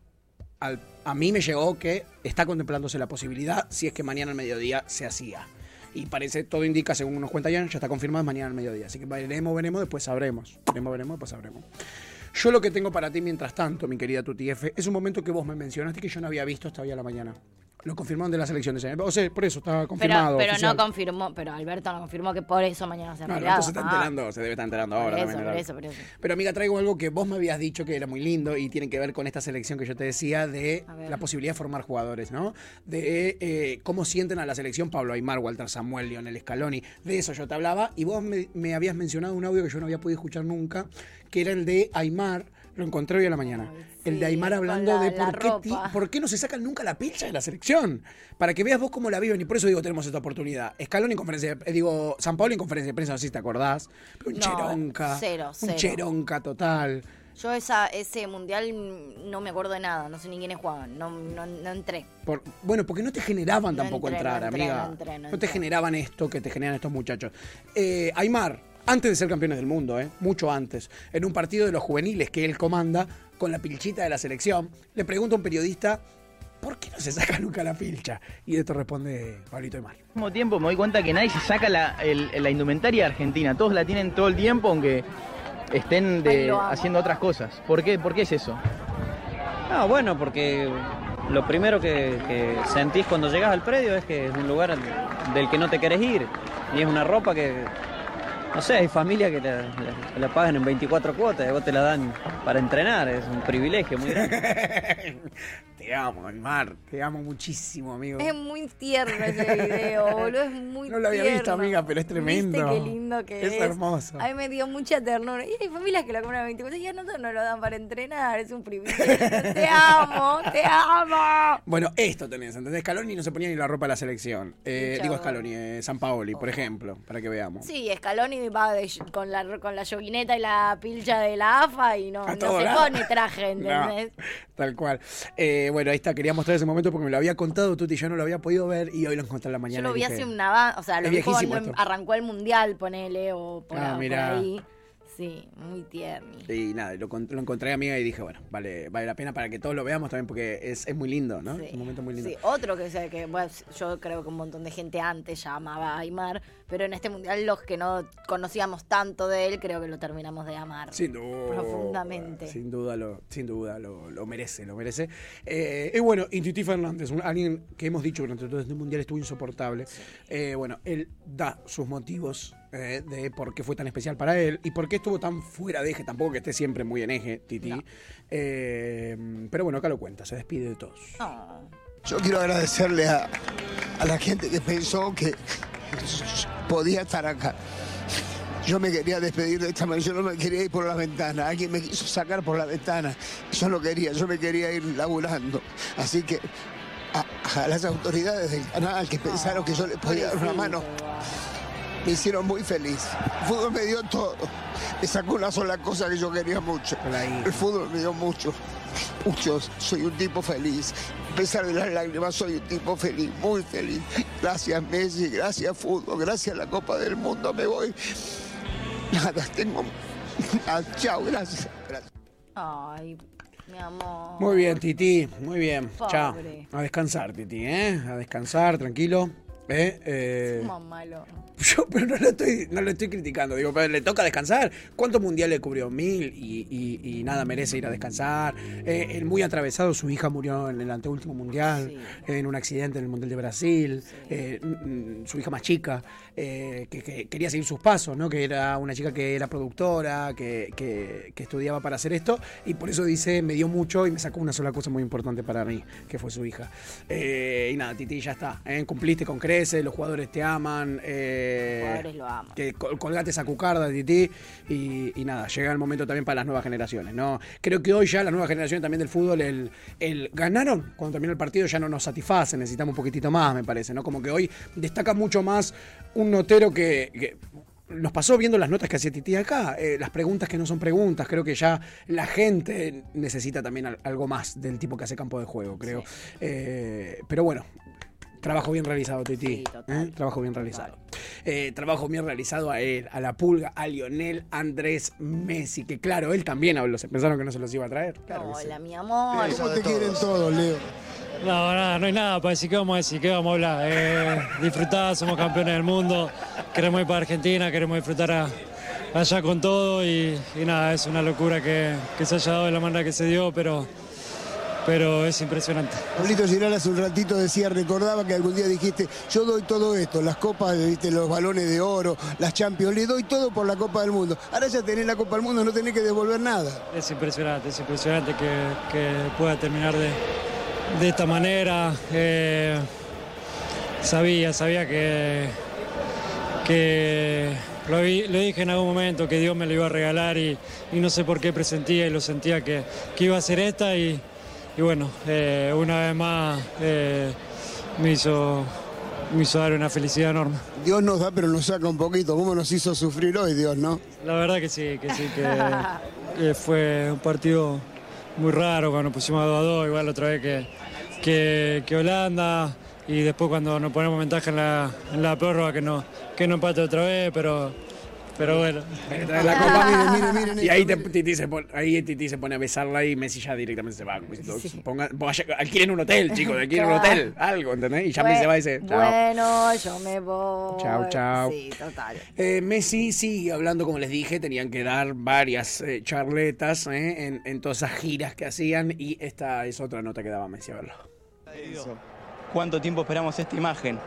B: al- a mí me llegó que está contemplándose la posibilidad si es que mañana al mediodía se hacía. Y parece, todo indica, según nos cuenta Jan, ya está confirmado es mañana al mediodía. Así que veremos, veremos, después sabremos. Veremos, veremos, después sabremos. Yo lo que tengo para ti mientras tanto, mi querida Tuti F, es un momento que vos me mencionaste que yo no había visto hasta hoy a la mañana. Lo confirmaron de las elecciones. ¿eh? O sea, por eso está confirmado.
C: pero pero
B: oficial.
C: no confirmó, pero Alberto no confirmó que por eso mañana se
B: No, no,
C: feriado.
B: entonces está
C: Ah,
B: enterando, se debe estar enterando
C: por
B: ahora. la
C: eso,
B: mañana.
C: por eso, por eso.
B: Pero amiga, traigo algo que vos me habías dicho que era muy lindo y tiene que ver con esta selección que yo te decía de
C: A ver.
B: la posibilidad de formar jugadores, ¿no? De eh, cómo sienten a la selección Pablo Aymar, Walter Samuel, Lionel Scaloni. De eso yo te hablaba y vos me, me habías mencionado un audio que yo no había podido escuchar nunca, que era el de Aymar. Lo encontré hoy a la mañana. el de Aymar hablando
C: la-
B: de
C: la
B: por qué, ti-
C: ropa.
B: por qué no se sacan nunca la pincha de la selección. Para que veas vos cómo la viven. Y por eso digo, tenemos esta oportunidad. Scaloni en conferencia de, eh, digo, San Pablo en conferencia de prensa, no sé si te acordás. pero un
C: No,
B: cheronca.
C: cero, cero.
B: Un cheronca total.
C: Yo esa, ese mundial mm, no me acuerdo de nada, no sé ni quiénes jugaban, no, no, no entré.
B: Por- bueno, porque no te generaban tampoco
C: entré,
B: entrar,
C: no entré,
B: amiga.
C: no entré, no
B: te
C: entré.
B: generaban esto que te generan estos muchachos. Eh, Aymar, antes de ser campeones del mundo, eh, mucho antes, en un partido de los juveniles que él comanda, con la pilchita de la selección, le pregunta a un periodista, ¿por qué no se saca nunca la pilcha? Y esto responde Pablito Aymar.
R: Al mismo tiempo me doy cuenta que nadie se saca la, el- la indumentaria argentina. Todos la tienen todo el tiempo, aunque estén de-
S: Ay, lo amo.
R: haciendo otras cosas. ¿Por qué? ¿Por qué es eso?
S: Ah, bueno, porque lo primero que, que sentís cuando llegas al predio es que es un lugar del que no te querés ir. Y es una ropa que, no sé, hay familias que la, la- la pagan en 24 cuotas y vos te la dan para entrenar. Es un privilegio muy grande.
B: Te amo, Aymar, te amo muchísimo, amigo.
C: Es muy tierno ese video, boludo, es muy
B: No lo había
C: tierno.
B: visto, amiga, pero es tremendo.
C: ¿Viste qué lindo que es?
B: Es hermoso.
C: A mí me dio mucha ternura. Y hay familias que lo comen a 24 y a nosotros no lo dan para entrenar, es un privilegio. te amo, te amo.
B: Bueno, esto tenés, ¿entendés? Scaloni no se ponía ni la ropa de la selección. Eh,
C: Chau.
B: digo Scaloni, eh, San Paoli, por ejemplo, para que veamos.
C: Sí, Scaloni va de- con la con la yoguineta y la pilcha de la AFA y no,
B: A
C: no
B: todo
C: se
B: lado.
C: pone traje,
B: No.
C: ¿entendés?
B: Tal cual. Eh, bueno, ahí está, quería mostrar ese momento porque me lo había contado Tuti, yo no lo había podido ver y hoy lo encontré en la mañana.
C: Yo lo vi
B: y dije,
C: hace una van, o sea, lo
B: Es
C: vi cuando
B: viejísimo
C: em-
B: esto.
C: arrancó el mundial, ponele, o por,
B: Ah,
C: a- por
B: mirá.
C: ahí. Sí, muy tierno.
B: Y nada, lo, con- lo encontré amiga y dije, bueno, vale, vale la pena para que todos lo veamos también porque es, es muy lindo, ¿no? Es un momento muy lindo.
C: Sí, otro que, o sea, que bueno, yo creo que un montón de gente antes ya amaba a Aymar, pero en este mundial los que no conocíamos tanto de él, creo que lo terminamos de amar.
B: Sin duda.
C: Profundamente.
B: Sin duda, lo, sin duda lo, lo merece, lo merece. Eh, y bueno, y Titi Fernández, un- alguien que hemos dicho durante todo este mundial estuvo insoportable. Eh, bueno, él da sus motivos eh, de por qué fue tan especial para él y por qué estuvo tan fuera de eje, tampoco que esté siempre muy en eje, Titi. Eh, pero bueno, acá lo cuenta, se despide de todos.
G: Yo quiero agradecerle a, a la gente que pensó que podía estar acá. Yo me quería despedir de esta manera, yo no me quería ir por la ventana, alguien me quiso sacar por la ventana, yo no quería, yo me quería ir laburando. Así que a, a las autoridades del canal que pensaron que yo les podía dar una mano, me hicieron muy feliz. El fútbol me dio todo. Me sacó una sola cosa que yo quería mucho. El fútbol me dio mucho. Muchos. Soy un tipo feliz. A pesar de las lágrimas, soy un tipo feliz, muy feliz. Gracias Messi, gracias fútbol, gracias a la Copa del Mundo. Me voy. Nada, tengo... Ah, chao, gracias. gracias.
C: Ay, mi amor.
B: Muy bien, Titi, muy bien.
C: Pobre.
B: Chao. A descansar, Titi, ¿eh? A descansar, tranquilo. ¿Eh? Eh,
C: Como malo.
B: yo pero no lo estoy, no lo estoy criticando, digo, pero le toca descansar. ¿Cuántos mundiales cubrió? Mil y, y- y nada merece ir a descansar. Eh, el muy atravesado, su hija murió en el anteúltimo mundial, en un accidente en el Mundial de Brasil. Eh, mm, mm, su hija más chica, eh, que, que quería seguir sus pasos, ¿no? Que era una chica que era productora, que, que- que estudiaba para hacer esto, y por eso dice, me dio mucho y me sacó una sola cosa muy importante para mí, que fue su hija. Eh, y nada, Titi, ya está. ¿eh? Cumpliste con creces, los jugadores te aman. eh,
C: Los jugadores lo aman.
B: Que col- colgate esa cucarda, Titi. Y, y nada, llega el momento también para las nuevas generaciones. ¿no? Creo que hoy ya las nuevas generaciones también del fútbol, el, el ganaron cuando terminó el partido, ya no nos satisface, necesitamos un poquitito más, me parece. ¿no? Como que hoy destaca mucho más un notero que- que nos pasó viendo las notas que hacía Titi acá, eh, las preguntas que no son preguntas. Creo que ya la gente necesita también al- algo más del tipo que hace campo de juego, creo. Eh, pero bueno, trabajo bien realizado, Titi. ¿eh? Trabajo bien realizado. Eh, trabajo bien realizado a él, a la pulga, a Lionel Andrés Messi, que claro, él también habló. Se pensaron que no se los iba a traer. Claro que sí.
C: Hola, mi amor.
G: todos, Leo?
T: No, nada, no hay nada para decir qué vamos a decir, qué vamos a hablar. Eh, disfrutar, somos campeones del mundo, queremos ir para Argentina, queremos disfrutar a- allá con todo y, y nada, es una locura que, que se haya dado de la manera que se dio, pero, pero es impresionante.
G: Pablito Giral hace un ratito decía, recordaba que algún día dijiste, yo doy todo esto, las copas, ¿viste? los balones de oro, las Champions, le doy todo por la Copa del Mundo. Ahora ya tenés la Copa del Mundo, no tenés que devolver nada.
T: Es impresionante, es impresionante que, que pueda terminar de, de esta manera. Eh, sabía, sabía que, que lo, vi- lo dije en algún momento que Dios me lo iba a regalar y, y no sé por qué presentía y lo sentía que, que iba a ser esta y, y bueno, eh, una vez más eh, me, hizo, me hizo dar una felicidad enorme.
G: Dios nos da, pero nos saca un poquito. ¿Cómo nos hizo sufrir hoy, Dios, no?
T: La verdad que sí, que sí, que, que fue un partido muy raro cuando nos pusimos a 2 a 2, igual otra vez que, que, que Holanda, y después cuando nos ponemos ventaja en la, en la prórroga que no, que no empate otra vez, pero, pero bueno.
B: Trae la copa, miren, miren, miren y ahí, te- Titi se pone, ahí Titi se pone a besarla y Messi ya directamente se va. Como diciendo, ponga- vaya- alquilen un hotel, chicos, alquilen un
C: Claro.
B: hotel, algo, ¿entendés? Y ya Messi se va y dice, chao.
C: Bueno, yo me voy.
B: Chau, chau.
C: Sí, total.
B: Eh, Messi sigue hablando, como les dije, tenían que dar varias eh, charletas eh, en, en todas esas giras que hacían y esta es otra nota que daba Messi, a verlo.
U: ¿Cuánto tiempo esperamos esta imagen?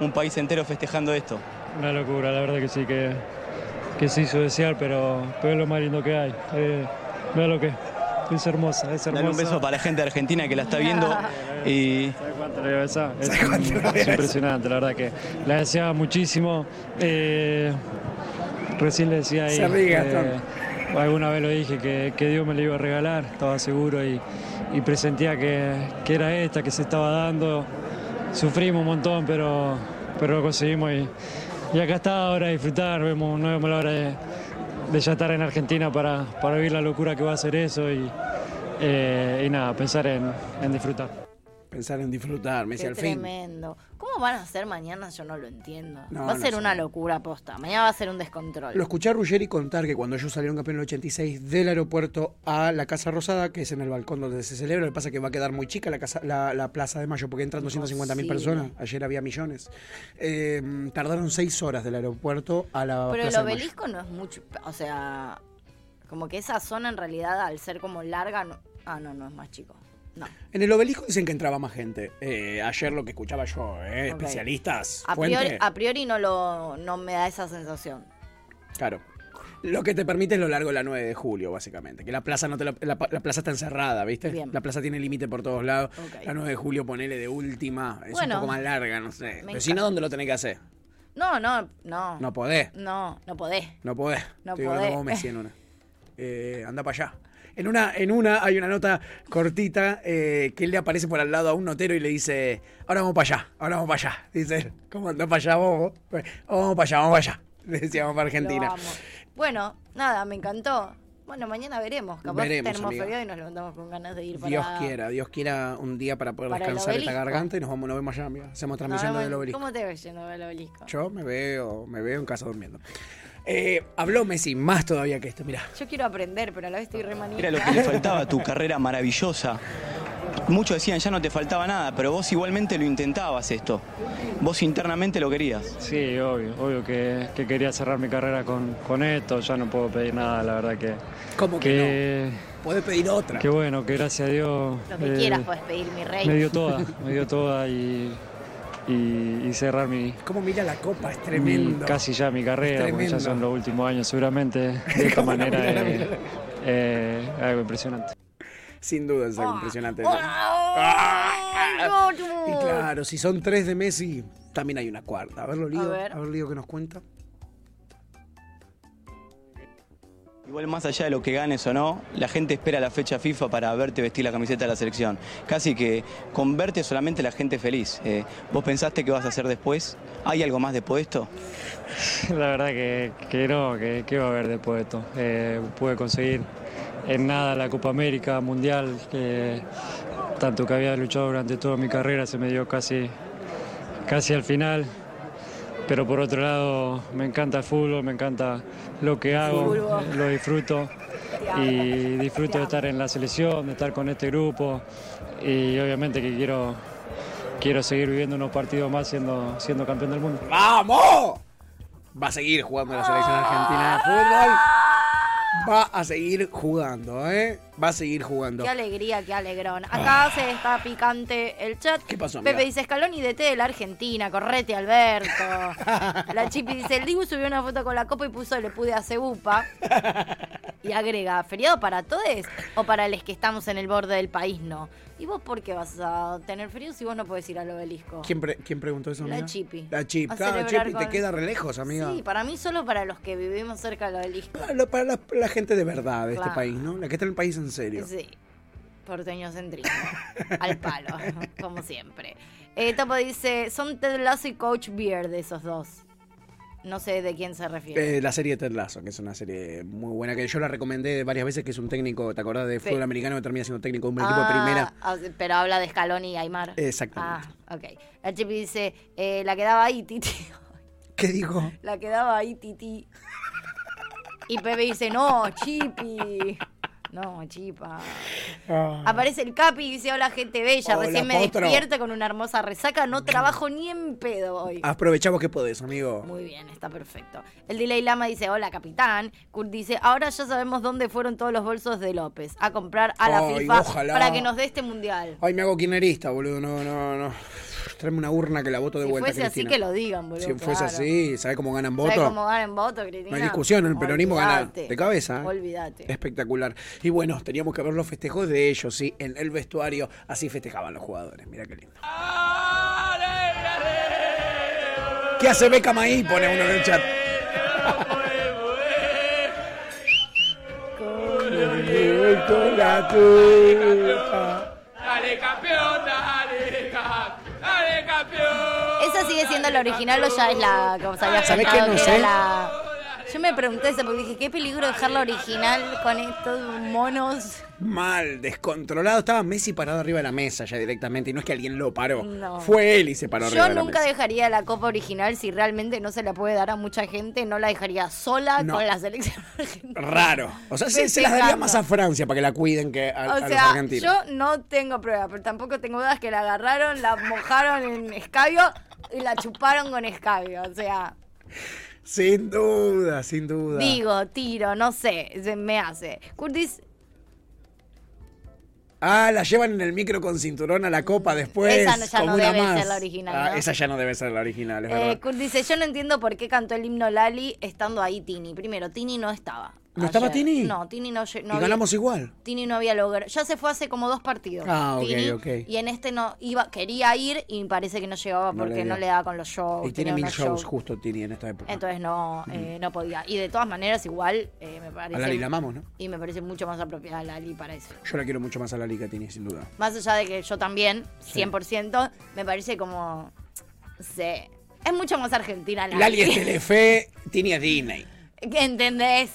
U: Un país entero festejando esto.
T: Una locura, la verdad que sí, que, que se hizo desear, pero, pero es lo más lindo que hay. Eh, mirá lo que es. es hermosa, es hermosa.
U: Dale un beso para la gente de Argentina que la está viendo y
T: Le voy a besar. Es, es impresionante, la verdad que la deseaba muchísimo. Eh, recién le decía ahí.
B: Se
T: eh,
B: ríe, Gastón.
T: alguna vez lo dije que, que Dios me lo iba a regalar, estaba seguro y, y presentía que, que era esta, que se estaba dando. Sufrimos un montón, pero, pero lo conseguimos y, y acá está ahora a disfrutar. Vemos, no vemos la hora de, de ya estar en Argentina para, para vivir la locura que va a ser eso y, eh, y nada, pensar en- en disfrutar.
B: Pensar en disfrutar, Messi
C: Qué
B: al fin.
C: tremendo. ¿Cómo van a hacer mañana? Yo no lo entiendo.
B: No,
C: va a
B: no
C: ser
B: sé.
C: una locura posta. Mañana va a ser un descontrol.
B: Lo escuché a Ruggeri contar que cuando ellos salieron campeón en el 86 del aeropuerto a la Casa Rosada, que es en el balcón donde se celebra, lo que pasa es que va a quedar muy chica la, casa, la, la Plaza de Mayo
C: Oh,
B: porque entran 250 mil
C: Imposible.
B: personas, ayer había millones. Eh, tardaron seis horas del aeropuerto a la
C: Pero el
B: Plaza de Mayo.
C: obelisco no es mucho. O sea, como que esa zona en realidad, al ser como larga. no- ah, no, no es más chico. No.
B: En el obelisco dicen que entraba más gente. Eh, ayer lo que escuchaba yo, eh,
C: Ok.
B: especialistas,
C: A
B: fuente.
C: priori, a priori no, lo, no me da esa sensación.
B: Claro. Lo que te permite es lo largo de la 9 de julio, básicamente. Que la plaza no te la, la- la plaza está encerrada, ¿viste? La plaza tiene límite por todos lados. La 9 de julio ponele de última. Es
C: Bueno.
B: un poco más larga, no sé.
C: Me
B: Pero si no, ¿dónde lo tenés que hacer?
C: No, no, no.
B: No podés.
C: No, no podés.
B: No podés.
C: No
B: Estoy hablando
C: podés.
B: como Messi en una. Eh, anda para allá. En una, en una hay una nota cortita eh, que él le aparece por al lado a un notero y le dice, ahora vamos para allá, ahora vamos para allá. Dice él, ¿cómo andás para allá vos? Bueno, vamos para allá, vamos para allá. Le Decíamos para Argentina.
C: Lo amo. Bueno, nada, me encantó. Bueno, mañana veremos. Capaz
B: Veremos,
C: tenemos
B: amiga.
C: feriado y nos levantamos con ganas de ir para...
B: Dios quiera, Dios quiera un día para poder
C: Para el
B: descansar esta
C: obelisco.
B: garganta y nos vamos, nos vemos allá, amiga. Hacemos
C: Nos
B: transmisión
C: vemos-
B: del obelisco.
C: ¿Cómo te ves yendo al obelisco?
B: Yo me veo, me veo en casa durmiendo. Eh, habló Messi más todavía que esto, mirá.
C: Yo quiero aprender, pero a la vez estoy remanida.
U: Era lo que le faltaba a tu carrera maravillosa. Muchos decían ya no te faltaba nada, pero vos igualmente lo intentabas esto. Vos internamente lo querías.
T: Sí, obvio, obvio que, que quería cerrar mi carrera con, con esto, ya no puedo pedir nada, la verdad que...
B: ¿Cómo que Podés pedir otra.
T: Que bueno, que gracias a Dios...
C: Lo que
T: eh,
C: quieras pues, puedes pedir, mi rey.
T: Me dio toda, me dio toda y, y- y cerrar mi...
B: ¿Cómo mira la copa? Es
T: mi-
B: tremendo.
T: casi ya mi
B: Es
T: carrera, porque
B: tremendo.
T: ya son los últimos años seguramente. De esta
B: ¿Cómo la
T: manera
B: mira, la
T: eh,
B: mira?
T: eh, algo impresionante.
B: Sin duda es algo impresionante.
C: Ah, no.
B: Y claro, si son tres de Messi, también hay una cuarta. A ver, Lío,
C: A
B: a
C: ver.
B: ver, Lío, que nos cuenta.
U: Igual más allá de lo que ganes o no, la gente espera la fecha FIFA para verte vestir la camiseta de la selección. Casi que con verte solamente la gente feliz. Eh, ¿Vos pensaste qué vas a hacer después? ¿Hay algo más después de esto?
T: La verdad que, que no, que, que va a haber después de esto. Eh, pude conseguir en nada la Copa América Mundial, que tanto que había luchado durante toda mi carrera, se me dio casi, casi al final. Pero por otro lado, me encanta el fútbol, me encanta lo que hago,
O: Fútbol.
T: eh, lo disfruto. Y disfruto de estar en la selección, de estar con este grupo. Y obviamente que quiero, quiero seguir viviendo unos partidos más siendo, siendo campeón del mundo.
B: ¡Vamos! Va a seguir jugando la selección argentina de fútbol. Va a seguir jugando, ¿eh? Va a seguir jugando.
C: Qué alegría, qué alegrón. Acá se está picante el chat. ¿Qué
B: Ah. pasó, amiga?
C: Pepe dice Scaloni DT de la Argentina, correte Alberto. la Chipi dice, el Dibu subió una foto con la copa y puso le pude hacer upa. Y agrega, feriado para todos o para los que estamos en el borde del país, no. ¿Y vos por qué vas a tener frío si vos no podés ir al obelisco?
B: ¿Quién, pre- quién preguntó eso,
C: La
B: amiga?
C: Chipi.
B: La
C: A
B: Chipi. Claro,
C: celebrar
B: Chipi
C: con-
B: te queda re lejos, amiga.
C: Sí, para mí solo para los que vivimos cerca del obelisco.
B: Para, lo- para la, la gente de verdad de
C: Claro.
B: este país, ¿no? La que está en el país en serio.
C: Sí, porteño centrismo, al palo, como siempre. Eh, Topo dice, son Ted Lasso y Coach Beard de esos dos. No sé de quién se refiere.
B: Eh, la serie Ted Lasso, que es una serie muy buena, que yo la recomendé varias veces, que es un técnico, ¿te acordás de
C: Sí.
B: fútbol americano que termina siendo técnico de un equipo de
C: Ah,
B: primera?
C: ah, sí, pero habla de Scaloni y Aymar.
B: Exactamente.
C: Ah, ok. La Chipi dice, eh, la quedaba ahí, Titi.
B: ¿Qué dijo?
C: La quedaba ahí, Titi. Y Pepe dice, no, Chipi. No, Chipa. Aparece el Capi y dice, hola gente bella,
B: Ah. Hola,
C: recién me
B: potro.
C: despierta con una hermosa resaca, no trabajo ni en pedo
B: Ah,
C: hoy.
B: Aprovechamos que podés, amigo.
C: Muy bien, está perfecto. El Delay Lama dice, hola capitán. Kurt dice, ahora ya sabemos dónde fueron todos los bolsos de López. A comprar a la
B: Ay,
C: FIFA
B: ojalá.
C: para que nos dé este mundial.
B: Ay, me hago kirchnerista, boludo. No, no, no. Tráeme una urna que la voto de
C: Si
B: vuelta.
C: fuese así
B: Cristina.
C: que lo digan, boludo.
B: Si fuese
C: claro.
B: así, ¿sabés cómo ganan
C: ¿Sabes
B: votos?
C: cómo ganan votos, Cristina?
B: No hay discusión, el peronismo gana
C: Olvídate.
B: de cabeza. ¿eh?
C: Olvídate.
B: Espectacular. Y bueno, teníamos que ver los festejos de ellos, sí, en el vestuario. Así festejaban los jugadores. Mira qué lindo. ¿Qué hace Beckham ahí? Pone uno en el chat.
V: Dale campeón, dale, ca- dale campeón.
C: ¿Esa sigue siendo la original o ya es la que os había
V: ¿Sabés qué?
C: contado
V: No
C: que
V: sé.
C: era la... Yo me pregunté eso porque dije, qué peligro dejar la original con estos monos.
B: Mal, descontrolado. Estaba Messi parado arriba de la mesa ya directamente. Y no es que alguien lo paró.
C: No.
B: Fue él y se paró arriba
C: Yo
B: de la
C: nunca
B: mesa.
C: dejaría la copa original si realmente no se la puede dar a mucha gente, no la dejaría sola
B: No.
C: con la selección argentina.
B: Raro. O sea, se, se las daría más a Francia para que la cuiden que a, a
C: O
B: los
C: sea,
B: argentinos.
C: yo no tengo prueba, pero tampoco tengo dudas que la agarraron, la mojaron en escabio y la chuparon con escabio. O sea,
B: Sin duda, sin duda.
C: digo, tiro, no sé, se me hace. Curtis,
B: Ah, la llevan en el micro con cinturón a la copa después.
C: Esa no- ya
B: como
C: no
B: una
C: debe
B: más.
C: ser la original,
B: Ah,
C: ¿no?
B: Esa ya no debe ser la original, es
C: eh,
B: verdad.
C: Kurt dice, yo no entiendo por qué cantó el himno Lali estando ahí Tini. Primero, Tini no estaba.
B: ¿No estaba
C: ayer.
B: Tini?
C: No, Tini no, lle- no
B: Y
C: había-
B: ganamos igual.
C: Tini no había logrado. Ya se fue hace como dos partidos.
B: Ah, ok,
C: Tini,
B: ok.
C: Y en este no iba, quería ir y parece que no llegaba
B: No
C: porque
B: le dio.
C: no le daba con los shows.
B: Y tiene
C: tenía
B: mil
C: unos
B: shows justo Tini en esta época.
C: Entonces no, eh, no podía. Y de todas maneras, igual eh, me parece.
B: A Lali la amamos, ¿no?
C: Y me parece mucho más apropiada Lali para eso.
B: Yo la quiero mucho más a Lali que a Tini, sin duda.
C: Más allá de que yo también,
B: Sí.
C: 100%, me parece como. No sé. Es mucho más argentina Lali.
B: Lali es Telefe, Tini es Disney.
C: ¿Entendés?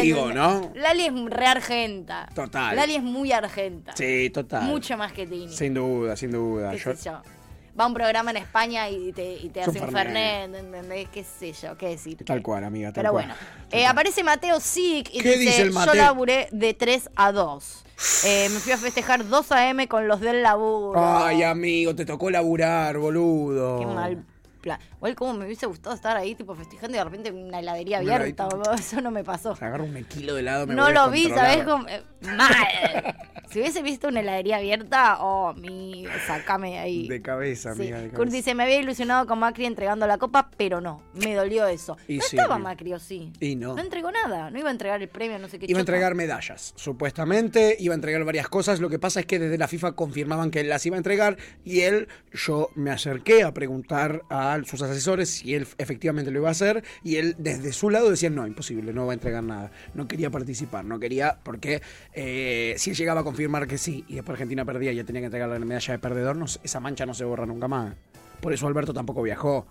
B: Digo, ¿no?
C: Lali es re argenta.
B: Total.
C: Lali es muy argenta.
B: Sí, total.
C: Mucho más que Tini.
B: Sin duda, sin duda.
C: qué
B: Yo-
C: sé yo. Va a un programa en España y te, y te
B: Es un
C: hace un
B: Fernet.
C: Fernet, ¿entendés? ¿Qué sé yo? ¿Qué decir?
B: Tal cual, amiga, tal
C: Pero
B: cual.
C: bueno, Eh, aparece Mateo Sick y
B: ¿Qué
C: dice,
B: dice el Mateo?
C: yo laburé de 3 a 2. Eh, me fui a festejar 2 a.m. con los del laburo.
B: Ay, amigo, te tocó laburar, boludo.
C: Qué mal plan. Igual como me hubiese gustado estar ahí tipo festejando y de repente una heladería
B: Mira,
C: abierta. boludo. Eso no me pasó.
B: Agarro un kilo de helado, me
C: No
B: voy a
C: lo vi,
B: descontrolar.
C: ¿sabes? Como, eh, mal. si hubiese visto una heladería abierta, oh, mi, sacame de ahí.
B: De cabeza,
C: Sí.
B: amiga, de
C: Kurt
B: cabeza.
C: dice, me había ilusionado con Macri entregando la copa, pero no, me dolió eso.
B: Y
C: no
B: sí,
C: estaba
B: amigo.
C: Macri, ¿o sí?
B: Y no.
C: No entregó nada, no iba a entregar el premio, no sé qué.
B: Iba a
C: chota.
B: entregar medallas, supuestamente, iba a entregar varias cosas. Lo que pasa es que desde la FIFA confirmaban que él las iba a entregar y él, yo me acerqué a preguntar a sus asesores si él efectivamente lo iba a hacer y él desde su lado decía, no, imposible, no va a entregar nada. No quería participar, no quería, porque eh, si él llegaba a confirmar que sí y después Argentina perdía y ya tenía que entregar la medalla de perdedor, no, esa mancha no se borra nunca más. Por eso Alberto tampoco viajó.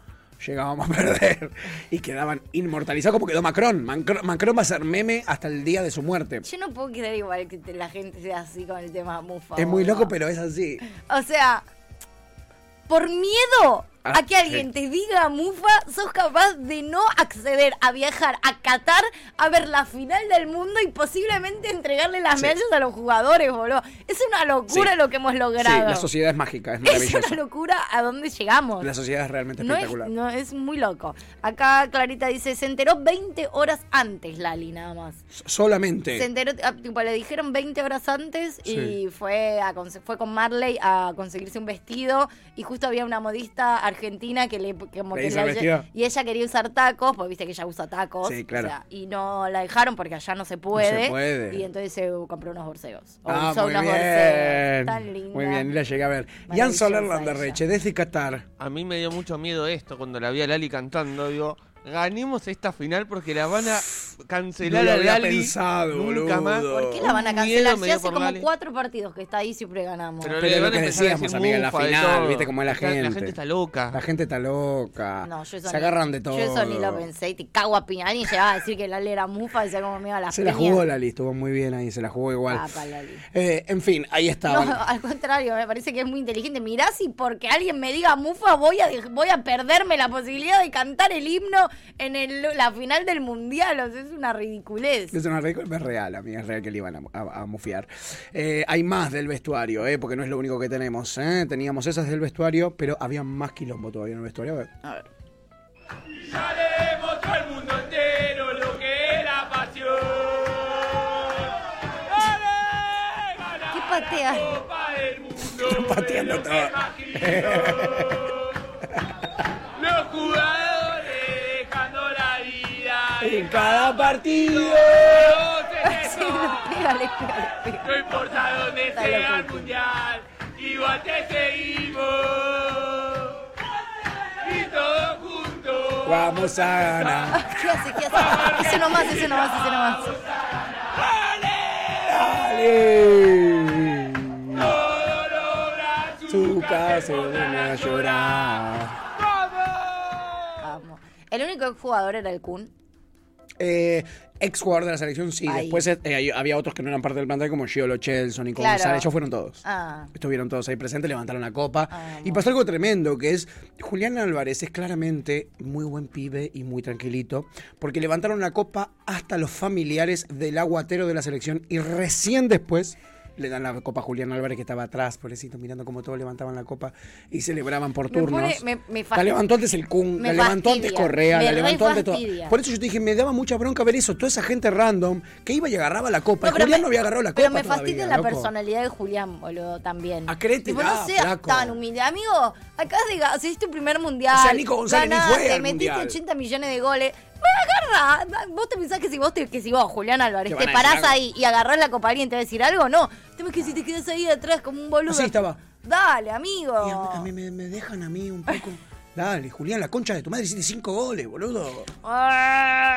B: Llegábamos a perder y quedaban inmortalizados como quedó Macron. Mancro- Macron va a ser meme hasta el día de su muerte.
C: Yo no puedo creer igual que te- la gente sea así con el tema mufa.
B: Es muy
C: boludo.
B: loco, pero es así.
C: O sea, por miedo
B: Ah,
C: a que alguien
B: sí.
C: te diga mufa, sos capaz de no acceder a viajar a Qatar a ver la final del mundo y posiblemente entregarle las
B: Sí.
C: medallas a los jugadores, boludo. Es una locura
B: Sí.
C: lo que hemos
B: Sí,
C: logrado.
B: la sociedad es mágica, es
C: es
B: maravillosa.
C: una locura a dónde llegamos.
B: La sociedad es realmente
C: No es,
B: espectacular.
C: no, es muy loco. Acá Clarita dice, se enteró 20 horas antes Lali, nada más. Se
B: Solamente.
C: enteró, ah, tipo, le dijeron 20 horas antes y
B: Sí.
C: fue, a conse- fue con Marley a conseguirse un vestido y justo había una modista argentina que le como
B: Le
C: que
B: hizo
C: la-
B: el vestido.
C: y ella quería usar tacos, porque viste que ella usa tacos.
B: Sí, claro.
C: o sea, y no la dejaron porque allá no se puede.
B: puede.
C: Y entonces se compró unos borseos. O
B: Ah,
C: usó
B: muy
C: unos
B: bien.
C: borseos. Tan linda.
B: Muy bien, la llegué a ver. Jan
C: Maravillosa
B: Soler Landerreche, desde Qatar.
Q: A mí me dio mucho miedo esto cuando la vi a Lali cantando. Digo, ganemos esta final porque la van a cancelar
B: No lo
Q: a
B: había
Q: Lali.
B: pensado,
Q: nunca
B: boludo.
Q: más.
B: ¿Por
C: ¿Qué la van a
Q: Un miedo
C: cancelar?
Q: me
C: Si
Q: dio
C: hace
Q: por
C: como
Q: Lali.
C: cuatro partidos que está ahí, siempre ganamos.
Q: Pero
B: Pero
Q: le
B: es lo
Q: van
B: que
Q: a empezar a
B: decíamos,
Q: decir
B: amiga, la
Q: mufa de
B: final,
Q: todo.
B: viste cómo es la
Q: La- la
B: gente.
Q: gente está loca.
B: La gente está loca.
C: No, yo eso
B: Se
C: ni-
B: agarran de todo.
C: Yo eso ni lo pensé. Y te cago a Piñani y llegaba a decir que Lali era mufa y se como miedo a Ah, la
B: Se la jugó Lali, estuvo muy bien ahí, se la jugó igual.
C: Papa, Lali.
B: Eh, en fin, ahí
C: No,
B: estaban.
C: al contrario, me parece que es muy inteligente. Mirá si porque alguien me diga mufa voy a, dej- voy a perderme la posibilidad de cantar el himno en el- la final del mundial. O sea, es una ridiculez.
B: Es una ridícula, pero es real, amiga, es real que le iban a, a- a mufiar. Eh, hay más del vestuario, eh, porque no es lo único que tenemos. eh. Teníamos esas del vestuario, pero había más quilombo todavía en el vestuario. A ver.
V: Ya le mostró al mundo entero lo que es la pasión. Dale, gana
C: ¿Qué patea?
V: la Copa del Mundo.
B: Pateando
V: es lo
B: todo.
V: que más quiso. Los jugadores dejando la vida
B: En cada partido.
V: Sí, le
C: pega, le
V: pega, No importa dónde sea el mundial, igual te seguimos. Y todos juntos.
B: Vamos a ganar.
C: ¿Qué hace? ¿Qué hace? Ese nomás, ese nomás, ese nomás.
B: ¡Dale! Su casa viene a llorar.
C: Vamos. El único jugador era el Kun.
B: Eh, ex jugador de la selección, sí.
C: Ahí.
B: Después eh, hay- había otros que no eran parte del plantel, como Giolo Chelson, Nico
C: Claro.
B: González. Ellos fueron todos.
C: Ah.
B: Estuvieron todos ahí presentes, levantaron la copa. y pasó algo tremendo, que es Julián Álvarez es claramente muy buen pibe y muy tranquilito, porque levantaron la copa hasta los familiares del aguatero de la selección y recién después le dan la copa a Julián Álvarez que estaba atrás, pobrecito, mirando cómo todos levantaban la copa y celebraban por
C: Me
B: turnos.
C: pone- me- me fa-
B: la levantó antes el Kun,
C: me
B: la levantó antes
C: fastidia,
B: Correa,
C: me
B: la
C: re
B: levantó antes todo.
C: fastidia.
B: Por eso yo te dije, me daba mucha bronca ver eso, toda esa gente random que iba y agarraba la copa.
C: No, pero me-
B: Julián no había agarrado la copa
C: Pero me
B: todavía,
C: fastidia la
B: loco.
C: personalidad de Julián, boludo, también.
B: Acrétela,
C: Tipo, no seas
B: flaco.
C: tan humilde. Amigo, acá de, hiciste tu primer mundial.
B: O sea, Nico González ni
C: ganaste,
B: fue al
C: metiste
B: mundial.
C: 80 millones de goles. agarra. Vos te pensás que si vos, te- que si vos Julián Álvarez,
B: Que
C: te
B: van a decir
C: parás
B: algo.
C: ahí y agarrás la copa alguien te va a decir algo, no. El tema es que si te quedas ahí atrás como un boludo.
B: Así estaba.
C: Dale, amigo.
B: Y a, a mí me, me dejan a mí un poco. Dale, Julián, la concha de tu madre hiciste cinco goles, boludo.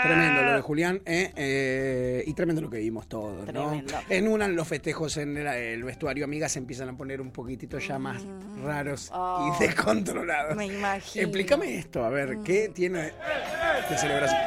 B: Tremendo lo de Julián, eh, eh, y tremendo lo que vimos todos,
C: Tremendo.
B: ¿no? En una los festejos en el, el vestuario, amigas, se empiezan a poner un poquitito ya más raros
C: Oh.
B: y descontrolados.
C: Me imagino. Mm.
B: Explícame esto, a ver, ¿qué tiene de celebración?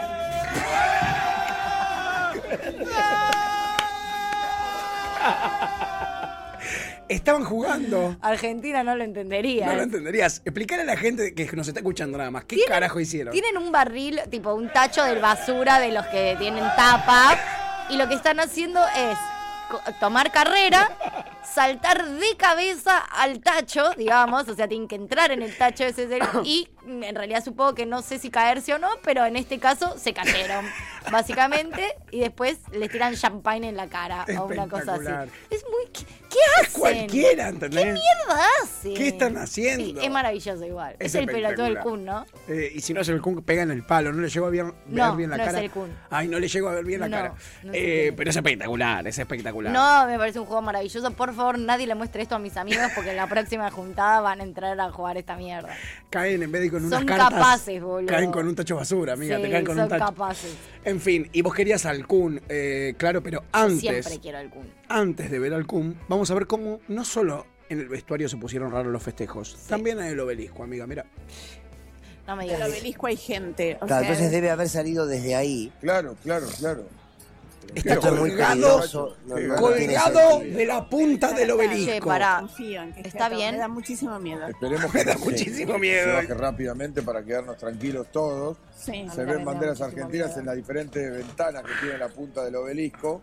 B: Estaban jugando.
C: Argentina no lo entendería.
B: No lo
C: ¿eh?
B: entenderías. Explicar a la gente que nos está escuchando nada más. ¿Qué
C: Tienen-
B: carajo hicieron?
C: Tienen un barril, tipo un tacho de basura de los que tienen tapa. Y lo que están haciendo es co- tomar carrera, saltar de cabeza al tacho, digamos. O sea, tienen que entrar en el tacho de ese ser- Y mm, en realidad supongo que no sé si caerse o no, pero en este caso se cayeron, básicamente. Y después les tiran champagne en la cara o una cosa así.
B: Espectacular.
C: Es muy. ¿Qué, qué hacen?
B: Cualquiera, ¿entendés?
C: ¿Qué mierda hacen?
B: ¿Qué están haciendo?
C: Sí, es maravilloso igual. Es,
B: Es
C: el pelotudo del
B: espectacular.
C: Kun, ¿no?
B: Eh, y si no es el Kun, pega en el palo. No le llego a bien- ver
C: No,
B: bien la
C: no es
B: cara.
C: el Kun.
B: Ay, no le llego a ver bien la
C: No,
B: cara.
C: no
B: Eh, pero es espectacular, es espectacular.
C: No, me parece un juego maravilloso. Por favor, nadie le muestre esto a mis amigos porque en la próxima juntada van a entrar a jugar esta mierda.
B: Caen en vez de ir con
C: Son
B: unas cartas.
C: capaces, boludo.
B: Caen con un tacho de basura, amiga.
C: Sí,
B: te caen con
C: son
B: un tacho.
C: capaces.
B: En fin, y vos querías al Kun, eh, claro, pero
C: Siempre
B: antes,
C: quiero el Kun.
B: antes de ver al Kun, vamos a ver cómo no solo en el vestuario se pusieron raros los festejos, también en el obelisco, amiga. Mira.
C: No me
A: digas. En el obelisco hay gente. o
E: Claro,
A: sea,
E: entonces debe haber salido desde ahí.
W: Claro, claro, claro.
E: Está
W: Pero
E: muy
W: colgado,
E: peligroso. no- no tiene
B: Colgado
E: sentido.
B: de la punta del obelisco.
A: Che, pará. Confío en que esté atado, Me da muchísimo miedo.
W: Esperemos que da
B: muchísimo
W: miedo. Se baje rápidamente para quedarnos tranquilos todos.
A: Sí, a mí
W: se
A: también me
W: ven
A: da
W: banderas
A: muchísimo
W: argentinas
A: miedo.
W: en las diferentes ventanas que tiene la punta del obelisco.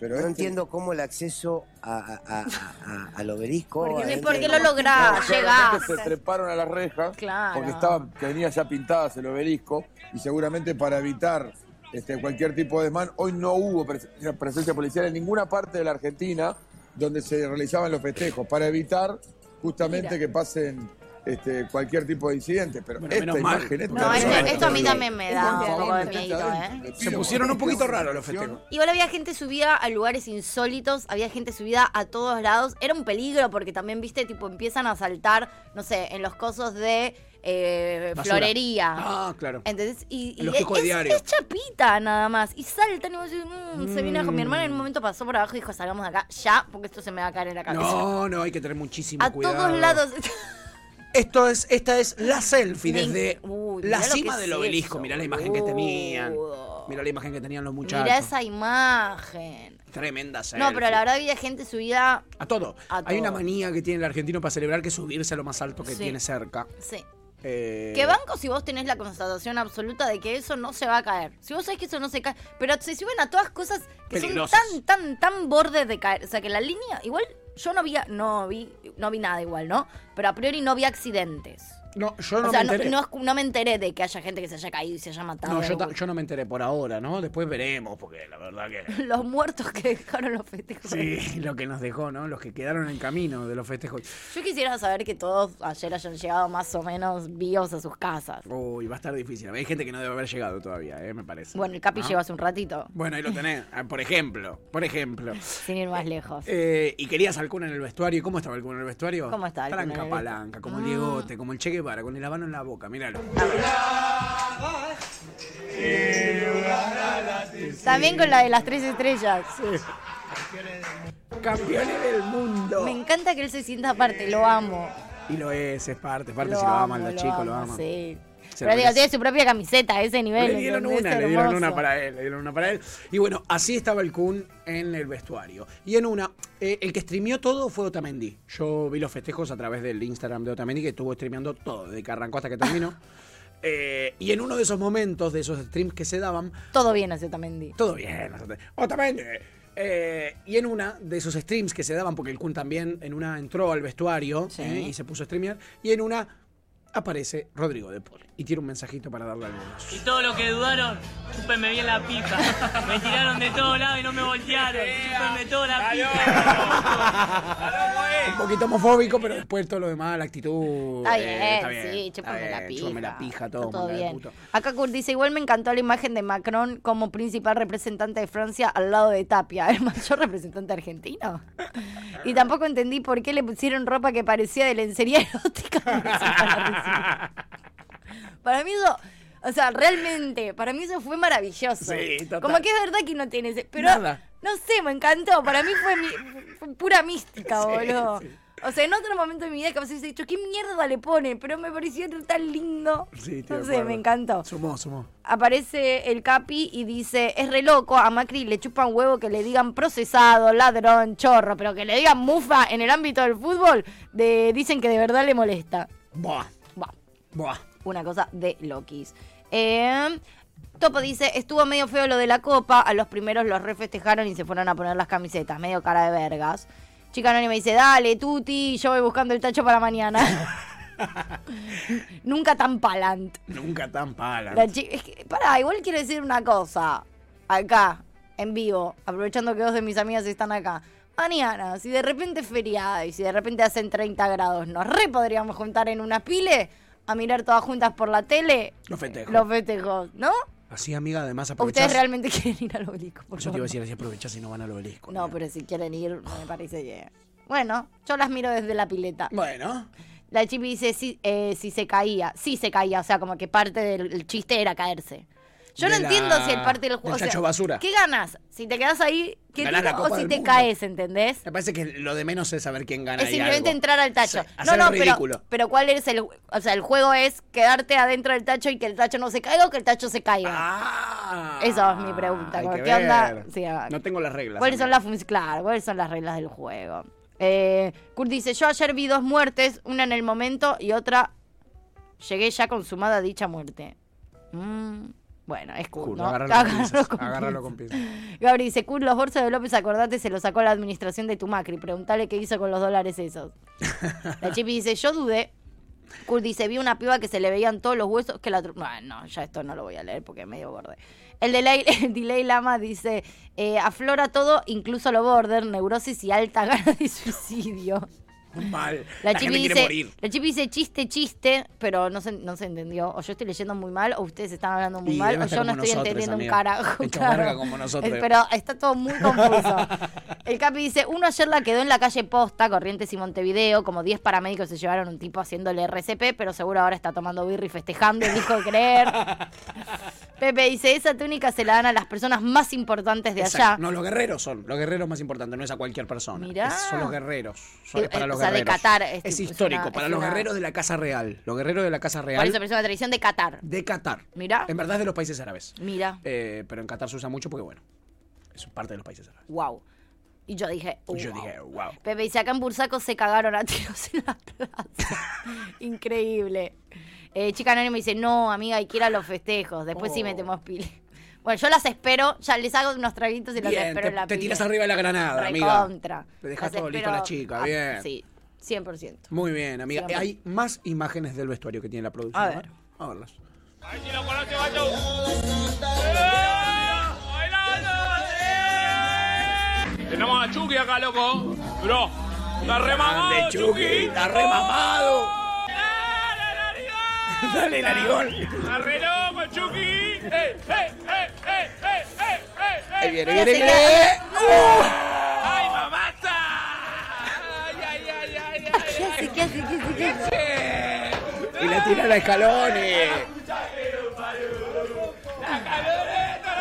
W: Pero
E: No
W: este-
E: entiendo cómo el acceso a, a- a- a- a- al obelisco.
C: Porque-
E: adentro
C: porque
E: del
C: lo
E: obelisco.
C: lográs,
W: No,
C: llegás.
W: solamente Se treparon a la reja
C: Claro.
W: porque estaba, tenía ya pintadas el obelisco y seguramente para evitar este, cualquier tipo de desmán, hoy no hubo pres- presencia policial en ninguna parte de la Argentina donde se realizaban los festejos, para evitar justamente
C: Mira.
W: que pasen este, cualquier tipo de incidentes. Pero
B: Bueno,
W: esta
B: menos mal.
W: imagen, esta
C: No, esto,
W: imagen,
C: esto a mí
W: boludo.
C: también me da un poco de miedo, ¿eh?
B: Se pusieron un poquito raros los festejos.
C: Igual había gente subida a lugares insólitos, había gente subida a todos lados. Era un peligro porque también, viste, tipo empiezan a saltar, no sé, en los cosos de eh,
B: Basura.
C: florería.
B: Ah, claro.
C: Entonces, y, y
B: En los
C: es,
B: kioscos de diario.
C: es chapita nada más. Y saltan y vos decís, mm, se viene abajo. Mi hermana en un momento pasó por abajo y dijo, salgamos de acá ya, porque esto se me va a caer en la cabeza.
B: No, no, hay que tener muchísimo
C: a
B: cuidado.
C: todos lados.
B: Esto es, esta es la selfie
C: Me enc-
B: desde
C: Uy,
B: la
C: mirá lo
B: cima
C: que
B: del
C: es
B: obelisco.
C: eso,
B: Mirá la imagen que tenían. Mirá la imagen que tenían los muchachos.
C: Mirá esa imagen.
B: Tremenda selfie.
C: No, pero la verdad había gente subida.
B: A todo.
C: A
B: Hay una
C: todo.
B: manía que tiene el argentino para celebrar que es subirse a lo más alto que
C: Sí.
B: tiene cerca.
C: Sí.
B: Eh,
C: Que banco si vos tenés la constatación absoluta de que eso no se va a caer. Si vos sabés que eso no se cae. Pero se suben a todas cosas que son
B: Peligrosas.
C: tan, tan, tan bordes de caer. O sea que la línea, igual, yo no vi, no vi, no vi nada igual, ¿no? Pero a priori no vi accidentes.
B: No, yo no
C: o sea,
B: me enteré.
C: no, escu- no me enteré de que haya gente que se haya caído y se haya matado.
B: No, yo, ta-
C: Uy,
B: yo no me enteré por ahora, ¿no? Después veremos, porque la verdad que.
C: Los muertos que dejaron los festejos.
B: Sí, lo que nos dejó, ¿no? Los que quedaron en camino de los festejos.
C: Yo quisiera saber que todos ayer hayan llegado más o menos vivos a sus casas.
B: Uy, va a estar difícil. Hay gente que no debe haber llegado todavía, ¿eh? Me parece.
C: Bueno, el Capi
B: ¿No?
C: llegó hace un ratito,
B: Bueno, ahí lo tenés. Ah, Por ejemplo, por ejemplo.
C: sin ir más lejos.
B: Eh, y querías al Kun en el vestuario. ¿Y ¿Cómo estaba el Kun en el vestuario?
C: ¿Cómo estaba el Kun en
B: Tranca
C: el
B: palanca, como el Diegote, como el Che Guevara, con el habano en la boca. Míralo.
C: Ah. También con la de las tres estrellas.
B: Campeones del mundo.
C: Me encanta que él se sienta aparte, lo amo.
B: Y lo es, es parte, es parte.
C: Lo
B: si lo
C: amo,
B: aman, los
C: lo
B: chicos lo
C: amo,
B: aman.
C: sí.
B: Se lo
C: Pero digo,
B: merece.
C: tiene su propia camiseta a ese nivel.
B: Le dieron
C: ¿entendés?
B: una, le dieron una
C: Hermoso.
B: para él, le dieron una para él. Y bueno, así estaba el Kun en el vestuario. Y en una, eh, el que streameó todo fue Otamendi. Yo vi los festejos a través del Instagram de Otamendi, que estuvo streameando todo, desde que arrancó hasta que terminó. Eh, y en uno de esos momentos, de esos streams que se daban,
C: Todo bien hace Tamendi.
B: todo bien, bastante. Otamendi. Eh, y en una de esos streams que se daban, porque el Kun también en una entró al vestuario eh, y se puso a streamear, y en una aparece Rodrigo de Paul y tiene un mensajito para darle a algunos.
D: Y todos los que dudaron, chúpenme bien la pipa. Me tiraron de todos lados y no me voltearon. Chúpenme toda la pipa.
B: Un poquito homofóbico, pero después todo lo demás, la actitud.
C: Está bien,
B: eh, está
C: sí, chúpame
B: está
C: la
B: bien,
C: pija.
B: chúpame la pija, todo.
C: Está todo
B: manga de
C: bien.
B: puto.
C: Acá Kurt dice, igual me encantó la imagen de Macron como principal representante de Francia al lado de Tapia, el mayor representante argentino. Y tampoco entendí por qué le pusieron ropa que parecía de lencería erótica. para mí eso, o sea, realmente, para mí eso fue maravilloso.
B: Sí, total.
C: Como que es verdad que no tiene ese- Pero
B: Nada.
C: no sé, me encantó. Para mí fue, mi- fue pura mística,
B: Sí,
C: boludo.
B: sí.
C: O sea, en otro momento de mi vida capaz hubiese dicho, ¿qué mierda le ponen? Pero me pareció tan lindo.
B: Sí, estoy de
C: no sé,
B: acuerdo.
C: me encantó.
B: Sumó, sumó.
C: Aparece el Capi y dice, es re loco, a Macri le chupan huevo que le digan procesado, ladrón, chorro, pero que le digan mufa en el ámbito del fútbol, de, dicen que de verdad le molesta.
B: Buah.
C: Buah.
B: Buah.
C: Una cosa de loquis. Eh, Topo dice, estuvo medio feo lo de la copa, a los primeros los refestejaron y se fueron a poner las camisetas, medio cara de vergas. Chica Anónima dice, dale, Tuti, yo voy buscando el tacho para mañana. Nunca tan palant.
B: Nunca tan pala.
C: La chi- es que, pará, igual quiero decir una cosa. Acá, en vivo, aprovechando que dos de mis amigas están acá. Mañana, si de repente es feriado y si de repente hacen 30 grados, nos re podríamos juntar en unas piles a mirar todas juntas por la tele
B: Lo festejo.
C: los festejos, ¿no?
B: Así, amiga, además
C: ¿O
B: aprovechás.
C: ustedes realmente quieren ir al obelisco? Por
B: Yo te iba
C: favor?
B: a decir, así aprovechás y no van al obelisco.
C: No, pero si quieren ir, me parece que... Bueno, yo las miro desde la pileta.
B: Bueno.
C: La chipi dice si, eh, si se caía. Sí se caía, o sea, como que parte del el chiste era caerse. Yo
B: De
C: no entiendo
B: la-
C: si el parte del juego...
B: del tacho basura.
C: ¿Qué ganas? Si te quedas ahí, ¿qué
B: Ganás la
C: tiro?
B: Copa
C: o si
B: del
C: te
B: Mundo.
C: caes, ¿entendés?
B: Me parece que lo de menos es saber quién gana.
C: Es
B: y
C: simplemente
B: algo.
C: entrar al tacho.
B: Sí,
C: no,
B: hacer
C: no,
B: el
C: pero,
B: ridículo.
C: pero ¿cuál es el... O sea, el juego es quedarte adentro del tacho y que el tacho no se caiga o que el tacho se caiga. Esa es mi pregunta.
B: Ah. Hay
C: como,
B: que
C: ¿Qué onda?
B: ver.
C: Sí, ah,
B: No tengo las reglas.
C: ¿Cuáles son
B: amiga.
C: las funciones? Claro, ¿cuáles son las reglas del juego? Eh, Kurt dice, yo ayer vi dos muertes, una en el momento y otra llegué ya consumada a dicha muerte. Mm, bueno, es Kurt,
B: Kurt,
C: ¿no?
B: agárralo con
C: Agárralo
B: pinzas,
C: con
B: agárralo
C: pinzas.
B: con pinzas.
C: Gabri dice, Kurt, los bolsos de López, acordate, se los sacó la administración de tu Macri. Preguntale qué hizo con los dólares esos. La Chipi dice, yo dudé. Kurt dice, vi una piba que se le veían todos los huesos que la... tru- No, no, ya esto no lo voy a leer porque es medio borde. El delay, el delay Lama dice, eh, aflora todo, incluso lo border, neurosis y alta gana de suicidio.
B: Mal.
C: La,
B: gente
C: chipi
B: quiere
C: dice,
B: morir.
C: la Chipi dice chiste, chiste, pero no se, no se entendió. O yo estoy leyendo muy mal, o ustedes están hablando muy
B: Y
C: mal,
B: debe
C: o
B: estar
C: yo no
B: como
C: estoy
B: nosotros,
C: entendiendo
B: amiga.
C: un carajo.
B: Hecho
C: claro.
B: verga como nosotros.
C: Eh, Pero está todo muy confuso. El Capi dice, uno ayer la quedó en la calle Posta, Corrientes y Montevideo, como 10 paramédicos se llevaron un tipo haciéndole RCP, pero seguro ahora está tomando birra y festejando, el hijo de creer. Pepe dice, esa túnica se la dan a las personas más importantes de
B: Exacto.
C: allá.
B: No, los guerreros son. Los guerreros más importantes, no es a cualquier persona.
C: Mirá.
B: Es- son los guerreros. Son-
C: Eh,
B: es para
C: eh,
B: los
C: o sea, de
B: guerreros.
C: Qatar, es
B: Es,
C: tipo- es
B: histórico.
C: una-
B: para
C: es
B: los
C: una-
B: guerreros de la Casa Real. Los guerreros de la Casa
C: Por
B: Real.
C: eso, pero es una tradición de Qatar.
B: De Qatar.
C: Mirá,
B: En verdad es de los países árabes.
C: mira,
B: Eh, pero en Qatar se usa mucho porque, bueno, es parte de los países árabes.
C: wow. Y yo dije,
B: Y Yo
C: wow.
B: dije, wow.
C: Pepe dice, acá en Bursaco se cagaron a tiros en la plaza. Increíble. Eh, chica Anónima dice, no, amiga, hay que ir a los festejos. Después sí
B: Oh.
C: metemos pile. Bueno, yo las espero, ya les hago unos traguitos y las
B: Bien,
C: espero
B: te,
C: en la
B: te
C: pile.
B: tiras arriba de la granada, amiga.
C: Recontra.
B: Te dejas
C: Las
B: todo listo a
C: espero-
B: la chica,
C: ah,
B: bien.
C: Sí, 100%.
B: Muy bien, amiga.
C: Siempre.
B: Hay más imágenes del vestuario que tiene la producción. ¿eh?
C: A ver.
B: A verlas.
V: Tenemos a Chucky acá, loco. Bro, está remamado,
B: Grande, Chucky,
V: Chucky.
B: está remamado. Dale, narigón.
V: Está re loco, Chucky. Eh, eh, eh, eh, eh, eh, eh,
B: Ahí
V: eh.
B: viene,
V: Mira,
B: viene,
V: se
B: viene.
V: queda-
B: ¡Uh!
V: ¡Ay, mamata! ¡Ay, ay, ay, ay, ay! ¿Qué hace,
C: qué hace, qué hace, qué
V: hace?
B: Y le tira la escalones.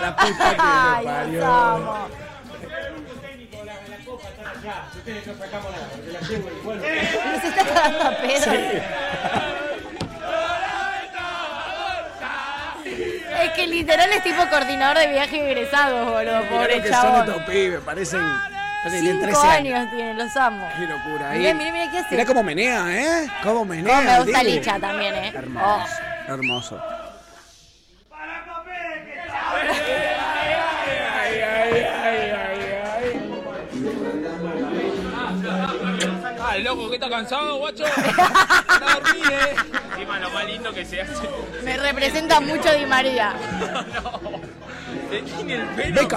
B: La puta que
V: Ay,
B: lo
V: los
B: parió.
V: amo.
C: Nos está cagando a pedos. Es que literal es tipo coordinador de viajes egresados, boludo,
B: Mirá lo
C: pobre
B: que son
C: chabón.
B: estos pibes, parecen. parecen que tienen
C: Cinco
B: 13 años.
C: años tiene, los amo.
B: Qué locura, ahí.
C: Mirá, mirá, mirá qué hace.
B: Mirá cómo menea, ¿eh? Cómo menea.
C: Cómo me gusta
B: Dibu.
C: Licha también, eh.
B: Hermoso. Hermoso.
V: Ay, loco, ¿qué está
F: cansado, guacho?
V: eh.
D: Encima lo más lindo que se hace.
C: Me representa mucho Di María.
D: Se tiene el pelo.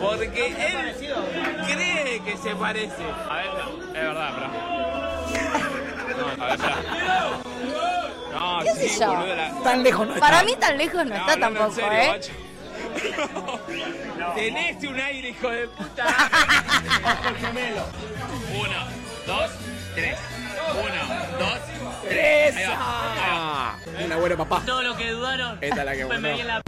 D: Porque él cree que se parece. A ver, no, es verdad, pero. No, a ver, ya. No,
C: ¿Qué
D: sí,
C: sé yo?
D: boludo, la-
B: Tan lejos no está.
C: Para mí tan lejos no, está
D: no, no, en
C: tampoco,
D: serio,
C: ¿eh?
D: guacho. Tenés un aire, hijo de puta. Ojo gemelo. Uno, dos, tres. Uno, dos, tres. Ahí va, ahí
B: Un abuelo papá.
D: va. Todo lo que dudaron.
B: Esta es la que
D: después me
B: votó.
D: vi en la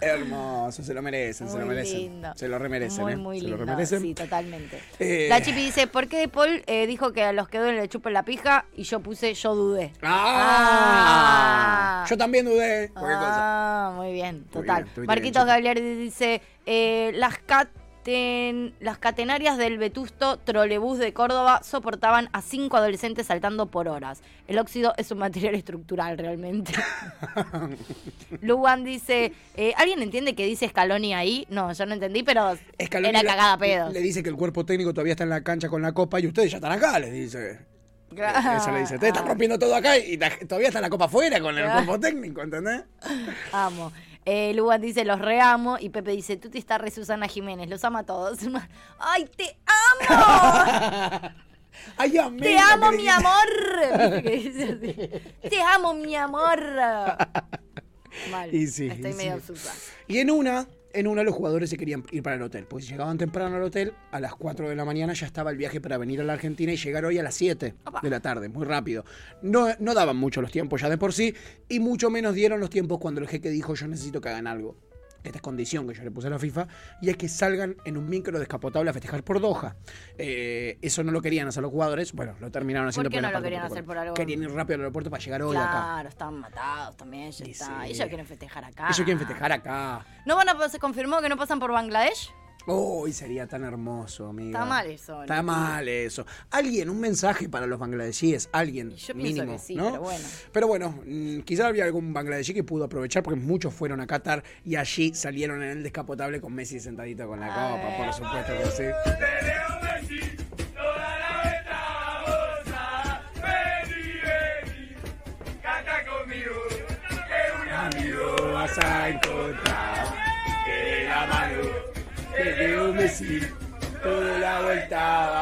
B: Hermoso, se lo merecen, se lo
C: Muy
B: merecen.
C: lindo.
B: Se lo remerecen,
C: Muy,
B: ¿eh?
C: muy
B: se lo
C: lindo,
B: remerecen.
C: sí, totalmente.
B: Eh,
C: La Chipi dice, ¿por qué De Paul eh, dijo que a los que duelen le chupen la pija? Y yo puse, yo dudé.
B: Ah. Yo también dudé. Cualquier cosa.
C: Ah, muy bien, total.
B: bien, tuviste
C: Marquitos
B: bien,
C: Gagliardi dice, eh, las, caten- las catenarias del vetusto trolebús de Córdoba soportaban a cinco adolescentes saltando por horas. El óxido es un material estructural realmente. Luan dice, eh, ¿alguien entiende que dice Scaloni ahí? No, yo no entendí, pero
B: Scaloni
C: era
B: la-
C: cagada pedo.
B: Le dice que el cuerpo técnico todavía está en la cancha con la copa y ustedes ya están acá, les dice. Eso eh, le dice, ustedes están rompiendo todo acá y ta- todavía está la copa afuera con el
C: Ah.
B: cuerpo técnico, ¿entendés?
C: Amo. Eh, Luan dice, los reamo. Y Pepe dice, tú te estás re Susana Jiménez, los ama a todos. ¡Ay, te amo!
B: ¡Ay,
C: ¡Te
B: lo
C: amo,
B: que
C: mi
B: le-
C: amor! Viste que dice así. ¡Te amo, mi amor! Mal.
B: Y sí,
C: Estoy
B: y
C: medio
B: sí.
C: absurda.
B: Y en una, en una los jugadores se querían ir para el hotel, porque si llegaban temprano al hotel, a las 4 de la mañana ya estaba el viaje para venir a la Argentina y llegar hoy a las 7 de la tarde, muy rápido. No, no daban mucho los tiempos ya de por sí, y mucho menos dieron los tiempos cuando el jeque dijo yo necesito que hagan algo. Esta es condición que yo le puse a la FIFA, y es que salgan en un micro descapotable a festejar por Doha. Eh, eso no lo querían hacer los jugadores, bueno, lo terminaron haciendo
C: qué
B: pero
C: no
B: en
C: lo
B: la parte
C: querían hacer por algo?
B: Querían ir rápido al aeropuerto para llegar hoy acá.
C: Claro, están matados también. ya está. Ellos quieren festejar acá.
B: Ellos quieren festejar acá.
C: ¿No van a, se confirmó que no pasan por Bangladesh?
B: Uy, sería tan hermoso, amiga.
C: Está mal eso, ¿no?
B: Está mal eso. Alguien, un mensaje para los bangladesíes, alguien
C: Yo pienso
B: mínimo,
C: que sí,
B: ¿no?
C: pero bueno.
B: Pero bueno, mm, quizás había algún bangladesí que pudo aprovechar porque muchos fueron a Qatar y allí salieron en el descapotable con Messi sentadito con la copa, por supuesto que sí.
V: Canta conmigo, que un amigo vas a encontrar. Que de la mano, desde un Messi, toda la vuelta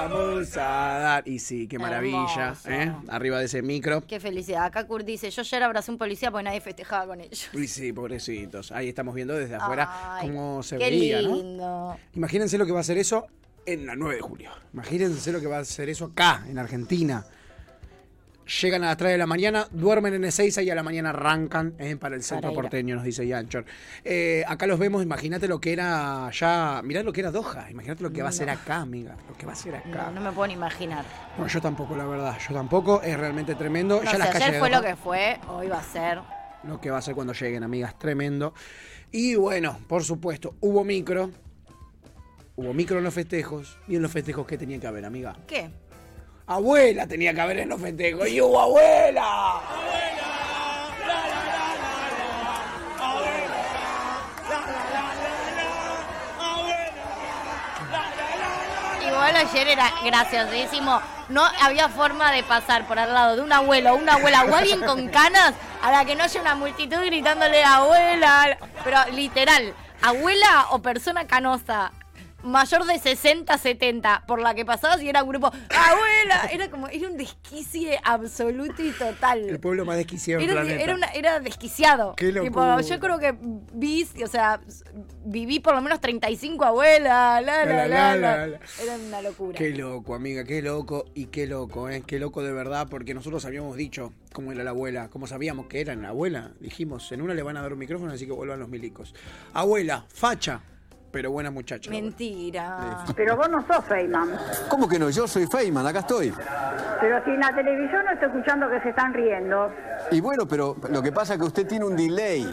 V: vamos a...
B: A dar, y sí, qué maravilla,
C: Hermoso.
B: ¿eh? Arriba de ese micro.
C: Qué felicidad. Acá Kurt dice, yo ayer abracé a un policía porque nadie festejaba con ellos.
B: Y sí, pobrecitos. Ahí estamos viendo desde afuera
C: Ay,
B: cómo se
C: Qué
B: veía, ¿no?
C: lindo.
B: Imagínense lo que va a ser eso en la 9 de julio. Imagínense lo que va a ser eso acá, en Argentina. Llegan a las 3 de la mañana, duermen en Ezeiza y a la mañana arrancan eh, para el centro
H: ir.
B: porteño, nos dice Yanchor. Eh, acá los vemos, imagínate lo que era ya, mirá lo que era Doha, imagínate lo que va a ser
C: No.
B: acá, amiga, lo que va a ser acá.
C: No, no me puedo ni imaginar.
B: No, yo tampoco, la verdad, yo tampoco, es realmente tremendo.
C: No
B: ya
C: sé,
B: las calles
C: ayer
B: de
C: fue
B: Doha-
C: lo que fue, hoy va a ser.
B: lo que va a ser cuando lleguen, amigas, tremendo. Y bueno, por supuesto, hubo micro. Hubo micro en los festejos y en los festejos que tenía que haber, amiga.
C: ¿Qué?
B: Abuela tenía que haber en los festejos y hubo abuela.
C: Igual ayer era graciosísimo. No había forma de pasar por al lado de un abuelo, una abuela o alguien con canas a la que no haya una multitud gritándole abuela. Pero literal, abuela o persona canosa mayor de 60, 70, por la que pasabas y era un grupo, abuela, era como, era un desquicie absoluto y total.
B: El pueblo más desquiciado del
C: Era,
B: planeta.
C: era, una- era desquiciado.
B: Qué
C: Tipo,
B: locura.
C: yo creo que vi, o sea, viví por lo menos 35 abuelas. La, la, la,
B: La,
C: la.
B: la, la, la.
C: Era una locura.
B: Qué loco, amiga, qué loco y qué loco, ¿eh? Qué loco de verdad, porque nosotros habíamos dicho cómo era la abuela, cómo sabíamos que era la abuela. Dijimos, en una le van a dar un micrófono, así que vuelvan los milicos. Abuela, facha, pero buena muchacha. la abuela.
C: Mentira.
J: Pero vos no sos Feynman.
X: ¿Cómo que no? Yo soy Feynman, acá estoy.
J: Pero si en la televisión no estoy escuchando que se están riendo.
X: Y bueno, pero lo que pasa es que usted tiene un delay.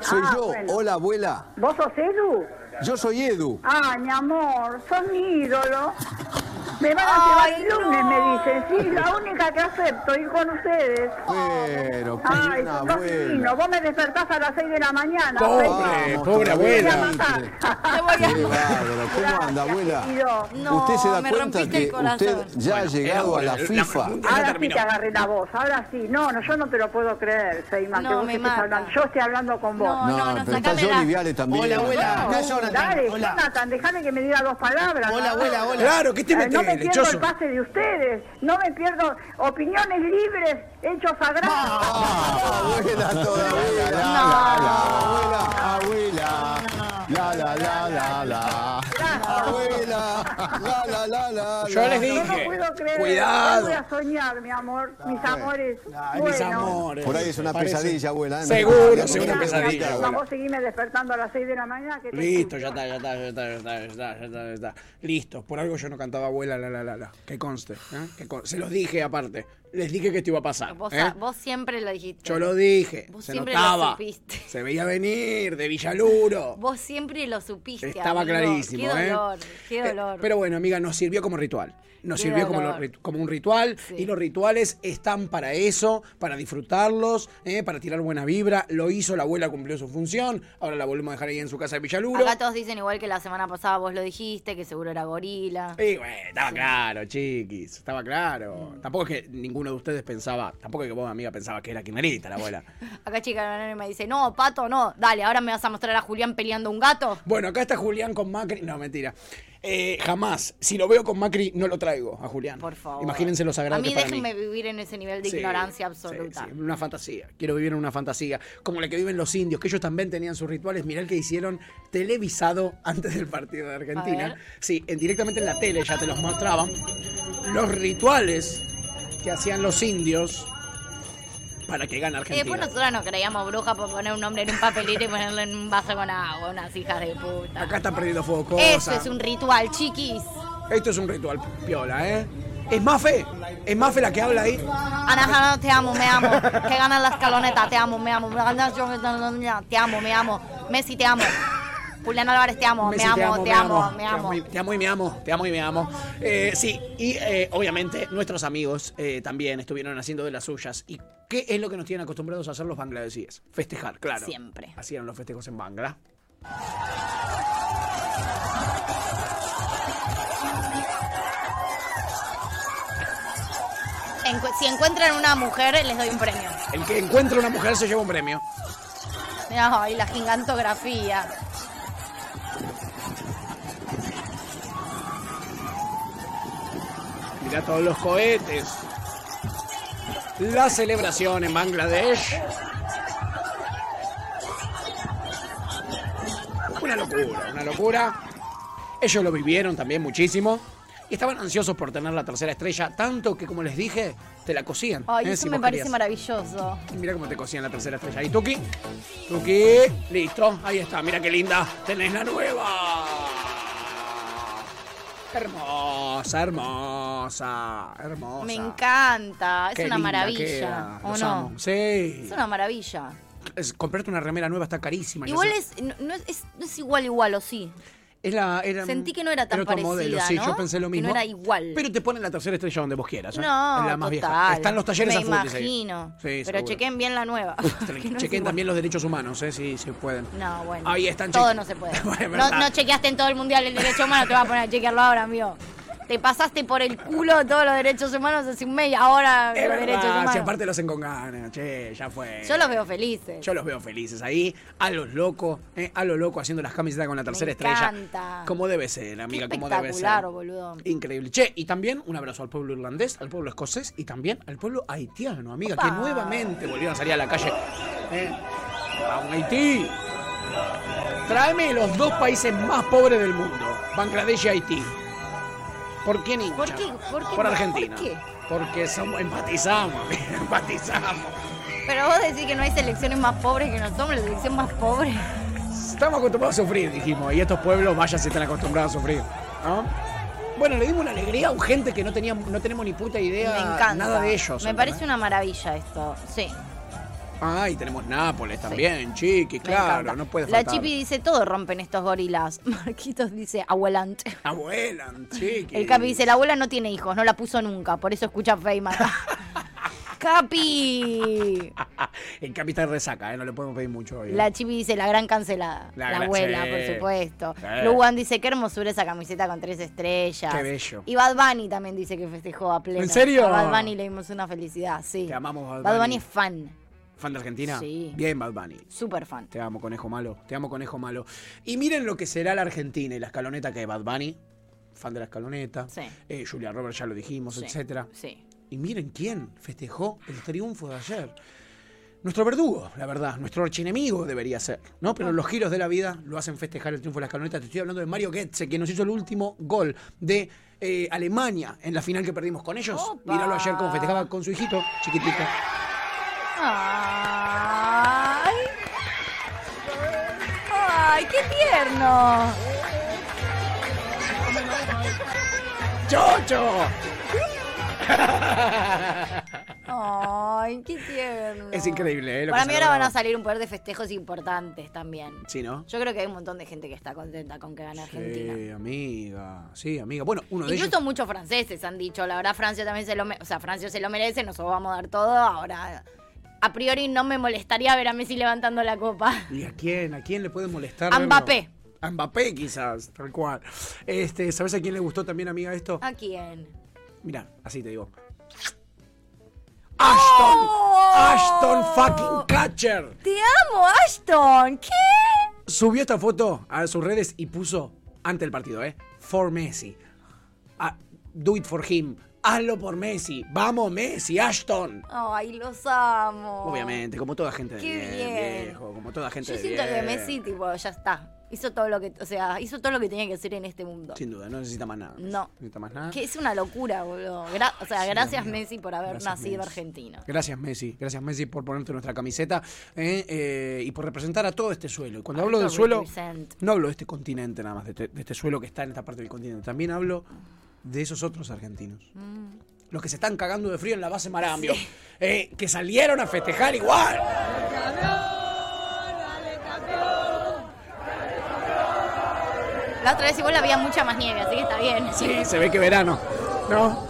X: Soy
J: Ah,
X: yo.
J: bueno.
X: Hola, abuela.
J: ¿Vos sos Edu?
X: Yo soy Edu.
J: Ah, mi amor, sos mi ídolo. Me van a llevar el lunes, me dicen. sí, la única que acepto, ir con ustedes.
X: Pero, qué
J: Ay,
X: buena
J: sos divino, vos me despertás a las 6 de la mañana.
X: Pobre, pobre abuela. Qué bárbaro.
J: Gracias,
X: ¿Cómo anda, abuela?
J: querido. No,
X: usted se da
J: me
X: cuenta
J: rompiste el
X: que
J: corazón.
X: usted ya ha
J: Bueno,
X: llegado a
J: era
X: la
J: buena,
X: FIFA.
J: Ahora sí te agarré la voz, ahora sí. No, no, yo no te lo puedo creer, Seyman,
C: No,
J: que vos
C: me
J: estés
C: mata.
J: hablando. Yo estoy hablando con vos.
X: No, no, no, pero está
J: sacámela.
X: Johnny Viale también.
J: No, Dale, Jonathan, déjame que me diga dos palabras.
X: Hola,
J: nada más.
X: abuela, hola. Claro, ¿qué te
J: Eh,
X: metés,
J: No me pierdo
X: lechoso?
J: el pase de ustedes, no me pierdo opiniones libres, hechos sagrados.
X: Abuela todavía. La, la, la, abuela, abuela. La, la, la, la, la. Abuela. La, la, la, la. Yo
J: No,
X: les
J: No
X: dije,
J: lo puedo creer.
X: cuidado.
J: Voy a soñar, mi amor, mis amores.
X: mis amores. Por ahí es una pesadilla, abuela, ¿eh?
B: Seguro, es una
X: Gracias,
B: pesadilla,
J: Vamos
B: abuela.
J: Vos seguime despertando a las 6 de la mañana. Que te-
B: Listo, ya está, ya está, ya está, ya está, ya está, ya está, ya está. Listo, por algo yo no cantaba abuela, la, la, la, la. Que conste. ¿eh? Que con- Se los dije aparte. Les dije que esto iba a pasar.
C: Vos,
B: ¿eh?
C: sa- vos siempre lo dijiste.
B: Yo lo dije.
C: Vos
B: se
C: siempre
B: notaba.
C: lo supiste.
B: Se veía venir de Villaluro.
C: Vos siempre lo supiste.
B: Estaba
C: amigo.
B: clarísimo,
C: Qué
B: ¿eh?
C: dolor, qué
B: Eh,
C: dolor.
B: Pero bueno, amiga, nos sirvió como ritual. Nos
C: Qué
B: sirvió como,
C: dolor.
B: lo- como un ritual. Y los rituales están para eso, para disfrutarlos, eh, para tirar buena vibra. Lo hizo, la abuela cumplió su función. Ahora la volvemos a dejar ahí en su casa de Villaluro.
C: Acá todos dicen igual que la semana pasada vos lo dijiste, que seguro era gorila.
B: Y bueno, estaba claro, chiquis, estaba claro. Tampoco es que ninguno de ustedes pensaba, tampoco es que vos, amiga, pensaba que era quimerita la abuela.
C: Acá chica Banana me dice, no, pato, no, dale, ahora me vas a mostrar a Julián peleando un gato.
B: Bueno, acá está Julián con Macri. No, mentira. Eh, jamás, si lo veo con Macri, no lo traigo a Julián. Por favor. Imagínense lo sagrado
C: a mí
B: que es para mí.
C: déjenme vivir en ese nivel de
B: Sí,
C: ignorancia absoluta.
B: Sí, una fantasía. Quiero vivir en una fantasía. Como la que viven los indios, que ellos también tenían sus rituales. Mirá el que hicieron televisado antes del partido de
F: A
B: Argentina.
F: ver.
B: Sí, en- directamente en la tele ya te los mostraban. Los rituales que hacían los indios para que gane
C: Y después
B: Argentina.
C: nosotras nos Eh, creíamos brujas por poner un nombre en un papelito y ponerlo en un vaso con agua, unas hijas de puta.
B: Acá están perdiendo fuego cosas.
C: Eso es un ritual, chiquis.
B: Esto es un ritual piola, ¿eh? Es Mafe. Es Mafe la que habla ahí.
C: Ana, Jana, te amo, me amo. Que ganan las escaloneta, te amo, me amo. Ana, yo- Te amo, me amo. Messi, te amo. Julián Álvarez, te amo,
B: Messi,
C: me amo, te amo, me amo.
B: y- Te amo y me amo, te amo y me amo. Eh, sí, y eh, obviamente nuestros amigos eh, también estuvieron haciendo de las suyas. ¿Y qué es lo que nos tienen acostumbrados a hacer los bangladesíes? Festejar, claro.
C: Siempre.
B: Así eran los festejos en Bangla.
C: Encu- si encuentran una mujer, les doy un premio.
B: El que encuentra una mujer se lleva un premio.
C: Mirá, ay, la gigantografía.
B: Mirá todos los cohetes. La celebración en Bangladesh. Una locura, una locura. Ellos lo vivieron también muchísimo. Y estaban ansiosos por tener la tercera estrella, tanto que, como les dije, te la cosían.
C: Ay,
B: ¿eh?
C: eso
B: Si
C: me
B: vos
C: parece
B: querías.
C: maravilloso.
B: Mira cómo te cosían la tercera estrella. Ahí, Tuki. Tuki. Listo. Ahí está. Mira qué linda. Tenés la nueva. Hermosa, hermosa, hermosa.
C: Me encanta. Es
B: Qué
C: una
B: linda
C: maravilla.
B: queda.
C: ¿O
B: Los
C: no?
B: amo. Sí.
C: Es una maravilla.
B: Es- comprarte una remera nueva está carísima. ya
C: Igual
B: sé.
C: es no, no es, es- no es igual, igual, o sí.
B: Es la- era-
C: Sentí que no era tan
B: era otro
C: parecida,
B: modelo, sí,
C: ¿no?
B: yo pensé lo
C: Que
B: mismo.
C: no era igual.
B: Pero te ponen la tercera estrella donde vos quieras. ¿eh?
C: no,
B: Es la
C: total.
B: más vieja. Están los talleres
C: Me
B: a full, dice ahí.
C: imagino.
B: Sí,
C: pero
B: seguro.
C: chequen bien la nueva. Que no es
B: Chequen
C: igual.
B: también los derechos humanos, eh, si, si pueden.
C: No, bueno.
B: Ahí están
C: Todo
B: cheque-
C: no se puede.
B: Bueno, es
C: no,
B: verdad.
C: no chequeaste en todo el mundial el derecho humano, te vas a poner a chequearlo ahora, amigo. Te pasaste por el culo todos los derechos humanos hace un mes y ahora
B: Es
C: los
B: verdad,
C: derechos humanos.
B: si aparte los hacen con ganas, che, ya fue.
C: Yo los veo felices.
B: Yo los veo felices ahí, a los locos, eh, a los locos haciendo las camisetas con la tercera estrella.
C: encanta.
B: Como debe ser, amiga, como debe ser.
C: Espectacular, boludo.
B: Increíble. Che, y también un abrazo al pueblo irlandés, al pueblo escocés y también al pueblo haitiano, amiga,
C: Opa.
B: que nuevamente volvieron a salir a la calle. Eh, a un Haití. Tráeme los dos países más pobres del mundo, Bangladesh y Haití. ¿Por quién hincha?
C: ¿Por qué? ¿Por qué?
B: Por Argentina.
C: ¿Por qué?
B: Porque somos, empatizamos, amiga, empatizamos.
C: Pero vos decís que no hay selecciones más pobres que nosotros, la selección más pobre.
B: Estamos acostumbrados a sufrir, dijimos, y estos pueblos, vaya, se están acostumbrados a sufrir. ¿no? Bueno, le dimos una alegría a un gente que no, tenía, no tenemos ni puta idea
C: Me encanta.
B: nada de ellos.
C: Me
B: ¿entendés?
C: parece una maravilla esto. Sí.
B: Ah, y tenemos Nápoles también, Chiqui, claro,
C: encanta.
B: no puede
C: La
B: faltar.
C: Chipi dice, todo rompen estos gorilas. Marquitos dice, abuelante.
B: Abuelan, Chiqui.
C: El Capi dice, la abuela no tiene hijos, no la puso nunca, por eso escucha Feynman. ¡Capi!
B: El Capi está en resaca, ¿eh? no le podemos pedir mucho hoy. ¿eh?
C: La Chipi dice, la gran cancelada.
B: La
C: La,
B: gran-
C: abuela,
B: sí.
C: por supuesto.
B: Sí.
C: Luwan dice, qué hermosura esa camiseta con tres estrellas.
B: Qué bello.
C: Y Bad Bunny también dice que festejó a pleno.
B: ¿En serio?
C: A Bad Bunny le dimos una felicidad, sí.
B: Te amamos, Bad
C: Bad
B: Bunny.
C: Bunny es fan,
B: ¿Fan de Argentina?
C: Sí.
B: Bien, Bad Bunny.
C: súper fan.
B: Te amo, conejo malo. Te amo, conejo malo. Y miren lo que será la Argentina y la escaloneta que es Bad Bunny. Fan de la escaloneta.
C: Sí.
B: Eh, Julia Roberts, ya lo dijimos,
C: Sí,
B: etcétera.
C: Sí.
B: Y miren quién festejó el triunfo de ayer. Nuestro verdugo, la verdad, nuestro archienemigo debería ser, ¿no?
C: Ah.
B: Pero los giros de la vida lo hacen festejar el triunfo de la escaloneta. Te estoy hablando de Mario Goetze, que nos hizo el último gol de eh, Alemania en la final que perdimos con ellos.
C: Opa.
B: Míralo ayer cómo festejaba con su hijito, chiquitito.
C: ¡Ay! ¡Ay, qué tierno!
B: ¡Chocho!
C: ¡Ay, qué tierno!
B: Es increíble, ¿eh? Lo
C: Para
B: que
C: mí
B: se
C: ahora van
B: logró.
C: a salir un poder de festejos importantes también.
B: Sí, ¿no?
C: Yo creo que hay un montón de gente que está contenta con que gane Argentina.
B: Sí, amiga. Sí, amiga. Bueno, uno de
C: Incluso
B: ellos.
C: muchos franceses han dicho, la verdad Francia también se lo merece, o sea, Francia se lo merece, nos vamos a dar todo. Ahora, a priori no me molestaría ver a Messi levantando la copa.
B: ¿Y a quién? ¿A quién le puede molestar?
C: A
B: verlo?
C: Mbappé.
B: A Mbappé, quizás, tal cual. Este, ¿Sabes a quién le gustó también, amiga, esto?
C: ¿A quién?
B: Mirá, así te digo. ¡Ashton! ¡Ashton fucking Catcher!
C: ¡Te amo, Ashton! ¿Qué?
B: Subió esta foto a sus redes y puso, ante el partido, ¿eh? For Messi. Ah, do it for him. Hazlo por Messi. Vamos, Messi, Ashton.
C: Ay, los amo.
B: Obviamente, como toda gente de
C: Oh, Qué bien.
B: viejo, como toda gente
C: Yo
B: de
C: siento que
B: bien.
C: Messi, tipo, ya está. Hizo todo lo que, o sea, hizo todo lo que tenía que hacer en este mundo.
B: Sin duda, no necesita más nada.
C: No.
B: necesita más nada.
C: Que es una locura, boludo. Gra- o sea,
B: sí,
C: gracias
B: amigo.
C: Messi por haber
B: Gracias,
C: nacido
B: Messi.
C: argentino.
B: Gracias Messi, gracias Messi por ponerte nuestra camiseta eh, eh, y por representar a todo este suelo. Y cuando hablo
C: Alto
B: del suelo,
C: represent.
B: no hablo de este continente nada más, de este, de este suelo que está en esta parte del continente. También hablo de esos otros argentinos.
C: Mm.
B: Los que se están cagando de frío en la base Marambio. eh, que salieron a festejar igual.
C: La otra vez igual había mucha más nieve, así que está bien.
B: Sí, se ve que verano. ¿No?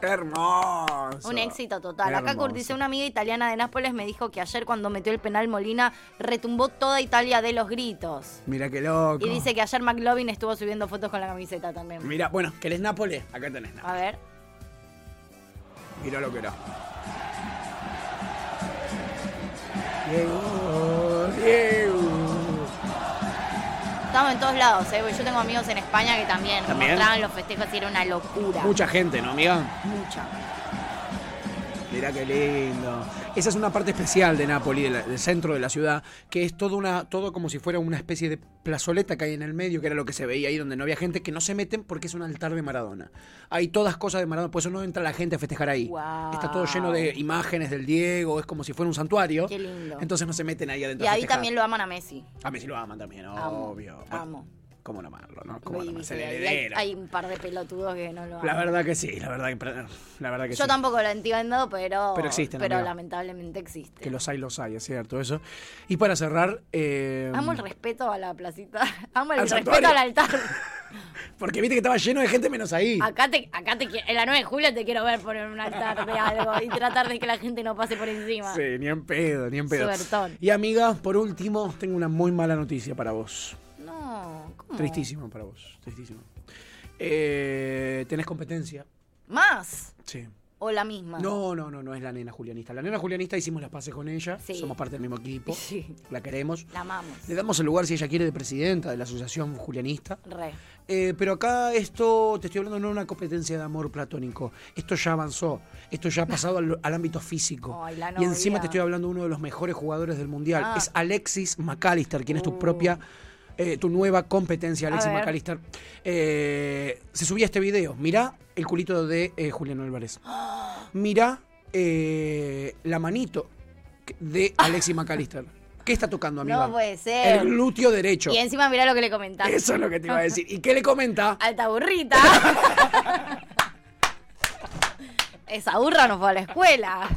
B: Hermoso.
C: Un éxito total. Acá
B: Hermoso.
C: Kurt dice, una amiga italiana de Nápoles me dijo que ayer cuando metió el penal Molina retumbó toda Italia de los gritos.
B: Mira qué loco.
C: Y dice que ayer McLovin estuvo subiendo fotos con la camiseta también.
B: Mira, bueno, ¿querés Nápoles? Acá tenés Nápoles.
C: A ver.
B: Mirá lo que era. Diego, Diego.
C: Estamos en todos lados, ¿eh? Porque yo tengo amigos en España que también,
B: ¿También?
C: mostraban los festejos y era una locura.
B: Mucha gente, ¿no, amiga?
C: Mucha.
B: Mirá qué lindo. Esa es una parte especial de Nápoles, de la- del centro de la ciudad, que es todo, una, todo como si fuera una especie de plazoleta que hay en el medio, que era lo que se veía ahí donde no había gente, que no se meten porque es un altar de Maradona. Hay todas cosas de Maradona, por eso no entra la gente a festejar ahí.
C: Guau.
B: Está todo lleno de imágenes del Diego, es como si fuera un santuario.
C: Qué lindo.
B: Entonces no se meten ahí adentro.
C: Y
B: a
C: ahí
B: festejar.
C: también lo aman a Messi.
B: A mí sí lo aman también,
C: Amo,
B: obvio. Bueno,
C: Amo.
B: ¿Cómo no amarlo, no? ¿Cómo no
C: Y
B: amar
C: dice,
B: ser
C: hay,
B: heredero?
C: hay un par de pelotudos que no lo aman.
B: La verdad que sí, la verdad que, la verdad que
C: Yo
B: sí.
C: tampoco lo entiendo, pero,
B: Pero existen,
C: pero
B: amiga.
C: lamentablemente existe.
B: Que los hay, los hay, es cierto eso. Y para cerrar, eh,
C: Amo el respeto a la placita. Amo el
B: Al
C: respeto
B: santuario.
C: al altar.
B: porque viste que estaba lleno de gente menos ahí.
C: Acá te, acá te qui- en la 9 de julio te quiero ver poner un altar de algo y tratar de que la gente no pase por encima.
B: Sí, ni en pedo, ni en pedo.
C: ah. Suertón.
B: Y amiga, por último, tengo una muy mala noticia para vos.
C: No, ¿cómo?
B: Tristísima para vos, tristísima. Eh, ¿Tenés competencia?
C: ¿Más?
B: Sí.
C: ¿O la misma?
B: No, no, no, no es la nena julianista. La nena julianista hicimos las paces con ella.
C: Sí.
B: Somos parte del mismo equipo. La queremos.
C: La amamos.
B: Le damos el lugar, si ella quiere, de presidenta de la Asociación Julianista.
C: Re.
B: Eh, pero acá esto, te estoy hablando no de una competencia de amor platónico. Esto ya avanzó. Esto ya ha pasado al, al ámbito físico.
C: Ay, la
B: y encima
C: novia.
B: te estoy hablando de uno de los mejores jugadores del Mundial.
C: Ah. Uh.
B: Es Alexis McAllister, quien es tu propia... eh, tu nueva competencia,
C: A
B: Alexis
C: ver.
B: McAllister. Eh, se subía este video. Mirá el culito de eh, Julián Álvarez. Mirá eh, la manito que- de Alexis McAllister. ¿Qué está tocando, amiga?
C: No puede ser.
B: El glúteo derecho.
C: Y encima mirá lo que le comentaste.
B: Eso es lo que te iba a decir. ¿Y qué le comenta?
C: Alta burrita. Esa burra no fue a la escuela.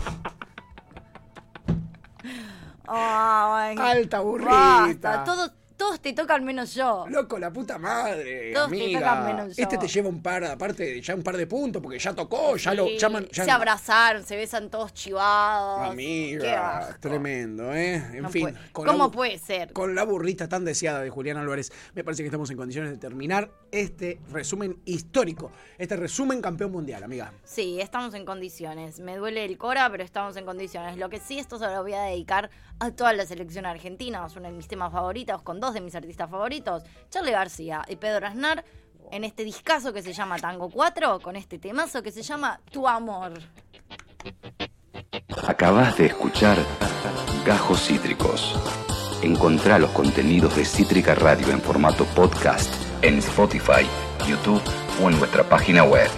C: Ay.
B: Alta burrita.
C: Basta, todos, todos te tocan menos yo.
B: Loco, la puta madre,
C: Todos te tocan
B: amiga.
C: menos yo.
B: Este te lleva un par, aparte, ya un par de puntos, porque ya tocó, ya lo
C: Sí,
B: llaman. Ya,
C: se abrazaron, se besan todos chivados. Qué
B: Amiga,
C: asco.
B: tremendo, ¿eh? En
C: No
B: fin.
C: puede-
B: con la
C: ¿Cómo
B: bu-
C: puede ser?
B: Con la burrita tan deseada de Julián Álvarez, me parece que estamos en condiciones de terminar este resumen histórico, este resumen campeón mundial, amiga.
C: Sí, estamos en condiciones. Me duele el cora, pero estamos en condiciones. Lo que sí, esto se lo voy a dedicar a toda la selección argentina. Es uno de mis temas favoritos, con dos de mis artistas favoritos, Charlie García y Pedro Aznar, en este discazo que se llama Tango 4, con este temazo que se llama Tu Amor.
F: Acabas de escuchar Gajos Cítricos. Encontrá los contenidos de Cítrica Radio en formato podcast en Spotify, YouTube o en nuestra página web.